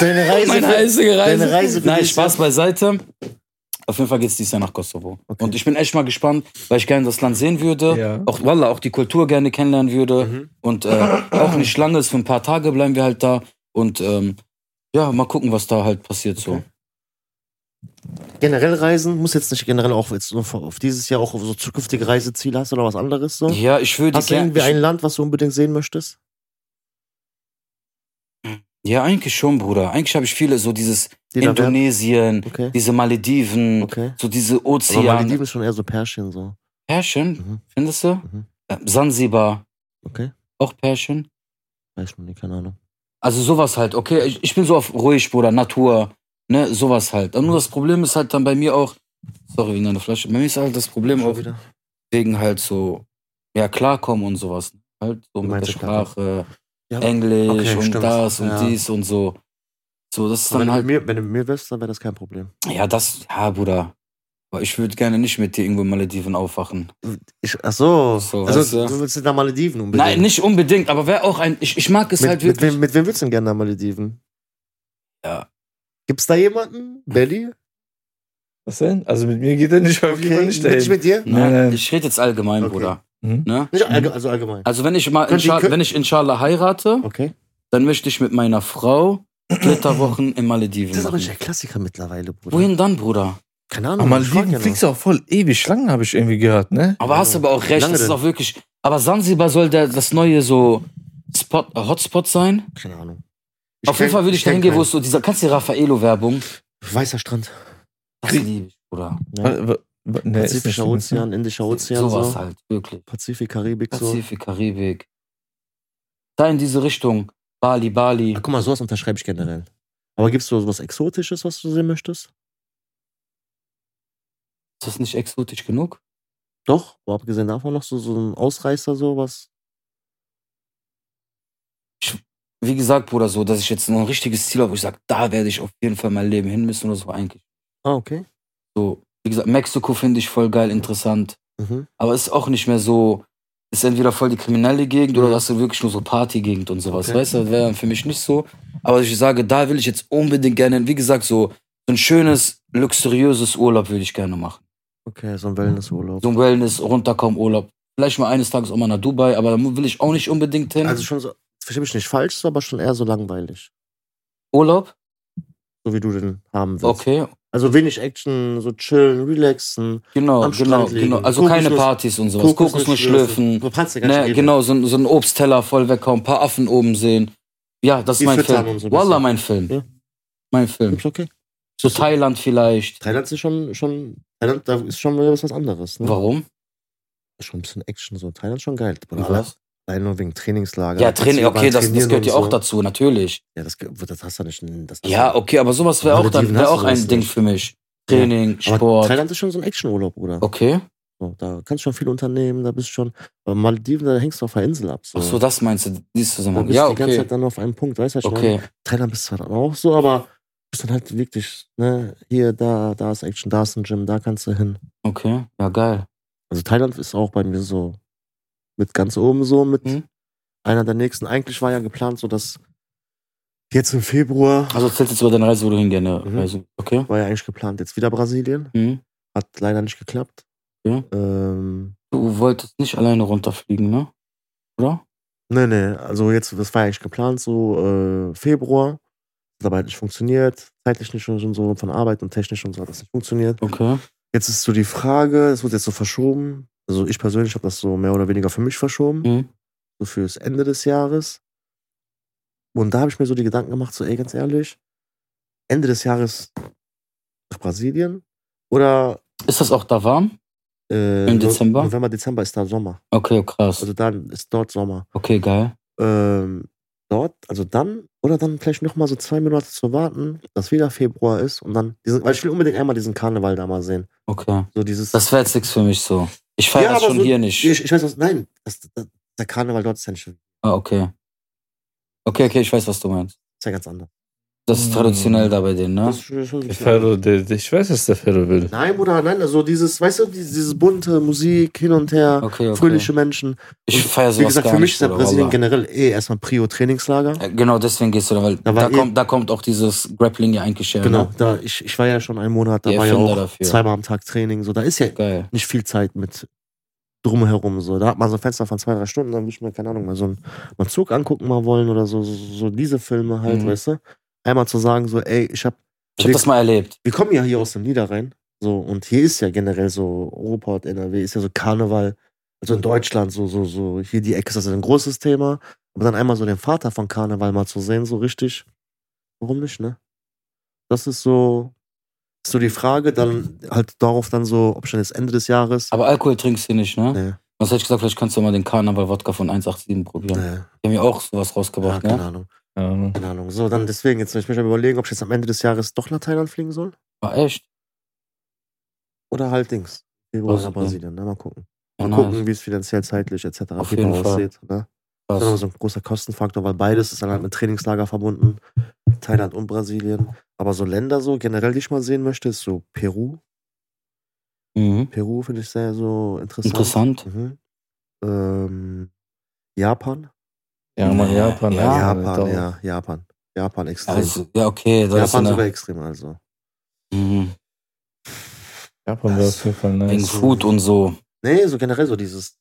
C: Deine Reise.
A: meine
C: für-
A: heiße Reise.
C: deine Reise für
A: Nein,
C: dieses
A: Spaß beiseite. Auf jeden Fall geht's dieses Jahr nach Kosovo.
C: Okay.
A: Und ich bin echt mal gespannt, weil ich gerne das Land sehen würde.
B: Ja.
A: Auch, Wallah, auch die Kultur gerne kennenlernen würde.
C: Mhm.
A: Und äh, auch nicht lange, ist für ein paar Tage bleiben wir halt da. Und ähm, ja, mal gucken, was da halt passiert so.
C: Generell Reisen, muss jetzt nicht generell auch jetzt nur auf dieses Jahr auch auf so zukünftige Reiseziele hast oder was anderes so?
A: Ja, ich würde
C: Hast du
A: gern-
C: irgendwie ein Land, was du unbedingt sehen möchtest?
A: Ja, eigentlich schon, Bruder. Eigentlich habe ich viele, so dieses
C: Die da wären?
A: Indonesien,
C: Okay.
A: diese Malediven,
C: Okay.
A: so diese
C: Aber
A: Ozean.
C: Malediven ist schon eher so Pärchen so.
A: Pärchen,
C: Mhm.
A: findest du?
C: Mhm.
A: Äh, Sansibar,
C: Okay.
A: auch Pärchen.
C: Weiß ich noch nicht, keine Ahnung.
A: Also sowas halt, okay. Ich, ich bin so auf ruhig, Bruder, Natur, ne, sowas halt. Und nur das Problem ist halt dann bei mir auch, sorry, wegen deiner Flasche, bei mir ist halt das Problem auch
C: wieder.
A: wegen halt so, ja, klarkommen und sowas. Halt so
C: Wie
A: mit der
C: meinst du
A: Sprache,
C: Ja,
A: Englisch
C: okay,
A: und
C: stimmt.
A: das und
C: Ja.
A: dies und so. So, das ist
C: Wenn,
A: dann
C: du
A: halt
C: mit mir, wenn du mit mir wärst, dann wäre das kein Problem.
A: Ja, das, ja, Bruder. Aber ich würde gerne nicht mit dir irgendwo in Malediven aufwachen.
C: Ich, ach so.
A: So, weißt
C: also,
A: du.
C: du willst nicht nach Malediven unbedingt?
A: Nein, nicht unbedingt, aber wäre auch ein. Ich, ich mag es
C: Mit,
A: halt
C: mit,
A: wirklich.
C: wem, mit wem willst du denn gerne nach Malediven?
A: Ja.
C: Gibt's da jemanden? Belly?
B: Was denn? Also mit mir geht er nicht, weil okay. nicht
C: Nicht
B: dahin.
C: mit
A: Ne?
C: dir?
B: Nein, nein.
A: Ich rede jetzt allgemein,
C: Okay.
A: Bruder.
B: Mhm.
A: Ne?
C: Nicht allge also allgemein.
A: Also wenn ich mal
C: Könnt ihr-
A: inshallah,
C: könnt-
A: wenn ich inshallah heirate,
C: Okay.
A: dann möchte ich mit meiner Frau Flitterwochen in
C: Das
A: Malediven
C: ist aber nicht
A: machen.
C: der Klassiker mittlerweile, Bruder.
A: Wohin dann, Bruder?
C: Keine Ahnung.
B: Aber
C: ich frag ja
B: Malediven
C: nur.
B: fliegst du auch voll ewig lang, habe ich irgendwie gehört, ne?
A: Aber hast aber auch recht,
C: Lange
A: das ist
C: denn?
A: auch wirklich. Aber Sansibar soll der, das neue so Spot, äh, Hotspot sein.
C: Keine Ahnung.
A: Auf jeden Fall würde ich da hingehen,
C: halt.
A: wo es so dieser. Kannst du die Raffaello-Werbung?
C: Weißer Strand.
A: Das liebe ich, Bruder.
C: Ja.
B: Wa- wa- ne, Äh, ist nicht
C: Pazifischer
B: schlimm,
C: Ozean, Indischer Ozean,
A: Sowas
C: so.
A: halt, wirklich.
C: Pazifik, Karibik, so.
A: Pazifik, Karibik. Da in diese Richtung. Bali, Bali.
C: Ach, Ah, guck mal, sowas unterschreibe ich generell. Aber gibt's so was Exotisches, was du sehen möchtest?
A: Ist das nicht exotisch genug?
C: Doch, aber abgesehen davon noch so, so ein Ausreißer, sowas.
A: Wie gesagt, Bruder, so, dass ich jetzt noch ein richtiges Ziel habe, wo ich sage, da werde ich auf jeden Fall mein Leben hin müssen oder so eigentlich.
C: Ah, okay.
A: So, wie gesagt, Mexiko finde ich voll geil, interessant.
C: Mhm.
A: Aber ist auch nicht mehr so, ist entweder voll die kriminelle Gegend oder hast du wirklich nur so Partygegend und sowas.
C: Mhm. Okay.
A: Weißt du, das wäre dann für mich nicht so. Aber ich sage, da will ich jetzt unbedingt gerne, wie gesagt, so, so ein schönes, luxuriöses Urlaub würde ich gerne machen.
C: Okay, so ein Wellnessurlaub.
A: so ein Wellness, runterkommen, Urlaub. Vielleicht mal eines Tages auch mal nach Dubai, aber da mu- will ich auch nicht unbedingt hin.
C: Also schon so, verstehe mich nicht falsch, so, aber schon eher so langweilig.
A: Urlaub?
C: So wie du den haben willst.
A: Okay,
C: Also wenig Action, so chillen, relaxen.
A: genau,
C: Am
A: genau,
C: Strand liegen.
A: genau. Also
C: Kokosnuss-
A: keine Partys und sowas. Kokosnuss schlürfen.
C: So kannst du gar nicht
A: Ne,
C: leben.
A: genau, so, ein- so ein Obstteller voll weghauen, ein paar Affen oben sehen. Ja, das ist
C: Die
A: mein
C: füttern
A: Film.
C: und so ein
A: Wallah,
C: bisschen.
A: mein Film.
C: Ja.
A: Mein Film.
C: Ist okay.
A: So Thailand vielleicht.
C: Thailand ist schon, schon, Thailand da ist schon wieder was, was anderes. Ne?
A: Warum?
C: Schon ein bisschen Action so. Thailand ist schon geil. Bruder.
A: Was?
C: Nein, nur wegen Trainingslager.
A: Ja, Training,
C: Dass wir
A: okay,
C: beim
A: das, das
C: Trainieren
A: gehört ja
C: und
A: auch
C: so.
A: dazu, natürlich.
C: Ja, das, ge- das hast du nicht. Das hast
A: Ja,
C: du-
A: okay, aber sowas wäre auch, dann,
C: Malediven
A: wär
C: hast du
A: auch ein
C: sowas
A: Ding
C: nicht.
A: für mich. Training,
C: Aber
A: Sport.
C: Thailand ist schon so ein Actionurlaub, oder?
A: Okay.
C: So, da kannst du schon viel unternehmen, da bist du schon. Bei Malediven, da hängst du auf der Insel ab. So.
A: Ach so, das meinst du, dieses
C: da
A: Zusammenhang.
C: bist
A: Ja,
C: du die ganze
A: okay.
C: Zeit dann auf einem Punkt, weißt du, was ich meine?
A: Okay.
C: Thailand bist du dann auch so, aber bist dann halt wirklich, ne, hier, da, da ist Action, da ist ein Gym, da kannst du hin.
A: Okay. Ja, geil.
C: Also Thailand ist auch bei mir so mit ganz oben so, mit
A: Mhm.
C: einer der nächsten. Eigentlich war ja geplant, so dass jetzt im Februar
A: Also erzählst jetzt über deine Reise, wo du hingehen ne?
C: Mhm.
A: Reise. Okay.
C: war ja eigentlich geplant, jetzt wieder Brasilien.
A: Mhm.
C: Hat leider nicht geklappt.
A: Ja.
C: Ähm,
A: Du wolltest nicht alleine runterfliegen, ne? Oder?
C: Nee, nee, also jetzt, das war eigentlich geplant, so äh, Februar. Hat aber halt nicht funktioniert. Zeitlich nicht und so, von Arbeit und technisch und so hat das nicht funktioniert.
A: Okay.
C: Jetzt ist so die Frage, es wird jetzt so verschoben. Also ich persönlich habe das so mehr oder weniger für mich verschoben,
A: Mhm.
C: so fürs Ende des Jahres. Und da habe ich mir so die Gedanken gemacht, so ey, ganz ehrlich, Ende des Jahres nach Brasilien oder
A: Ist das auch da warm?
C: äh,
A: Im
C: No-
A: Dezember?
C: November, Dezember ist da Sommer.
A: Okay, krass.
C: Also dann ist dort Sommer.
A: Okay, geil.
C: ähm, dort, also dann, oder dann vielleicht nochmal so zwei Monate zu warten, dass wieder Februar ist und dann, diesen, weil ich will unbedingt einmal diesen Karneval da mal sehen.
A: Okay.
C: So dieses,
A: Das wäre jetzt nichts für mich so. Ich feiere
C: Ja,
A: das
C: aber
A: schon
C: so-
A: hier nicht.
C: ich, ich weiß was, nein, das, das, der Karneval dort ist ja, nicht, ist
A: ah, okay. Okay, okay, ich weiß, was du meinst.
C: ja ganz anders.
A: Das ist
B: Hm.
A: traditionell da bei denen, ne?
C: Das ist schon- schon
B: Der
C: ein bisschen
B: Ferro,
C: anders.
B: der, der- ich weiß, was der Ferro will.
C: Nein, Bruder, nein, also dieses, weißt du, dieses, diese bunte Musik hin und her,
A: Okay, okay.
C: fröhliche Menschen.
A: ich feiere sowas
C: Wie gesagt,
A: gar
C: für mich
A: nicht,
C: ist der
A: Bruder,
C: Brasilien
A: Wallah.
C: generell eh erstmal Prio-Trainingslager.
A: Äh, Genau, deswegen gehst du da, weil da,
C: Da war eh-
A: kommt, da kommt auch dieses Grappling ja eigentlich her.
C: Genau,
A: Ne?
C: da, ich, ich war ja schon einen Monat, da
A: Die
C: war ja
A: Erfinder
C: auch
A: dafür.
C: zweimal am Tag Training, so, da ist ja
A: Geil.
C: nicht viel Zeit mit drumherum. So. Da hat man so ein Fenster von zwei, drei Stunden, dann würde ich mir, keine Ahnung, mal so einen, mal einen Zug angucken mal wollen oder so, so, so diese Filme halt,
A: Mhm.
C: weißt du? Einmal zu sagen, so, ey, ich hab,
A: Ich habe das mal erlebt.
C: wir kommen ja hier aus dem Niederrhein, so, und hier ist ja generell so, Europa und NRW ist ja so Karneval, also in Deutschland, so, so, so, hier die Ecke ist das ein großes Thema, aber dann einmal so den Vater von Karneval mal zu sehen, so richtig, warum nicht, ne? Das ist so, ist so die Frage, dann halt darauf dann so, ob schon das Ende des Jahres,
A: Aber Alkohol trinkst du nicht, ne?
C: Nee.
A: Was hätte ich gesagt, vielleicht kannst du mal den Karneval-Wodka von 187 probieren.
C: Nee.
A: Die haben ja auch sowas
C: Ja, genau.
A: rausgebracht,
C: keine
A: ne?
C: Ahnung.
B: Keine Ahnung.
C: Keine Ahnung. So, dann deswegen jetzt ich möchte mal überlegen, ob ich jetzt am Ende des Jahres doch nach Thailand fliegen soll
A: War Ah, echt.
C: oder halt Dings. Februar
A: Brasilien.
C: nach Brasilien, ne? Mal gucken.
A: Ja,
C: Mal
A: nice.
B: Genau.
C: gucken, wie es finanziell, zeitlich etc.
A: Auf
C: wie
A: jeden
C: man
A: Fall.
C: aussieht. Ne? Das ist immer
A: Krass.
C: so ein großer Kostenfaktor, weil beides ist dann halt mit Trainingslager verbunden. Thailand und Brasilien. Aber so Länder so generell, die ich mal sehen möchte, ist so Peru.
A: Mhm.
C: Peru finde ich sehr so interessant.
A: Interessant.
C: Mhm. Ähm, Japan.
B: Ja, Mann,
A: Nee,
B: Japan.
A: ja.
B: Alter,
C: Japan,
B: Ah, doch.
C: ja, Japan. Japan extrem.
A: Also, ja, okay. Da ist so
C: Japan sogar
A: eine,
C: extrem, also.
A: mhm.
B: Japan wäre auf jeden Fall
A: Wegen
B: nice.
C: so-
A: Food und so.
C: Nee, so generell so dieses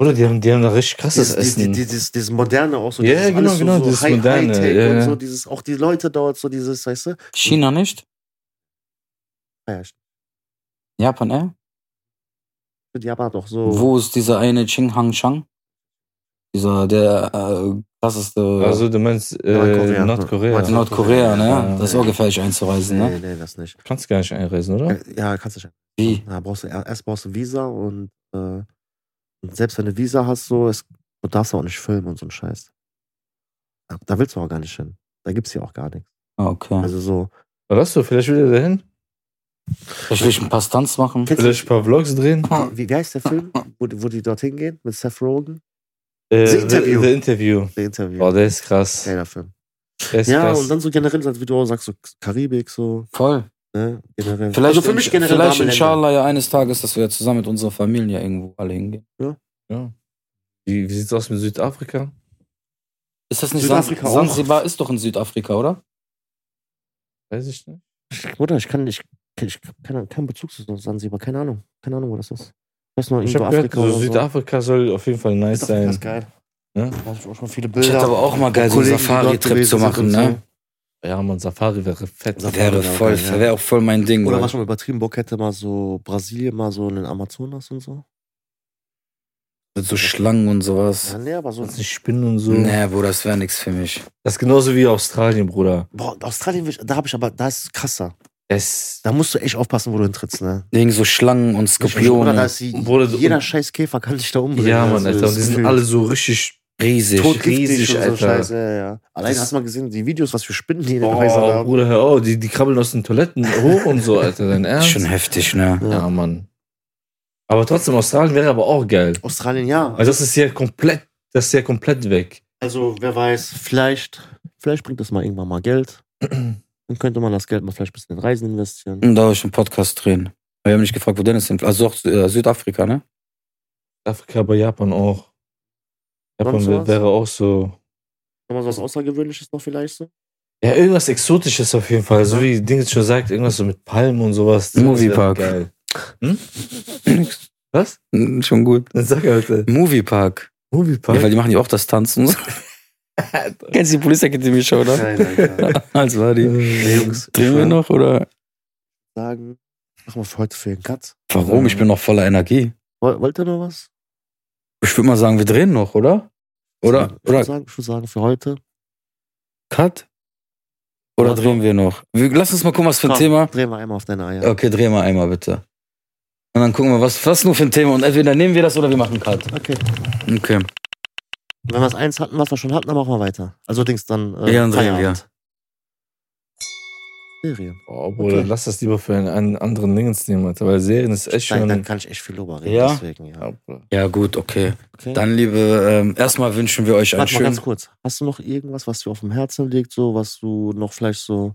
B: Oder die haben, die haben da richtig krasses
C: dieses,
B: Essen.
C: Dieses, dieses, dieses moderne auch so.
B: Ja,
C: dieses
B: genau,
C: alles so-
B: genau,
C: so
B: dieses
C: High-
B: Moderne,
C: Hightech
B: ja,
C: und
B: ja.
C: so, dieses, auch die Leute dort, so dieses, weißt du, Ah
A: China nicht?
C: ja, ich
A: Japan, äh?
C: finde Japan hat auch so.
A: Wo ist dieser eine Ching Hang Chang? Dieser, der äh, krasseste.
B: also du meinst äh,
C: Nordkorea. ne?
B: Nordkorea.
C: Meinst
A: in Nordkorea, ne?
B: Ja.
A: das ist auch gefährlich einzureisen,
C: nee,
A: ne?
C: nee, das nicht. Äh,
B: Kannst gar nicht einreisen, oder?
C: Ja, kannst du schon.
A: Wie?
C: Ja, brauchst du, erst brauchst du Visa und, äh, und selbst wenn du Visa hast, so, es, du darfst auch nicht filmen und so ein Scheiß. Da- Da willst du auch gar nicht hin. Da gibt's hier auch gar nichts.
A: Ah, okay.
C: Also so.
B: Was du? Vielleicht will er dahin?
A: Vielleicht will ich ein paar Stunts machen.
C: Kennst
B: Vielleicht ein paar Vlogs drehen?
A: Ah.
C: du, wie, wie heißt der Film, wo, die- wo die dorthin gehen? Mit Seth Rogen?
B: Äh,
C: The Interview.
B: The Interview.
C: Der Interview.
B: Boah, der ist krass.
C: Geiler Film.
B: Der ist
C: Ja,
B: krass.
C: und dann so generell, halt, wie du auch sagst, so Karibik, so,
A: Voll.
C: ne, generell.
A: Vielleicht,
C: also für mich generell
A: vielleicht
C: warme Länder.
A: inshallah ja eines Tages, dass wir zusammen mit unserer Familie irgendwo alle hingehen.
B: wie, wie sieht's aus mit Südafrika?
A: Ist das nicht
C: Südafrika
A: Sans-
C: auch.
A: Sansibar? Ist doch in Südafrika, oder?
B: Weiß ich nicht.
C: Oder ich kann nicht, ich kann keinen keinen Bezug zu Sansibar, keine Ahnung, keine Ahnung, wo das ist. Ich weiß nur,
B: Ich
C: irgendwo
B: habe gehört,
C: Afrika
B: so
C: oder so.
B: Südafrika soll auf jeden Fall nice
C: Südafrika ist
B: sein.
C: geil.
B: Ja?
C: Da hab ich auch schon viele
A: Ich
C: Bilder.
A: hätte aber auch mal geil, so einen
C: Kollegen, die dort
A: Safari-Trip
C: gewesen
A: zu
C: sind
A: machen,
C: und so.
A: ne?
B: Ja, man, Safari wäre fett.
C: Safari
A: Wäre
C: wäre auch
A: voll,
C: geil, Genau, ja.
A: wäre auch voll mein Ding.
C: Oder
A: Mann.
C: was man übertrieben Bock hätte, mal so Brasilien, mal so in den Amazonas und so.
A: Mit so Schlangen und sowas.
C: Ja, nee, aber so.
B: Kannst nicht spinnen und so.
A: Nee, Bro, das wäre nix für mich.
B: Das ist genauso wie Australien, Bruder.
C: Boah, Australien, will ich- da habe ich aber, da ist es krasser.
B: Es,
C: Da musst du echt aufpassen, wo du hintrittst, ne?
A: Irgend so Schlangen und
C: Oder da
A: Skorpione.
C: ist die,
B: Bruder, so-
C: jeder scheiß Käfer kann dich da umbringen.
B: ja,
C: ne?
B: Mann,
C: So
B: Alter.
C: das
B: Und die sind
C: Gefühl.
B: alle so richtig
A: Riesig,
C: Totgiftig
A: riesig,
C: und so
A: Alter.
C: Scheiße. Ja, ja. Allein
A: Das-
C: hast du mal gesehen, die Videos, was für Spinnen die in den Häusern
B: Boah,
C: haben.
B: Bruder, hör auf, die, die krabbeln aus den Toiletten hoch und so, Alter, dein
A: Ist
B: Ernst?
A: schon heftig, ne?
B: ja, Mann. Aber trotzdem, Australien wäre aber auch geil.
C: Australien, ja.
B: Also das ist ja komplett, das ist ja komplett weg.
C: Also, wer weiß, vielleicht, vielleicht bringt das mal irgendwann mal Geld. Dann könnte man das Geld mal vielleicht ein bisschen in Reisen investieren.
A: Und Da habe ich einen Podcast drehen. Wir haben nicht gefragt, wo Dennis hinfliegt. Also doch, äh, Südafrika, ne?
B: Afrika bei Japan auch. Japan
C: Sonst
B: wär-
C: was?
B: wäre auch so.
C: Nochmal so was Außergewöhnliches noch vielleicht so?
B: Ja, irgendwas Exotisches auf jeden Fall. So wie Dings schon sagt, irgendwas so mit Palmen und sowas. Das
A: Moviepark.
B: wäre Geil. Hm? Was?
A: Hm, Schon gut.
B: Dann sag halt.
A: Movie Park. Ja, weil
B: Moviepark.
A: die machen ja auch das Tanzen. Kennst du die Polizeiakademie schon, oder?
C: Nein, nein, nein.
A: ne? Als war die.
B: Äh.
C: Hey, Jungs,
A: Drehen wir noch, oder?
C: sagen, machen wir für heute für den Cut.
A: Warum? Ich bin noch voller Energie.
C: Woll- Wollt ihr noch was?
A: Ich würde mal sagen, wir drehen noch, oder? Oder?
C: Ich würde
A: Oder
C: sagen, ich würd sagen, für heute.
A: Cut? Oder
C: Mach
A: drehen wir noch? Wir, lass uns mal gucken, was für ein
C: Komm,
A: Thema.
C: Drehen wir einmal auf deine Eier.
A: Okay, drehen wir einmal bitte. Und dann gucken wir, was, was nur für ein Thema. Und entweder nehmen wir das oder wir machen Cut.
C: Okay.
A: Okay.
C: Wenn wir das eins hatten, was wir schon hatten, dann machen wir weiter. Also Dings dann.
A: Ja, dann drehen wir.
C: Feierabend. Serien.
B: Oh, Bruder,
C: Okay.
B: lass das lieber für einen, einen anderen Dingens nehmen, Alter. Weil Serien ist echt
C: Nein,
B: schon.
C: dann kann ich echt viel drüber reden.
A: Ja?
C: Deswegen, ja.
B: ja, Bruder.
A: Ja, gut, okay.
C: Okay.
A: Dann, liebe, ähm, erstmal wünschen wir euch einen
C: Warte mal
A: schönen.
C: ganz kurz. Hast du noch irgendwas, was dir auf dem Herzen liegt, so was du noch vielleicht so.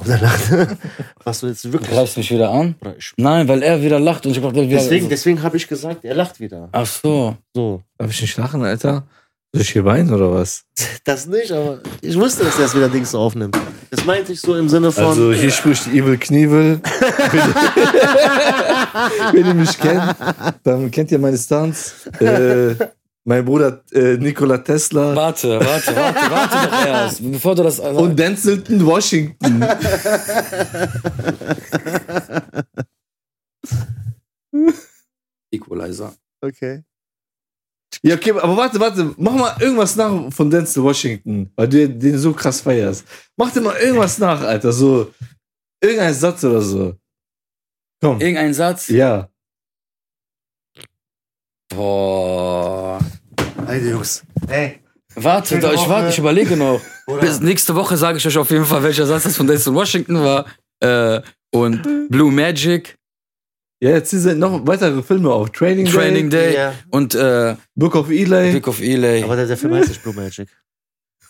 C: Oder lacht. was du jetzt
A: Du
C: wirklich.
A: greifst mich wieder an?
C: Oder ich,
A: Nein, weil er wieder lacht und ich dachte, wir.
C: deswegen deswegen habe ich gesagt, er lacht wieder.
A: Ach so.
C: So.
B: Darf ich nicht lachen, Alter? Soll ich hier weinen oder was?
C: Das nicht, aber ich wusste, dass er es wieder Dings aufnimmt. Das meinte ich so im Sinne von.
B: Also hier spricht Evil Knievel. wenn, wenn ihr mich kennt, dann kennt ihr meine Stunts. Äh, mein Bruder äh, Nikola Tesla
A: Warte, warte, warte, warte doch erst. Bevor du das.
B: und Denzelton Washington.
A: Equalizer.
C: okay.
B: Ja, okay, aber warte, warte. Mach mal irgendwas nach von Denzel Washington, weil du den so krass feierst. Mach dir mal irgendwas nach, Alter. So, irgendein Satz oder so. Komm.
A: Irgendein Satz?
B: Ja.
A: Boah.
C: Alter Jungs. Hey.
A: Warte,
C: Schöne
A: da, ich
C: Woche.
A: warte, ich überlege noch. Bis nächste Woche sage ich euch auf jeden Fall, welcher Satz das von Denzel Washington war. Äh, und Blue Magic,
B: Ja, jetzt sind noch weitere Filme auf. Training,
A: Training
B: Day,
A: Day
C: Ja.
A: und äh,
B: Book of Eli.
A: Pick of Ely.
C: Aber der, der Film heißt nicht Blue Magic.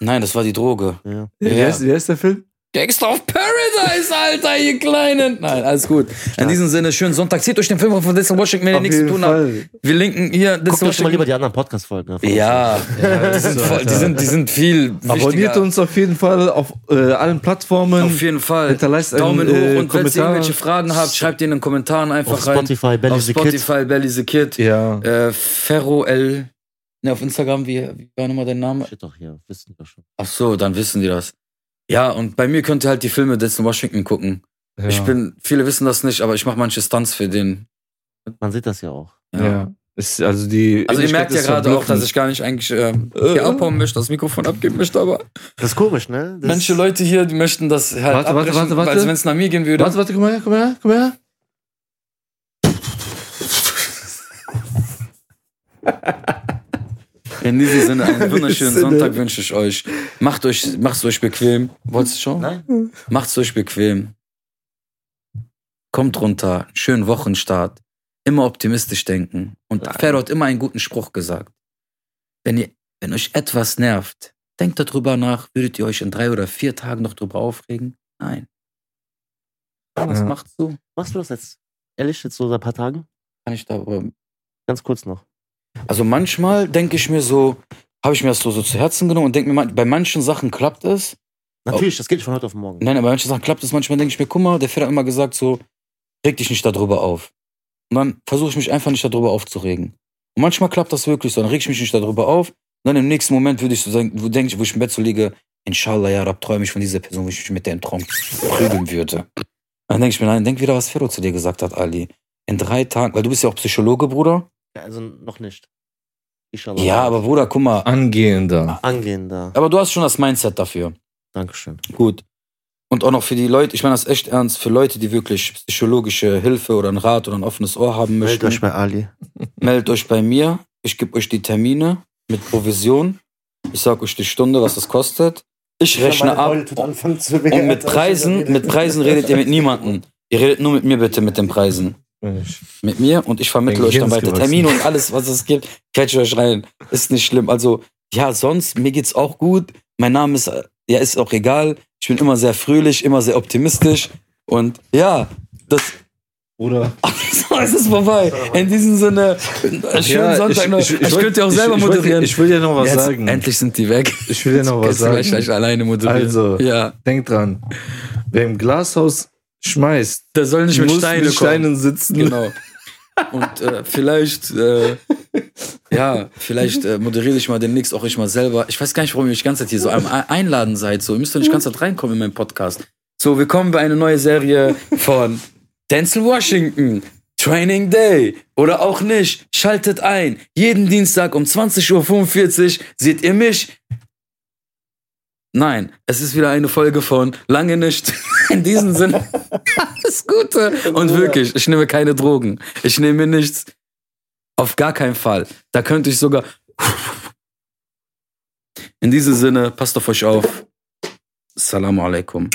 A: Nein, das war die Droge.
C: Ja.
B: Wie,
A: Ja.
B: heißt, wie heißt der Film?
A: Gangster of Paradise, Alter, ihr Kleinen. Nein, alles gut. In diesem Sinne, schönen Sonntag. Zieht euch den Film von Denzel Washington, wenn ihr
B: Auf
A: nichts zu
B: jeden
A: tun habt.
B: Fall.
A: Wir linken hier
C: Guckt
A: Denzel
C: euch mal lieber
A: Washington.
C: die anderen Podcast-Folgen an.
A: Ja, die sind,
B: so,
A: voll, die,
B: Alter.
A: sind, die sind viel wichtiger.
B: Abonniert uns auf jeden Fall auf äh, allen Plattformen.
A: Auf jeden Fall.
B: Hinterlasst einen,
A: Daumen
B: äh,
A: hoch und wenn ihr
B: Kommentar.
A: irgendwelche Fragen habt, schreibt die in den Kommentaren einfach
C: Auf
A: rein.
C: Spotify, Belly
A: auf
C: the Kid.
A: Spotify, Belly the Kid.
B: ja.
A: Äh, Ferro L. Ne, auf Instagram, wie, wie war nochmal dein Name?
C: Steht doch hier, wissen wir schon.
A: Ach so, dann wissen die das. Ja, und bei mir könnt ihr halt die Filme Denzel Washington gucken.
B: ja.
A: Ich bin, viele wissen das nicht, aber ich mache manche Stunts für den.
C: Man sieht das ja auch.
B: Ja. Ist, also die
A: Also ihr merkt ja gerade auch, dass
B: ich
A: ich gar nicht eigentlich ähm,
B: Äh,
A: hier abhauen möchte, das Mikrofon abgeben möchte, aber
C: Das ist komisch, ne? Das
A: manche Leute hier, die möchten das halt
B: Warte, warte,
A: abbrechen,
B: warte, warte.
A: als wenn es nach mir gehen würde.
B: Warte, warte, komm mal her, komm mal her, komm mal her.
A: In diesem Sinne, einen wunderschönen
B: Sinne.
A: Sonntag wünsche ich euch. Macht euch, macht's euch bequem. Wolltest du schon?
C: Nein.
A: Macht's euch bequem. Kommt runter, schönen Wochenstart. Immer optimistisch denken. Und
C: Nein.
A: Ferro hat immer einen guten Spruch gesagt. Wenn, ihr, wenn euch etwas nervt, denkt darüber nach, würdet ihr euch in drei oder vier Tagen noch drüber aufregen? Nein. Was
B: Ja.
A: machst du?
C: Machst du das jetzt? Ehrlich, jetzt so seit ein paar Tagen?
A: Kann ich darüber.
C: Ganz kurz noch.
A: Also manchmal denke ich mir so, habe ich mir das so, so zu Herzen genommen und denke mir, man- bei manchen Sachen klappt es, Oh.
C: Natürlich, das geht nicht von heute auf morgen.
A: Nein, aber manche Sachen klappt es manchmal, denke ich mir, guck mal, der Fehler hat immer gesagt, so, reg dich nicht darüber auf. Und dann versuche ich mich einfach nicht darüber aufzuregen. Und manchmal klappt das wirklich so, dann reg ich mich nicht darüber auf. Und dann im nächsten Moment würde ich so sagen, wo denke ich, wo ich im Bett so liege, inshallah, ja, Rab, träume ich von dieser Person, wo ich mich mit der im Traum prügeln würde. Dann denke ich mir, nein, denk wieder, was Ferro zu dir gesagt hat, Ali. In drei Tagen, weil du bist ja auch Psychologe, Bruder.
C: Ja, Also noch nicht. Ich
A: Ja, aber Bruder, guck mal. Ah.
B: Angehender.
C: Angehender.
A: Aber du hast schon das Mindset dafür.
C: Dankeschön.
A: Gut. Und auch noch für die Leute, ich meine das echt ernst, für Leute, die wirklich psychologische Hilfe oder einen Rat oder ein offenes Ohr haben möchten,
C: Meldet euch bei Ali.
A: meldet euch bei mir. Ich gebe euch die Termine. mit Provision. Ich sag euch die Stunde, was das kostet. Ich rechne ab. Und mit Preisen, mit Preisen redet ihr mit niemandem. Ihr redet nur mit mir bitte mit den Preisen. Mit mir und ich vermittle
B: Mein
A: euch dann
B: Gehirn ist
A: weiter
B: gewachsen.
A: Termine und alles, was es gibt. Quetscht euch rein. Ist nicht schlimm. Also, ja, sonst, mir geht's auch gut. Mein Name ist, äh, ja, ist auch egal. Ich bin immer sehr fröhlich, immer sehr optimistisch. Und ja, das.
B: Bruder.
A: es ist vorbei. In diesem Sinne, schönen Sonntag noch. Ich,
B: wollt-
A: könnte ja auch selber
B: ich, ich, wollt-
A: moderieren.
B: Ich will dir noch was
A: Jetzt,
B: sagen.
A: Endlich sind die weg.
B: Ich will dir noch was
A: Kannst du
B: sagen.
A: gleich, gleich alleine moderieren.
B: Also,
A: Ja,
B: denk dran. Wer im Glashaus schmeißt,
A: da soll nicht mit
B: muss
A: Steinen
B: mit
A: kommen.
B: Steinen sitzen.
A: Genau. Und äh, vielleicht, äh, ja, vielleicht äh, moderiere ich mal demnächst auch ich mal selber. Ich weiß gar nicht, warum ihr mich die ganze Zeit hier so am A- Einladen seid. So, ihr müsst doch nicht die ganze Zeit reinkommen in meinen Podcast. So, willkommen bei einer neuen Serie von Denzel Washington. Training Day oder auch nicht. Schaltet ein. Jeden Dienstag um 20.45 Uhr seht ihr mich. Nein, es ist wieder eine Folge von Lange nicht. In diesem Sinne. Alles Gute. Und wirklich, ich nehme keine Drogen. Ich nehme nichts. Auf gar keinen Fall. Da könnte ich sogar. In diesem Sinne, passt auf euch auf. Assalamu alaikum.